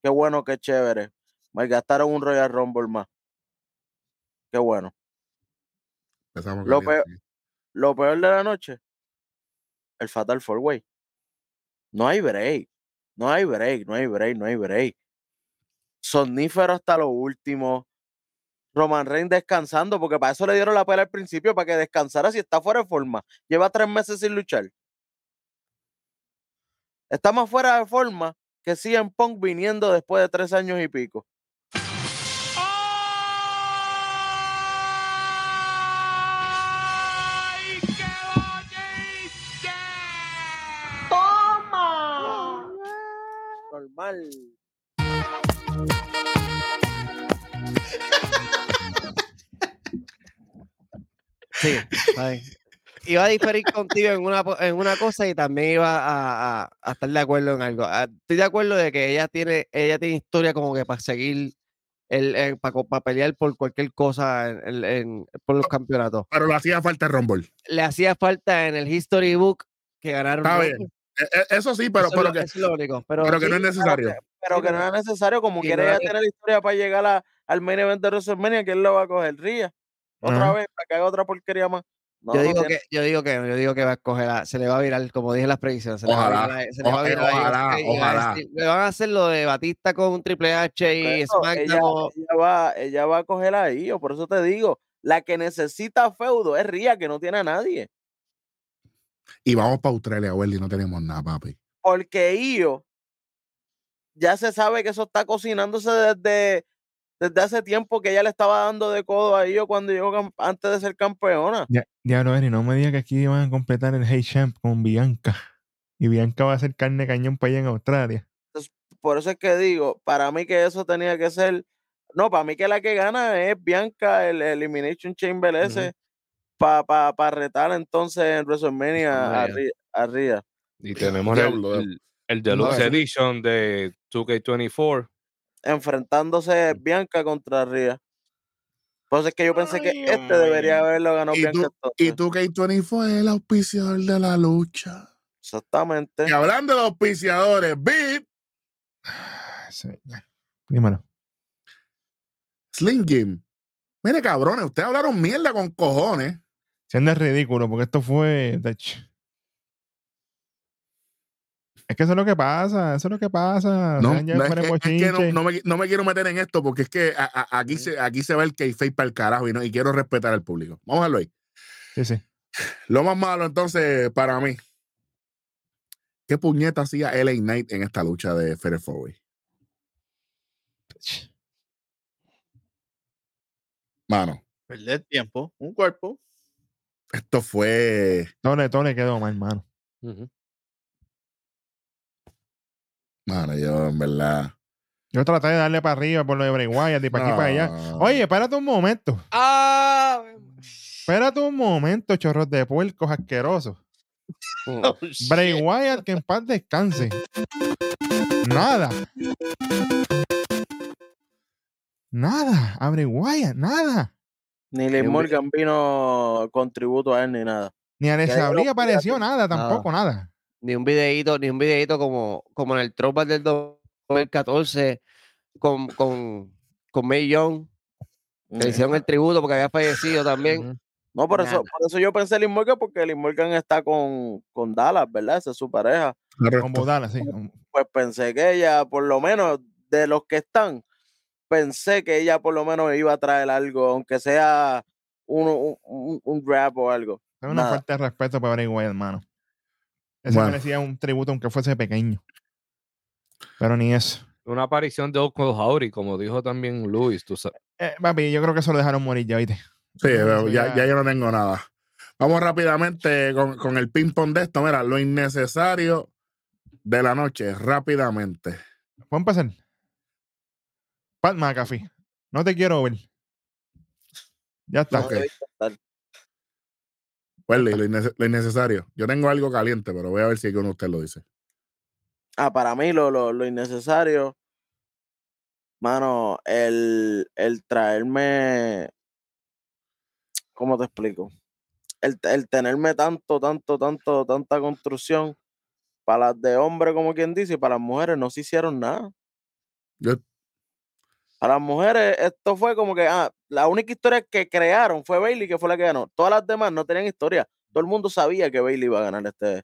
Qué bueno, qué chévere. Malgastaron un Royal Rumble más. Qué bueno. Empezamos este. Lo caliente. lo peor de la noche, el Fatal Four Way. No hay break. No hay break, no hay break, no hay break. Sonífero hasta lo último. Roman Reigns descansando, porque para eso le dieron la pelea al principio, para que descansara si está fuera de forma. Lleva tres meses sin luchar. Está más fuera de forma que en Punk viniendo después de tres años y pico. ¡Ay, qué bonito! ¡Toma! Normal. Sí. ay. Iba a diferir contigo en una, po- en una cosa y también iba a, a- a estar de acuerdo en algo. Ah, Estoy de acuerdo de que ella tiene, ella tiene historia como que para seguir, el, eh, para, pelear por cualquier cosa en- en- en- por los campeonatos. Pero le hacía falta el Rumble. Le hacía falta en el History Book que ganaron. Está ¿no? bien. E- e- Eso sí, pero, Eso es pero lo- que, eso es lo único. Pero, pero que sí, no es necesario. Pero que no era necesario, como Sí, quiera no ya era- tener la historia para llegar a- al main event de WrestleMania, que él lo va a coger Ría. Otra Ajá. vez, para que haga otra porquería más. No, yo, no digo tiene- que, yo digo que no, yo digo que va a coger a- se le va a virar, como dije en las predicciones, se Ojalá, le va a virar, a- se le va a oja- eh, virar a ojalá, ellos, eh, y va a ojalá. decir- le van a hacer lo de Batista con Triple H y Eso, ella, SmackDown. o- ella va, ella va a coger ahí, o por eso te digo, la que necesita feudo es Ría, que no tiene a nadie. Y vamos para Australia, Welly, no tenemos nada, papi. Porque ellos ya se sabe que eso está cocinándose desde, desde hace tiempo que ella le estaba dando de codo a ellos cuando llegó cam- antes de ser campeona. Ya, diablo, Eri, no me digas que aquí van a completar el Hey Champ con Bianca. Y Bianca va a hacer carne cañón para allá en Australia. Por eso es que digo, para mí que eso tenía que ser. No, para mí que la que gana es Bianca, el Elimination Chamber ese, para retar entonces en WrestleMania a WrestleMania. Rhea- a Rhea. Y tenemos el, Diablo, eh. el- el Deluxe Vale. Edition de 2K24. enfrentándose Bianca contra Ría. Entonces que yo pensé que este debería haberlo ganado Y Bianca. Y entonces. tú, K20 fue el auspiciador de la lucha. Exactamente. Y hablando de auspiciadores, VIP, Ay, señor. Dímelo. Slim Jim. Mire, cabrones, ustedes hablaron mierda con cojones. Siendo ridículo, porque esto fue. de hecho, Es que eso es lo que pasa, eso es lo que pasa. No, Sean ya no, es, fuera es- es que no, bochinche. no me, no me quiero meter en esto porque es que a- a- aquí, se, aquí se va el kayfabe para el carajo y, no, y quiero respetar al público. Vamos a verlo ahí. Sí, sí. Lo más malo entonces para mí. ¿Qué puñeta hacía LA Knight en esta lucha de Fair Fury? Mano, Perder tiempo, un cuerpo. esto fue, Todo le, todo le quedó mal, hermano. Ujú. mano, yo en verdad. Yo traté de darle para arriba por lo de Bray Wyatt y para aquí para allá. no. Oye, espérate un momento. Ah, Espérate un momento, chorros de puercos asquerosos. Mm. Bray Wyatt, que en paz descanse. Nada. Nada. A Bray Wyatt, nada. Ni Liz Qué bueno. Morgan vino contributo a él ni nada. Ni a Ya yo Nesabri lo- apareció fíjate. nada, tampoco nada. ni un videíto, ni un videíto como, como en el Throwback del 2014 con, con, con May Young, que Mm. le hicieron el tributo porque había fallecido también. No, por eso, Nada. por eso yo pensé en Liz Morgan, porque Liz Morgan está con, con Dallas, ¿verdad? Esa es su pareja. Con Bodala, sí. con- Pues pensé que ella, por lo menos de los que están, pensé que ella por lo menos iba a traer algo, aunque sea un, un, un- un rap o algo. Es una Nada. falta de respeto para Bray Wyatt, hermano. Ese Bueno. parecía un tributo, aunque fuese pequeño. Pero ni eso. Una aparición de Oco Jauri, como dijo también Luis, tú sabes. Eh, papi, yo creo que eso lo dejaron morir ya, ¿viste? Sí, Eso pero ya, ya- ya yo no tengo nada. Vamos rápidamente con, con el ping-pong de esto. Mira, lo innecesario de la noche, rápidamente. Pueden pasar. Pat McAfee. No te quiero ver. Ya está. Ok. Welly, lo, innece- lo innecesario. Yo tengo algo caliente, pero voy a ver si alguno de ustedes lo dice. Ah, para mí lo, lo, lo innecesario, mano, el, el traerme, ¿cómo te explico? El, te- el tenerme tanto, tanto, tanto, tanta construcción para las de hombre, como quien dice, y para las mujeres no se hicieron nada. Yo- A las mujeres esto fue como que, ah, la única historia que crearon fue Bailey, que fue la que ganó. Todas las demás no tenían historia. Todo el mundo sabía que Bailey iba a ganar este,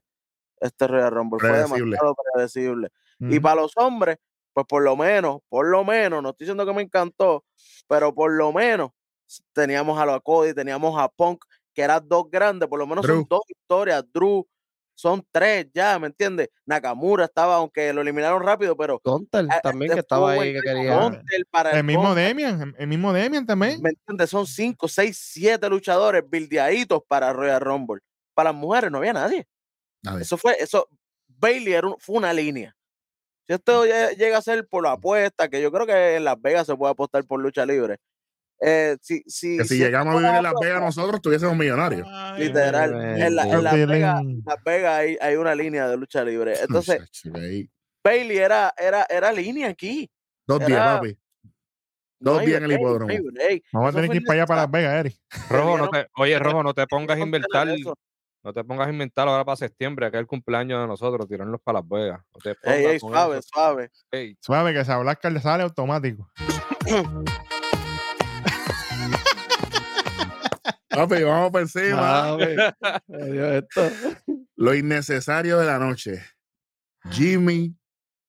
este Royal Rumble. Fue Predecible. demasiado predecible. Y Ujú. para los hombres, pues por lo menos, por lo menos, no estoy diciendo que me encantó, pero por lo menos s- teníamos a los Cody, teníamos a Punk, que eran dos grandes, por lo menos Drew. son dos historias, Drew, son tres ya, ¿me entiendes? Nakamura estaba, aunque lo eliminaron rápido, pero Gunter eh, también, este que estaba estuvo ahí, que entre quería. Gunther para El mismo Gunther, Demian. el- El mismo Demian también. ¿Me entiendes? Son cinco, seis, siete luchadores bildeaditos para Royal Rumble. Para las mujeres no había nadie. a ver. Eso fue, eso, Bailey era un- fue una línea. Si esto lle- llega a ser por la apuesta, que yo creo que en Las Vegas se puede apostar por lucha libre. eh, si, si, Que si esto llegamos a fuera vivir en Las apuesta, Vegas nosotros, tuviésemos millonarios. Ah, Literal. En, la- en Yo Las te- Vegas, en Las Vegas hay, hay una línea de lucha libre. Entonces, Chacho, ahí. Bailey era, era, era línea aquí. Dos días, era- papi. No Dos hay días en el break, no hipódromo. hay break. Vamos a Eso tener fue que ir para allá para Las innecesario. Vegas, Eric. Rojo, no Debieron- te, oye, debieron- Rojo, no te pongas a debieron tener inventar, eso. no te pongas a inventar ahora para septiembre, que es el cumpleaños de nosotros, tirarnos para Las Vegas. No te pongas Ey, ey, con suave, eso. suave. Ey, Suave que se blasca le sale automático. Papi, vamos por encima. Ah, güey. Adiós, esto. Lo innecesario de la noche. Jimmy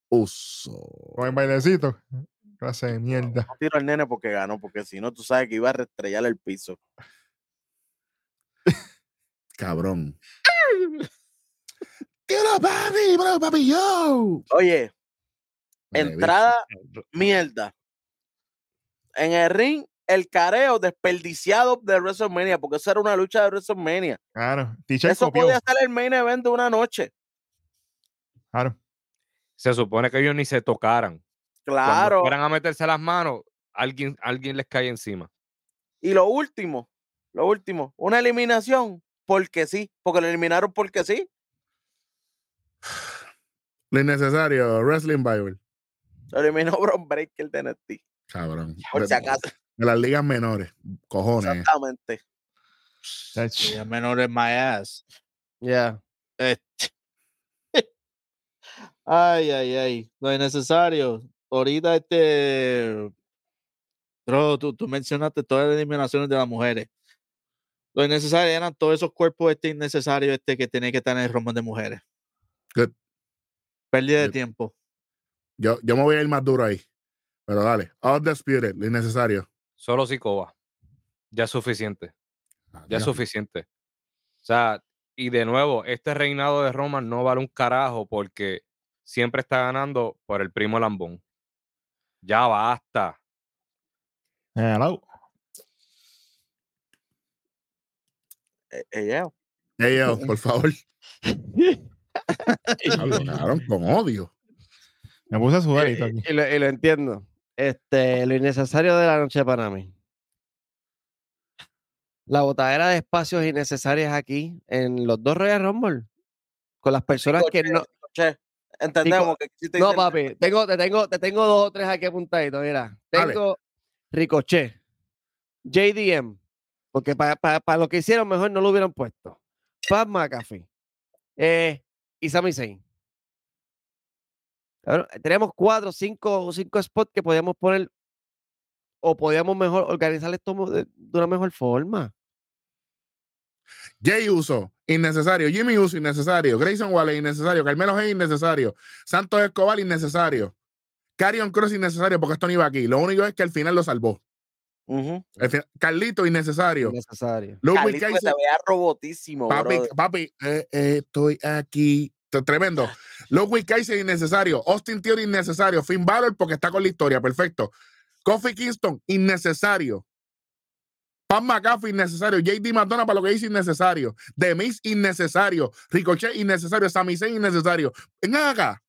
Uso. Con el bailecito. Clase de mierda. No tiro al nene porque ganó, porque si no, tú sabes que iba a restrellar el piso. Cabrón. Tira, papi, bro, papi, yo. Oye, Vale, Entrada, mierda. En el ring, el careo desperdiciado de WrestleMania, porque eso era una lucha de WrestleMania. Claro. Tiché eso copió. podía ser el main event de una noche. Claro. se supone que ellos ni se tocaran. Cuando Claro. fueran a meterse las manos, alguien, alguien les cae encima. Y lo último, lo último, una eliminación porque sí, porque lo eliminaron porque sí. Lo innecesario, Wrestling Bible. Lo eliminó Bron Breaker de NXT, Cabrón. por De, si acaso, de las ligas menores. Cojones. exactamente. Chach. Menor menores my ass. Ya. Eh, ay, ay, ay. Lo innecesario. Ahorita este. Bro, tú, tú mencionaste todas las eliminaciones de las mujeres. Lo innecesario eran todos esos cuerpos este innecesarios este que tenía que estar en el román de mujeres. Good. Pérdida de Yo- tiempo. Yo, yo me voy a ir más duro ahí. Pero dale. Undisputed, lo innecesario. Solo si coba. Ya es suficiente. Ya Dios es mío. suficiente. O sea, y de nuevo, este reinado de Roma no vale un carajo porque siempre está ganando por el primo Lambón. Ya basta. Hello. Eh, ella. Ey, yo, por favor. Hablaron con odio. Me puse a sudar y Y, todo aquí. y lo, y lo entiendo. Este, lo innecesario de la noche para mí. La botadera de espacios innecesarias aquí en los dos Royal Rumble. Con las personas que no. Che, entendemos Chico, que quisiste No, decir- papi, tengo, te, tengo, te tengo dos o tres aquí apuntaditos. Mira, Dale. tengo Ricochet, JDM, porque para lo que hicieron mejor no lo hubieran puesto. Pat McAfee eh, y Sami Zayn. Cabrón, Tenemos cuatro, cinco, cinco spots que podíamos poner o podíamos mejor organizar esto mo- de, de una mejor forma. Jay Uso, innecesario. Jimmy Uso, innecesario. Grayson Waller, innecesario. Carmelo Hayes, innecesario. Santos Escobar, innecesario. Carion Cruz, innecesario, porque esto no iba aquí. Lo único es que al final lo salvó. Ujú. Al final- Carlito, innecesario. Necesario. Ludwig Carlito, que Kaiser, te veía robotísimo, Papi, brother. papi, eh, eh, estoy aquí. T- Tremendo. Ludwig Kaiser innecesario. Austin Theory innecesario. Finn Balor porque está con la historia. Perfecto. Kofi Kingston innecesario. Pat McAfee innecesario. JD McDonough para lo que hizo innecesario. The Miz innecesario. Ricochet innecesario. Sami Zayn innecesario. Vengan acá.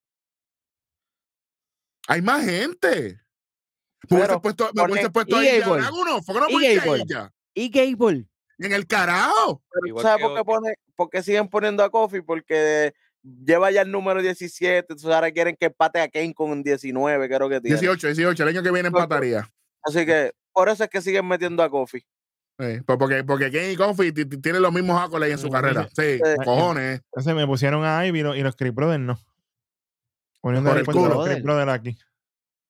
Hay más gente. Me hubiese Pero, puesto, me ponle hubiese puesto EA ahí ya, Gold. hagan uno. ¿Por qué no EA pusiste ahí Gold. ya? Y Gable. En el carajo. Pero tú Igual sabes que por qué, hoy. pone, por qué siguen poniendo a Kofi, porque lleva ya el número 17, entonces ahora quieren que empate a Kane con 19, creo que tiene. 18, 18. El año que viene No, pero- empataría. Así que por eso es que siguen metiendo a Kofi. Sí, pues porque, porque Kenny Confi ti- ti- tiene los mismos accolades en su Mm, carrera. Sí, eh, cojones. Entonces me pusieron a Ivy y los, y los Creep Brothers no. Poniendo Por de el cuenta a los culo. Creep Brothers aquí.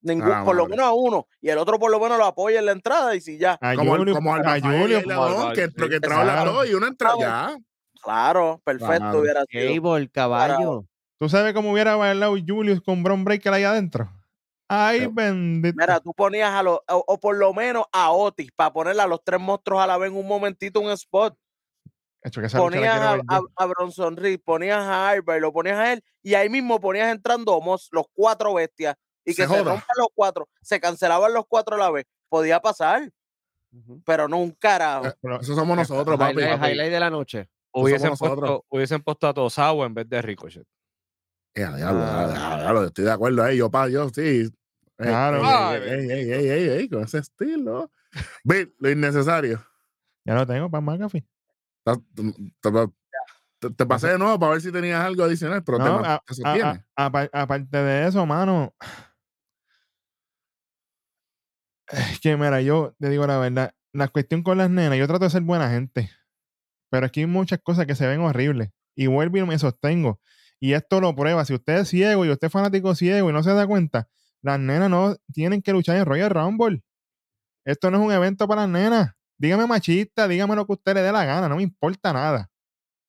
Ningún, Ah, por lo madre. menos a uno, y el otro por lo menos lo apoya en la entrada y si ya. A Como, al- Julio, como al a Rafael y Julio. el como al León, Val- que, que sí, entraron las claro. dos y uno entra ya. Ah, Claro, perfecto madre. hubiera sido. Gable, caballo. ¿Tú sabes cómo hubiera bailado Julius con Bron Breaker ahí adentro? Ay, Pero- bendito. Mira, tú ponías a los, o, o por lo menos a Otis, para ponerle a los tres monstruos a la vez en un momentito un spot. Hecho, que esa lucha la Ponías quiero a, ver yo. a- a Bronson Reed, ponías a Harvey, lo ponías a él, y ahí mismo ponías entrando Moss, los cuatro bestias, y Se que se, joda. rompan los cuatro, se cancelaban los cuatro a la vez. Podía pasar, Ujú. pero no un carajo. Eh, Eso somos nosotros, papi. Highlight- papi. highlight de la noche. Hubiesen somos nosotros. puesto, hubiesen puesto a Tosawa en vez de a Ricochet. Ya, diablo, ya, ya, diablo, estoy de acuerdo ahí. Yo, pa, yo sí. Eh, Ey, Claro. ey, Ey, ey, ey, ey, ey, eh, con ese estilo. Bill, lo innecesario. Ya lo tengo, para McAfee. Ta- ta- Te, te pasé de nuevo para ver si tenías algo adicional, pero te No, ma- a- eso a- a- tiene. apa- aparte de eso, mano. Es que, mira, yo te digo la verdad. La cuestión con las nenas, yo trato de ser buena gente. Pero aquí hay muchas cosas que se ven horribles. Y vuelvo y me sostengo. Y esto lo prueba. Si usted es ciego y usted es fanático ciego y no se da cuenta, las nenas no tienen que luchar en Royal Rumble. Esto no es un evento para las nenas. Dígame machista, dígame lo que usted le dé la gana, no me importa nada.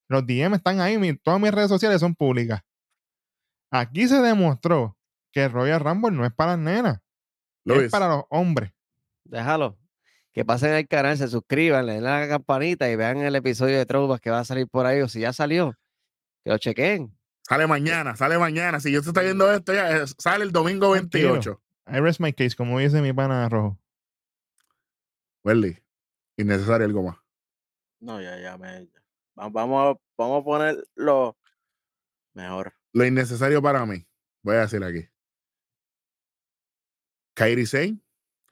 Los DM están ahí, mi- todas mis redes sociales son públicas. Aquí se demostró que Royal Rumble no es para las nenas, es Luis, para los hombres. déjalo. Que pasen al canal, se suscriban, le den a la campanita y vean el episodio de Troubles que va a salir por ahí. O si ya salió, que lo chequen. sale mañana, sale mañana. Si yo te estoy viendo esto, ya eh, sale el domingo Tranquilo. 28. I rest my case, como dice mi pana rojo. Welly, innecesario algo más. No, ya, ya, me- ya. Va- Vamos a, vamos a poner lo mejor. Lo innecesario para mí, voy a decir aquí. Kairi Sane,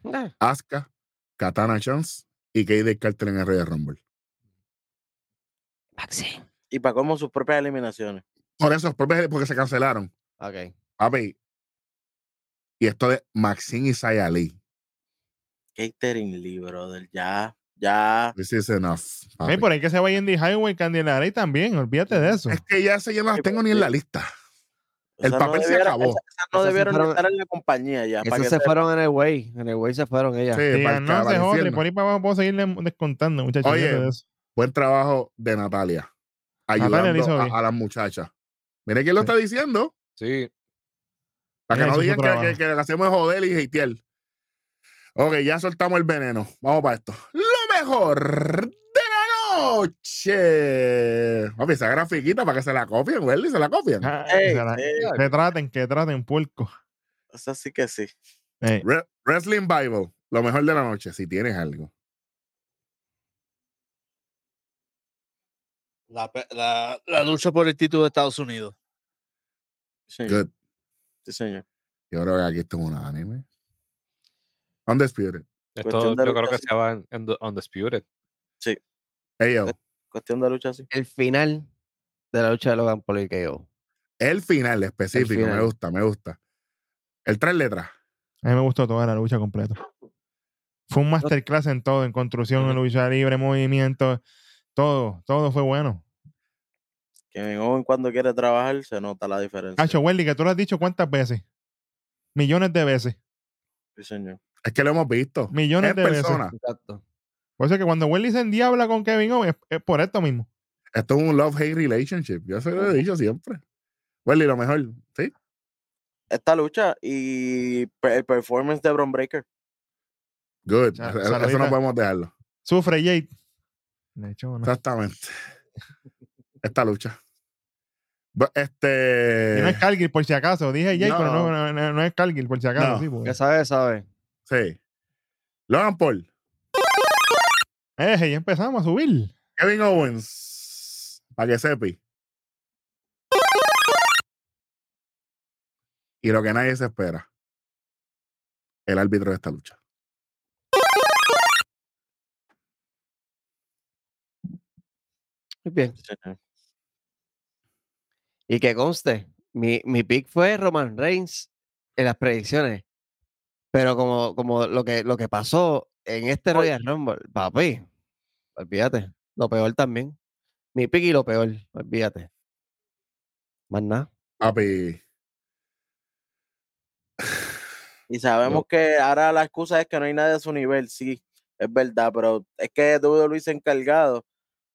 Ah, Asuka, Katana Chance y Katie Carter en el Royal Rumble. Y para cómo sus propias eliminaciones. Por eso, porque porque se cancelaron. Ok. Papi. Y esto de Maxine y Saya Lee. Catering Lee, brother. Ya, ya. This is enough. papi. Ey, por ahí que se vaya Indy Highway, Candelarey también, olvídate de eso. Mm, Es que ya se yo no las Sí, tengo pero- ni en la lista. El Esas papel se acabó. esas- esas no Esas se debieron ni fueron- estar en la compañía ya. para Esos que se se- fueron en el way. En el way se fueron ellas. Sí, Digan, pa'l ca- no se pa'l jode, infierno. por ahí para abajo puedo seguirle descontando, muchachos. Oye, olvídate de eso. Buen trabajo de Natalia. Natalia lo Ayudando hizo a- bien. a, las muchachas. Mire quién lo Sí. está diciendo. Sí, Para que Ella no hizo su digan que, trabajo. que, que lo que hacemos es joder y hatear. Ok, ya soltamos el veneno. Vamos para esto. Lo mejor de la noche. Papi, esa grafiquita para que se la copien, güey. y Se la copian. Ah, Ey, o sea, la- ey, que traten, que traten, puerco. esa sí que sí. Ey, Re- Wrestling Bible. Lo mejor de la noche, si tienes algo. La, pe- la- la lucha por el título de Estados Unidos. Sí, Good. sí, señor. Yo creo que aquí esto es un anime. Undisputed. Esto Cuestión de yo creo que educación. se va en, en The Undisputed. Hey, yo, Cuestión de lucha, sí. El final de la lucha de Logan Paul y KO. El final específico. Me final. gusta, me gusta. El tres letras. a mí me gustó toda la lucha completa. Fue un masterclass en todo, en construcción, en lucha libre, movimiento, todo, todo fue bueno. Que mi joven cuando quiere trabajar se nota la diferencia. Hacho, Welly, que tú lo has dicho cuántas veces. Millones de veces. Sí, señor. Es que lo hemos visto. Millones en de veces. persona. Exacto. Por eso es que cuando Welly se endiabla con Kevin Owens, es, es por esto mismo. Esto es un love-hate relationship. Yo se lo he dicho siempre. Welly, lo mejor. Sí. Esta lucha y pe- el performance de Bron Breaker. Good. Sa- Eso- Eso saludita. no podemos dejarlo. Sufre Jade. De hecho, no. Exactamente. Esta lucha. Bu- Y no es Este. Calgary, por si acaso. Dije Jade, pero no, No. no, no- no es Calgary, por si acaso. No. sí, porque- Ya sabes, sabes. Sí. Logan Paul. Eh, ya empezamos a subir. Kevin Owens. Para que sepi. Y lo que nadie se espera. El árbitro de esta lucha. Muy bien. Sí, señor. Y que conste, mi, mi pick fue Roman Reigns en las predicciones. Pero como, como lo, que, lo que pasó en este Royal Rumble, papi, olvídate. Lo peor también. Mi pick y lo peor, olvídate. Más nada. Papi. Y sabemos que ahora la excusa es que no hay nadie a su nivel, sí, es verdad, pero es que WWE se ha encargado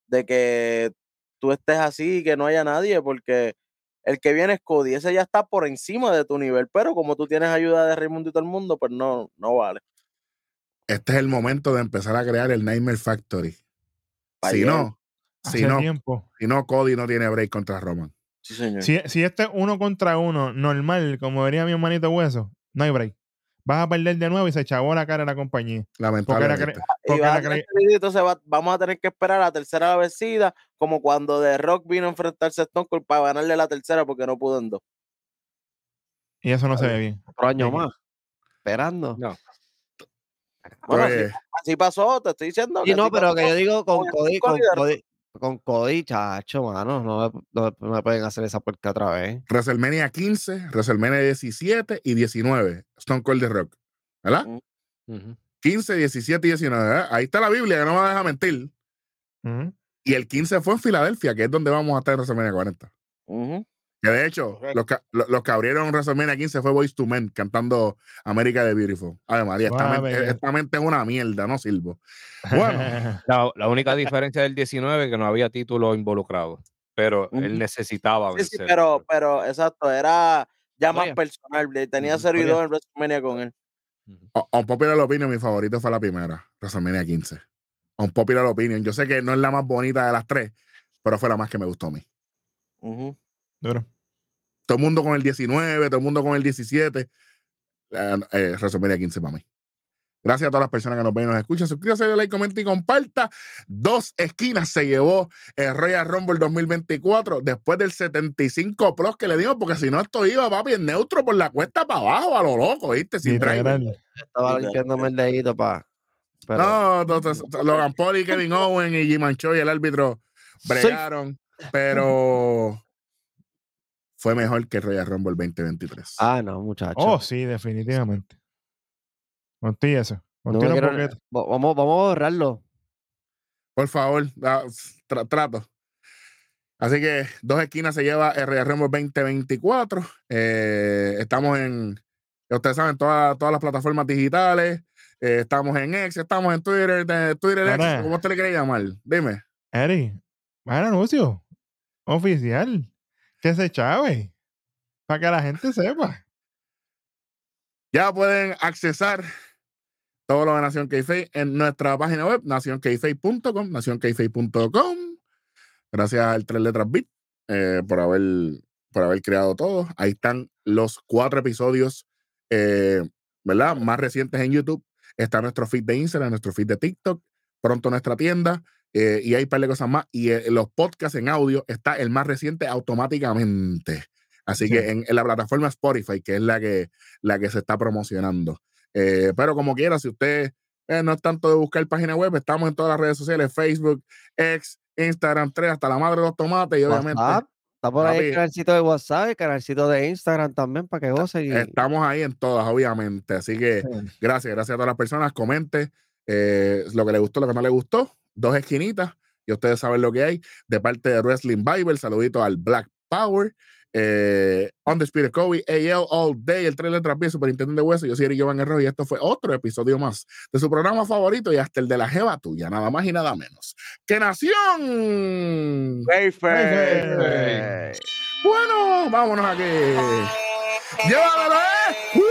de que tú estés así y que no haya nadie, porque el que viene es Cody, ese ya está por encima de tu nivel, pero como tú tienes ayuda de Raymond y todo el mundo, pues no, no vale. Este es el momento de empezar a crear el Nightmare Factory. Pa' Si ayer. no, Hace si no, tiempo. si no, Cody no tiene break contra Roman. Sí, señor. Si, si este es uno contra uno, normal, como diría mi hermanito hueso, no hay break. Vas a perder de nuevo y se chavó la cara de la compañía. Lamentablemente. Y porque va a la tener cre- que vivir, entonces va- vamos a tener que esperar a la tercera vencida, como cuando The Rock vino a enfrentarse a Stone Cold para ganarle la tercera porque no pudo en dos. Y eso no se ve bien. Otro año Sí. más. Esperando. No. Bueno, eh, Pues, Así pasó, te estoy diciendo. Sí, no, así pero pasó. que yo digo con con el Cody, pico con líder. Cody, con Cody, chacho, mano, no, me- no me- no me pueden hacer esa puerta otra vez. WrestleMania 15, WrestleMania 17 y 19. Stone Cold The Rock. ¿Verdad? Mm. Ujú. 15, 17 y 19. ¿verdad? Ahí está la Biblia, que no me deja mentir. Ujú. Y el 15 fue en Filadelfia, que es donde vamos a estar en WrestleMania 40. Ujú. Que de hecho, los que, lo- los que abrieron WrestleMania 15 fue Boys to Men cantando América de Beautiful. Ay, María, esta, Suave, mente, que- esta mente es una mierda, no sirvo. Bueno. La, la única diferencia del 19 es que no había título involucrado, pero él Ujú. necesitaba Sí, sí, vencer. pero, pero exacto, era ya más Oye. personal. le- Tenía Ujú, servidor en WrestleMania con él. O- On Popular Opinion, mi favorito fue la primera, WrestleMania 15. On Popular Opinion. Yo sé que no es la más bonita de las tres, pero fue la más que me gustó a mí. Ujú. Duro. Todo el mundo con el 19, todo el mundo con el 17. Eh, eh, WrestleMania 15 para mí. Gracias a todas las personas que nos ven y nos escuchan. Suscríbase, dale like, comenta y comparta. Dos esquinas se llevó el Royal Rumble 2024 después del 75 plus que le dimos, porque si no, esto iba, papi, en neutro por la cuesta para abajo, a lo loco, ¿viste? Sin driver. Literal. Estaba Literal. limpiándome el dedito para. No, to- to- to- Logan Paul y Kevin Owen y Jim Ancho y el árbitro bregaron, pero fue mejor que el Royal Rumble 2023. Ah, no, muchachos. Oh, sí, definitivamente. Contigo eso. No Contigo me los quiero- boquetes. va- vamos, vamos a borrarlo. Por favor, da- tra- trato. Así que dos esquinas se lleva el Royal Rumble 2024. Eh, estamos en, ya ustedes saben, toda- todas las plataformas digitales. Eh, estamos en X, estamos en Twitter, de- Twitter Ahora- X, ¿cómo usted le quiere llamar? Dime. Eri, va el anuncio oficial. Que se chave. Para que la gente sepa. Ya pueden accesar todo lo de Nación Keife en nuestra página web, nacionkeife.com, nacionkeife.com. Gracias al Tres Letras Bit eh, por, haber, por haber creado todo. Ahí están los cuatro episodios, eh, ¿verdad? Más recientes en YouTube. Está nuestro feed de Instagram, nuestro feed de TikTok, pronto nuestra tienda eh, y hay un par de cosas más. Y eh, los podcasts en audio está el más reciente automáticamente. Así que en, en la plataforma Spotify, que es la que, la que se está promocionando. Eh, pero como quiera, si usted eh, no es tanto de buscar página web, estamos en todas las redes sociales, Facebook, X, Instagram 3, hasta la madre de los tomates y obviamente... WhatsApp. Está por ahí Papi. el canalcito de WhatsApp, el canalcito de Instagram también para que gocen. y- Estamos ahí en todas, obviamente. Así que Sí. gracias, gracias a todas las personas. Comente eh, lo que le gustó, lo que no le gustó. Dos esquinitas. Y ustedes saben lo que hay. De parte de Wrestling Bible, saludito al Black Power. Eh, Undisputed Kobe, AL All Day, el trailer letras bien, Superintendente de Hueso. Yo soy Eric Giovanni Rojo y esto fue otro episodio más de su programa favorito y hasta el de la Jeva tuya, nada más y nada menos. ¡Que Nación! Pues, Keife. Bueno, vámonos aquí. ¡Llévalo, eh! ¡Uh!